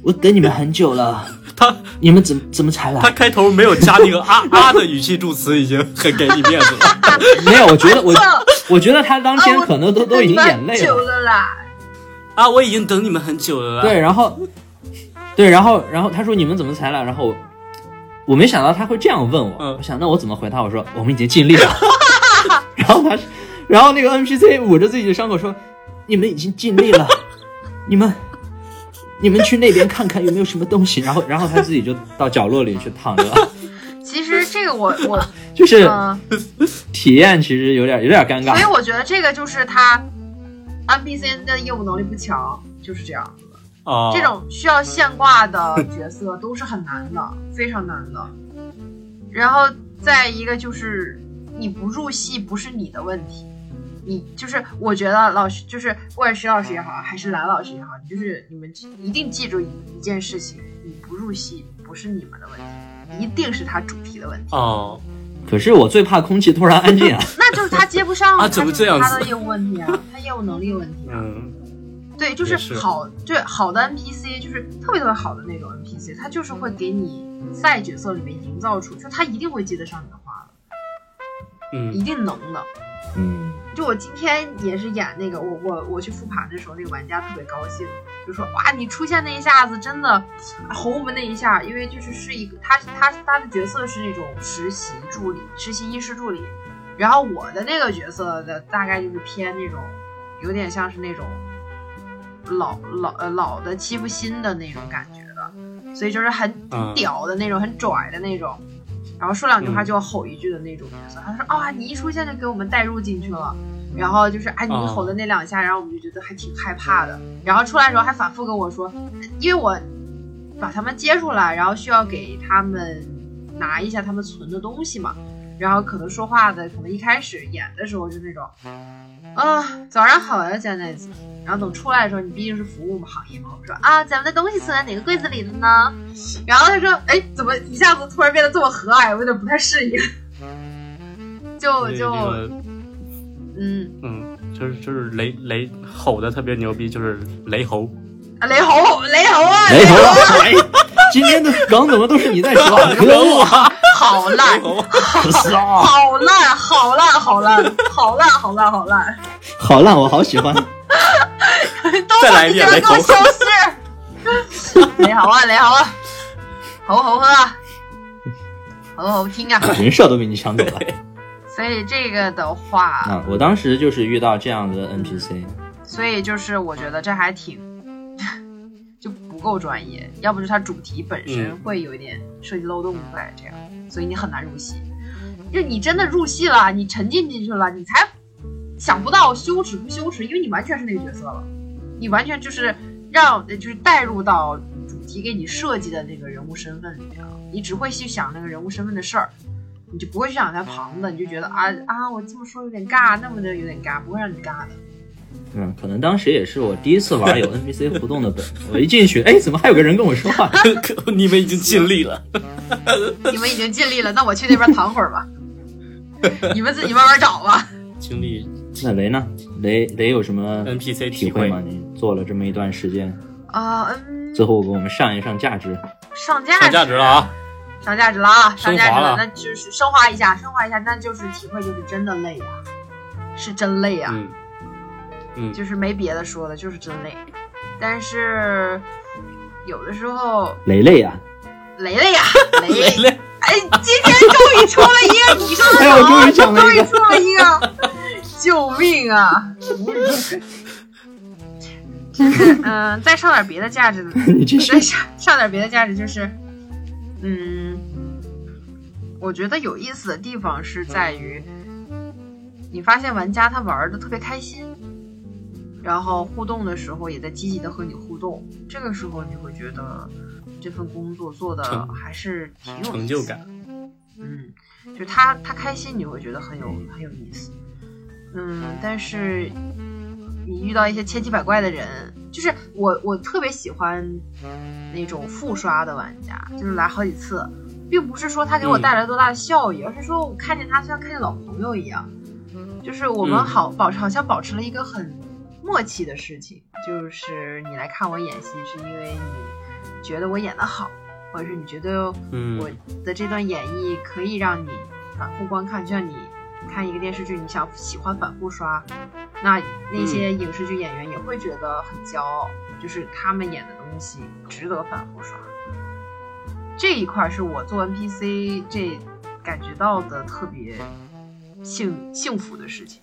[SPEAKER 3] 我等你们很久了，
[SPEAKER 5] 他
[SPEAKER 3] 你们怎怎么才来
[SPEAKER 5] 他？开头没有加那个啊啊的语气助词，已经很给你面子了。
[SPEAKER 3] 没有，我觉得我
[SPEAKER 4] 啊
[SPEAKER 3] 我觉得他当天
[SPEAKER 4] 啊我
[SPEAKER 3] 可 能都都已经眼泪
[SPEAKER 4] 久
[SPEAKER 3] 了。
[SPEAKER 4] 了啦，
[SPEAKER 5] 啊，我已经等你们很久了。
[SPEAKER 3] 对，，然后，对，然后，然后他说你们怎么才来？然后我我没想到他会这样问我，
[SPEAKER 5] 嗯
[SPEAKER 3] 我想那我怎么回答？我说我们已经尽力了。 然后他，然后那个 NPC 捂着自己的伤口说：“你们已经尽力了，你们，你们去那边看看有没有什么东西。”然后，然后他自己就到角落里去躺着了，
[SPEAKER 4] 其实这个我我
[SPEAKER 3] 就是
[SPEAKER 4] 嗯，
[SPEAKER 3] 体验其实有点有点尴
[SPEAKER 5] 啊
[SPEAKER 4] 所以
[SPEAKER 3] 尬。
[SPEAKER 4] 我觉得这个就是他 NPC 的业务能力不强，就是这样。
[SPEAKER 5] 哦，
[SPEAKER 4] 这种需要现挂的角色都是很难的，非常难的。然后再一个就是你不入戏不是你的问题，你就是我觉得老师就是不管是石老师也好，还是蓝老师也好，就是你们一定记住一一件事情：你不入戏不是你们的问题，一定是他主题的问题，
[SPEAKER 5] 哦，
[SPEAKER 3] 可是我最怕空气突然安 静啊。
[SPEAKER 4] 那就是他接不上
[SPEAKER 5] 啊怎么这样子
[SPEAKER 4] 他就是他的业务问题啊，他业务能力问题啊。
[SPEAKER 5] 嗯，
[SPEAKER 4] 对，就
[SPEAKER 5] 也
[SPEAKER 4] 是
[SPEAKER 5] 是
[SPEAKER 4] 好，对好的 NPC 就是特别特别好的那种 NPC，他就是会给你在角色里面营造出，就他一定会接得上你的话的，
[SPEAKER 5] 嗯
[SPEAKER 4] 一定能的。
[SPEAKER 3] 嗯，
[SPEAKER 4] 就我今天也是演那个，我我我去复盘的时候，那个玩家特别高兴，就说哇，你出现那一下子真的吼我们那一下，因为就是是一个他他他的角色是那种实习助理，实习医师助理，然后我的那个角色的大概就是偏那种有点像是那种老老呃老的欺负新的那种感觉的，所以就是很很
[SPEAKER 5] 嗯
[SPEAKER 4] 屌的那种，很拽的那种。然后说两句话就要吼一句的那种角色，他说啊、你一出现就给我们带入进去了，然后就是哎，你
[SPEAKER 5] 哦
[SPEAKER 4] 吼的那两下，然后我们就觉得还挺害怕的。然后出来的时候还反复跟我说，因为我把他们接出来，然后需要给他们拿一下他们存的东西嘛。然后可能说话的，可能一开始演的时候就那种，啊、早上好呀，加奈子。然后等出来的时候，你毕竟是服务行业嘛，我说啊，咱们的东西存在哪个柜子里了呢？然后他说，哎，怎么一下子突然变得这么和蔼？我有点不太适应。就
[SPEAKER 5] 这
[SPEAKER 4] 就
[SPEAKER 5] 个
[SPEAKER 4] 嗯，
[SPEAKER 5] 嗯，就是就是雷雷吼的特别牛逼，就是雷吼。
[SPEAKER 4] 啊雷猴，雷猴啊，
[SPEAKER 3] 雷
[SPEAKER 4] 雷
[SPEAKER 3] 猴
[SPEAKER 4] 猴，
[SPEAKER 3] 哎， 今天的梗怎么都是你在 说啊？可恶！
[SPEAKER 4] 好烂，好烂，好烂，好烂，好烂，好烂，好烂，
[SPEAKER 3] 好烂，我好喜欢。
[SPEAKER 4] 都
[SPEAKER 5] 再来一
[SPEAKER 4] 你
[SPEAKER 5] 遍
[SPEAKER 4] 们
[SPEAKER 5] 雷
[SPEAKER 4] 给我
[SPEAKER 5] 猴
[SPEAKER 4] 消失！ 雷猴啊，雷猴啊，猴猴喝啊，猴猴听 啊。
[SPEAKER 3] 人设都被你抢走了
[SPEAKER 4] 所以这个的话，
[SPEAKER 3] 啊！我当时就是遇到这样的 NPC，
[SPEAKER 4] 所以就是我觉得这还挺就不够专业，要不就它主题本身
[SPEAKER 5] 嗯
[SPEAKER 4] 会有一点设计漏洞在这样，所以你很难入戏。就你真的入戏了，你沉浸进去了，你才想不到羞耻不羞耻，因为你完全是那个角色了，你完全就是让就是带入到主题给你设计的那个人物身份里面了，你只会去想那个人物身份的事儿，你就不会去想他旁的，你就觉得啊啊，我这么说有点尬，那么的有点尬，不会让你尬的。
[SPEAKER 3] 嗯，可能当时也是我第一次玩有 NPC 互动的本，我一进去， 哎，怎么还有个人跟我说话？
[SPEAKER 5] 你们已经尽力了，
[SPEAKER 4] 你们已经尽力了，那我去那边躺会儿吧，你们自己慢慢找吧。
[SPEAKER 5] 经历
[SPEAKER 3] 那雷呢？雷雷有什么
[SPEAKER 5] NPC
[SPEAKER 3] 体
[SPEAKER 5] 体
[SPEAKER 3] 会
[SPEAKER 5] 会
[SPEAKER 3] 吗？你做了这么一段时间，
[SPEAKER 4] 啊、嗯，
[SPEAKER 3] 最后给我们上一上价值。
[SPEAKER 4] 上价
[SPEAKER 5] 上价值了啊！
[SPEAKER 4] 上价值了啊，上价值
[SPEAKER 5] 升华了
[SPEAKER 4] 那就是升华一下，升华一下，那就是体会就是真的累呀、啊是真累哎呀、
[SPEAKER 5] 嗯嗯
[SPEAKER 4] 就是没别的说的，就是真累。但是有的时候
[SPEAKER 3] 雷雷啊，
[SPEAKER 4] 雷 雷呀、雷雷哎，今天终于出了一个，你说的
[SPEAKER 3] 哎我
[SPEAKER 4] 好啊，
[SPEAKER 3] 终于想了一个
[SPEAKER 4] 终于出了一个，救命啊！真是，嗯、再上点别的价值，
[SPEAKER 3] 你这是
[SPEAKER 4] 再上上点别的价值就是，嗯，我觉得有意思的地方是在于，你发现玩家他玩的特别开心，然后互动的时候也在积极的和你互动，这个时候你会觉得这份工作做的
[SPEAKER 5] 成
[SPEAKER 4] 还是挺有意思的
[SPEAKER 5] 成就感，
[SPEAKER 4] 嗯，就是他他开心，你会觉得很有很有意思。嗯，但是你遇到一些千奇百怪的人，就是我我特别喜欢那种复刷的玩家，就是来好几次，并不是说他给我带来多大的效益，而是说我看见他像看见老朋友一样，就是我们
[SPEAKER 5] 嗯
[SPEAKER 4] 好保好像保持了一个很默契的事情，就是你来看我演戏是因为你觉得我演的好，或者是你觉得
[SPEAKER 5] 嗯
[SPEAKER 4] 我的这段演绎可以让你反复观看，就像你看一个电视剧，你想喜欢反复刷，那那些
[SPEAKER 5] 嗯
[SPEAKER 4] 影视剧演员也会觉得很骄傲，就是他们演的东西值得反复刷。这一块是我做 NPC 这感觉到的特别幸幸福的事情。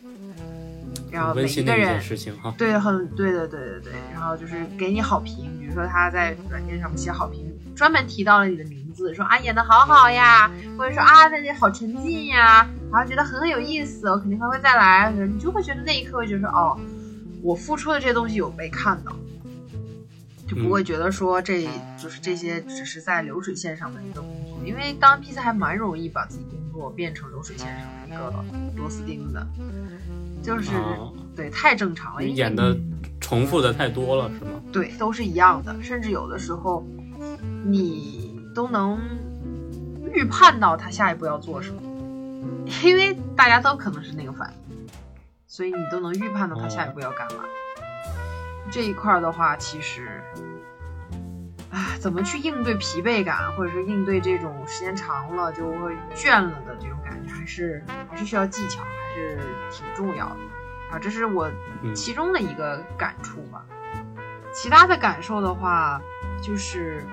[SPEAKER 4] 然后每
[SPEAKER 5] 温
[SPEAKER 4] 一
[SPEAKER 5] 馨
[SPEAKER 4] 个
[SPEAKER 5] 的一
[SPEAKER 4] 人
[SPEAKER 5] 件事情哈。
[SPEAKER 4] 对，很对对对对对。然后就是给你好评，比如说他在软件上面写好评，专门提到了你的名字，说啊演的好好呀，或者说啊在这好沉浸呀，然后觉得很有意思，我肯定还会再来。你就会觉得那一刻会觉得说哦，我付出的这些东西有被看到，就不会觉得说这就是这些只是在流水线上的一个工作，因为当 PC 还蛮容易把自己工作变成流水线上的一个螺丝钉的。就是、
[SPEAKER 2] 哦
[SPEAKER 5] 啊，
[SPEAKER 4] 对，太正常了。因为
[SPEAKER 5] 演的重复的太多了是吗？
[SPEAKER 4] 对，都是一样的，甚至有的时候你都能预判到他下一步要做什么，因为大家都可能是那个反应，所以你都能预判
[SPEAKER 5] 哦
[SPEAKER 4] 到他下一步要干嘛。这一块儿的话，其实，唉，怎么去应对疲惫感，或者是应对这种时间长了就会倦了的这种感觉，还是还是需要技巧，还是挺重要的啊。这是我
[SPEAKER 5] 嗯
[SPEAKER 4] 其中的一个感触吧。其他的感受的话，就是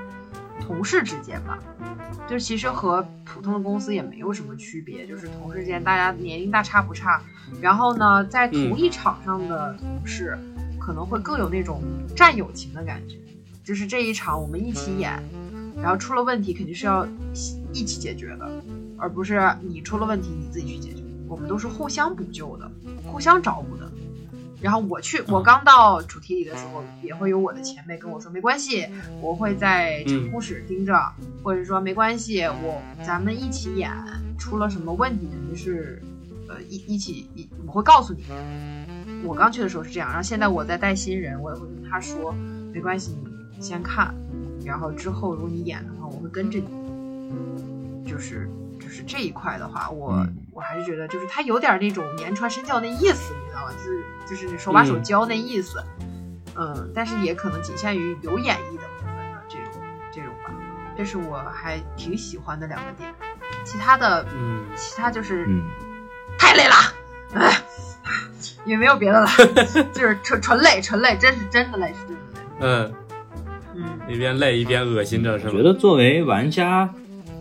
[SPEAKER 4] 同事之间吧，就是其实和普通的公司也没有什么区别，就是同事间大家年龄大差不差，然后呢，在同一场上的同事可能会更有那种战友情的感觉，就是这一场我们一起演，然后出了问题肯定是要一起解决的，而不是你出了问题你自己去解决，我们都是互相补救的，互相找补的。然后我去，我刚到主题里的时候，也会有我的前辈跟我说，没关系，我会在讲故事盯着，或者说没关系，我咱们一起演，出了什么问题肯定是，呃，一一起一我会告诉你。我刚去的时候是这样，然后现在我在带新人，我也会跟他说，没关系，你先看，然后之后如果你演的话，我会跟着你。就是就是这一块的话，我、
[SPEAKER 3] 嗯
[SPEAKER 4] 我还是觉得就是他有点那种言传身教那意思，你知道吗？就是就是手把手
[SPEAKER 5] 嗯
[SPEAKER 4] 教那意思。嗯，但是也可能仅限于有演绎的部分的这种这种吧，这是我还挺喜欢的两个点。其他的，
[SPEAKER 5] 嗯，
[SPEAKER 4] 其他就是
[SPEAKER 3] 嗯，
[SPEAKER 4] 太累了，哎，也没有别的 了，就是纯纯累，纯累，真是真的累，是真的累。
[SPEAKER 5] 嗯，
[SPEAKER 4] 嗯，
[SPEAKER 5] 一边累一边恶心着是
[SPEAKER 3] 我
[SPEAKER 5] 吗？
[SPEAKER 3] 觉得作为玩家，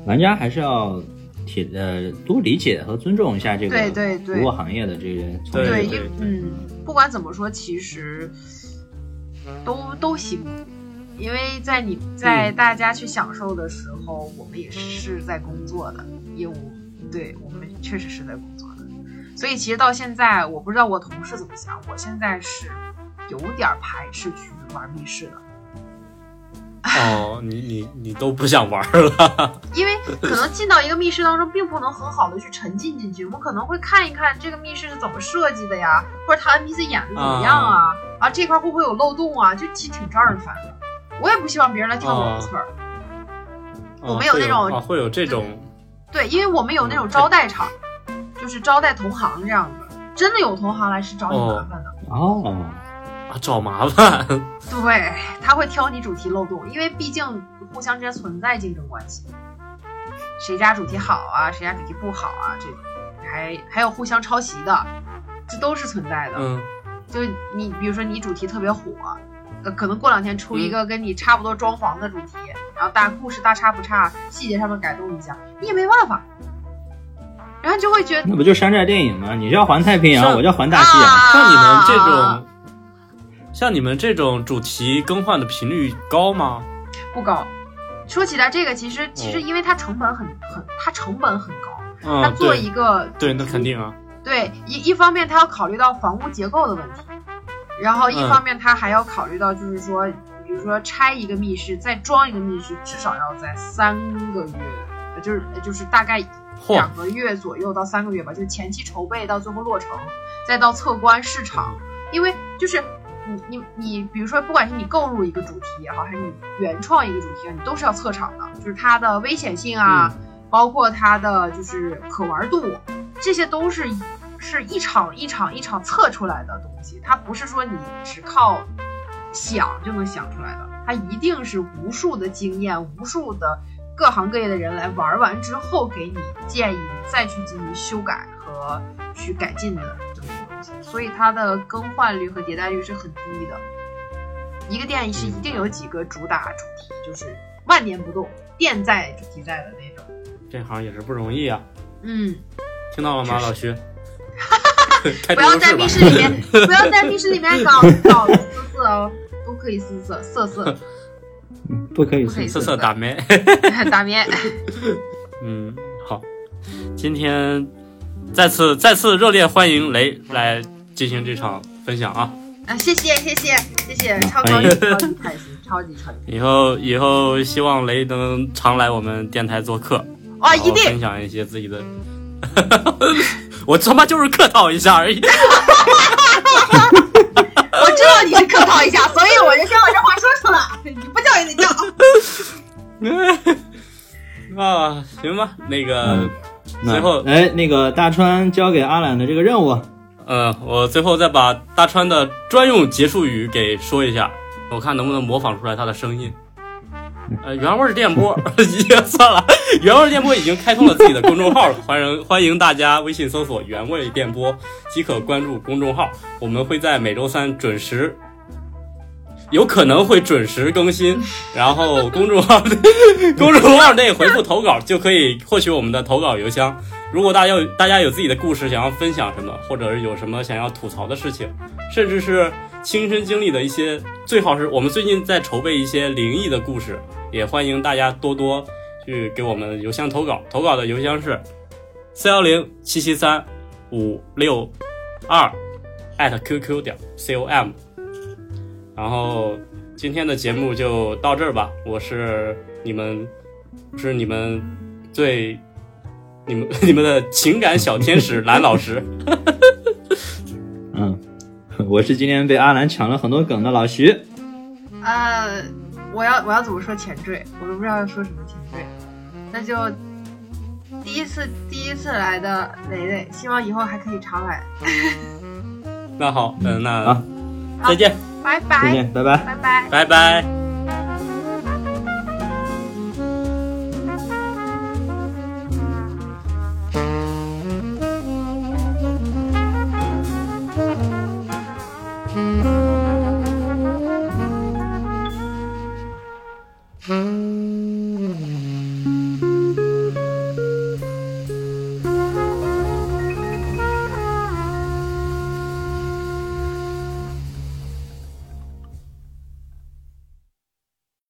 [SPEAKER 3] 玩家还是要体呃多理解和尊重一下这个
[SPEAKER 4] 对对对
[SPEAKER 3] 服务行业的这些从
[SPEAKER 5] 对
[SPEAKER 3] 业
[SPEAKER 4] 对，
[SPEAKER 3] 者
[SPEAKER 4] 因
[SPEAKER 5] 对对
[SPEAKER 4] 嗯，不管怎么说，其实都都行，因为在你在大家去享受的时候，我们也是在工作的业务，对我们确实是在工作的。所以其实到现在，我不知道我同事怎么想，我现在是有点儿排斥去玩密室的，
[SPEAKER 2] 哦，你你你都不想玩了，
[SPEAKER 4] 因为可能进到一个密室当中，并不能很好的去沉浸进去。我可能会看一看这个密室是怎么设计的呀，或者他 NPC 演的怎么样啊，啊这块会不会有漏洞啊，就其实挺招人烦的。我也不希望别人来挑我的刺儿，我们有那种
[SPEAKER 2] 啊会有这种
[SPEAKER 4] 对，因为我们有那种招待场，就是招待同行这样子，真的有同行来是找你麻烦的。
[SPEAKER 3] 哦，
[SPEAKER 2] 啊找麻烦，
[SPEAKER 4] 对，他会挑你主题漏洞，因为毕竟互相之间存在竞争关系，谁家主题好啊，谁家主题不好啊，这种还还有互相抄袭的，这都是存在的。
[SPEAKER 2] 嗯
[SPEAKER 4] 就你比如说你主题特别火，呃，可能过两天出
[SPEAKER 2] 嗯
[SPEAKER 4] 一个跟你差不多装潢的主题，然后大故事大差不差，细节上面改动一下，你也没办法，然后就会觉得
[SPEAKER 3] 那不就山寨电影吗？你叫环太平洋，
[SPEAKER 2] 上
[SPEAKER 3] 我叫环大西洋。
[SPEAKER 2] 像你们这
[SPEAKER 4] 啊
[SPEAKER 2] 种，像你们这种主题更换的频率高吗？
[SPEAKER 4] 不高。说起来这个，其实其
[SPEAKER 2] 哦
[SPEAKER 4] 实因为它成本很很，它成本很高。它
[SPEAKER 2] 嗯，
[SPEAKER 4] 做
[SPEAKER 2] 对
[SPEAKER 4] 一个
[SPEAKER 2] 对，那肯定啊，
[SPEAKER 4] 对一一方面，它要考虑到房屋结构的问题，然后一
[SPEAKER 2] 嗯
[SPEAKER 4] 方面它还要考虑到，就是说，比如说拆一个密室再装一个密室，至少要在三个月，呃就是就是大概
[SPEAKER 2] 嚯
[SPEAKER 4] 两个月左右到三个月吧，就是前期筹备到最后落成，再到测观市场，因为就是。你你你，比如说，不管是你购入一个主题也好，还是你原创一个主题啊，你都是要测场的，就是它的危险性啊，包括它的就是可玩度，这些都是是一场一场一场测出来的东西，它不是说你只靠想就能想出来的，它一定是无数的经验、无数的各行各业的人来玩完之后给你建议，你再去进行修改和去改进的这么一个东西，所以它的更换率和迭代率是很低的。一个店是一定有几个主打主题，就是万年不动，店在主题在的那种。
[SPEAKER 2] 这行也是不容易啊，
[SPEAKER 4] 嗯，
[SPEAKER 2] 听到了吗，
[SPEAKER 4] 是
[SPEAKER 2] 老徐？ 开
[SPEAKER 4] 不
[SPEAKER 2] 直播
[SPEAKER 4] 要
[SPEAKER 2] 室
[SPEAKER 4] 在
[SPEAKER 2] 吧
[SPEAKER 4] 密室里面，不要在密室里面搞搞色色哦，不可以色色色色，
[SPEAKER 3] 不可以
[SPEAKER 4] 不可以
[SPEAKER 2] 瑟瑟打咩。
[SPEAKER 4] 打咩。
[SPEAKER 2] 嗯，好，今天再次再次热烈欢迎雷来进行这场分享啊！
[SPEAKER 4] 啊，谢谢谢谢谢谢，超高兴，超级开心，超级超级。
[SPEAKER 2] 以后以后希望雷能常来我们电台做客，
[SPEAKER 4] 哇，
[SPEAKER 2] 然后
[SPEAKER 4] 哦啊一定
[SPEAKER 2] 分享一些自己的。 我他妈就是客套一下而已。
[SPEAKER 4] 我知道你是客套一下，所以我就先把这话说出来。你不叫也得叫。
[SPEAKER 2] 啊，行吧，那个
[SPEAKER 3] 嗯，那
[SPEAKER 2] 呃最后
[SPEAKER 3] 哎，那个大川交给阿懒的这个任务，
[SPEAKER 2] 嗯，我最后再把大川的专用结束语给说一下，我看能不能模仿出来他的声音。呃，原味儿电波 也算了，原味儿电波已经开通了自己的公众号了， 欢迎欢迎大家微信搜索“原味电波”即可关注公众号。我们会在每周三准时，有可能会准时更新，然后公众号 公众号内回复投稿就可以获取我们的投稿邮箱。如果大家有大家有自己的故事想要分享什么，或者是有什么想要吐槽的事情，甚至是亲身经历的一些，最好是我们最近在筹备一些灵异的故事，也欢迎大家多多去给我们邮箱投稿。投稿的邮箱是四幺零七七三五六二 at qq 点 com。然后今天的节目就到这儿吧，我是你们，我是你们最你们 你们的情感小天使蓝老师，
[SPEAKER 3] 嗯， 我是今天被阿兰抢了很多梗的老徐。
[SPEAKER 4] 呃，我要我要怎么说前缀？我都不知道要说什么前缀。那就第一次第一次来的蕾蕾，希望以后还可以常来。
[SPEAKER 2] 那好，嗯、那
[SPEAKER 3] 好
[SPEAKER 2] 再见，
[SPEAKER 4] 拜
[SPEAKER 3] 再
[SPEAKER 4] 拜哎
[SPEAKER 3] 见，拜拜。
[SPEAKER 4] 拜拜。
[SPEAKER 2] 拜拜。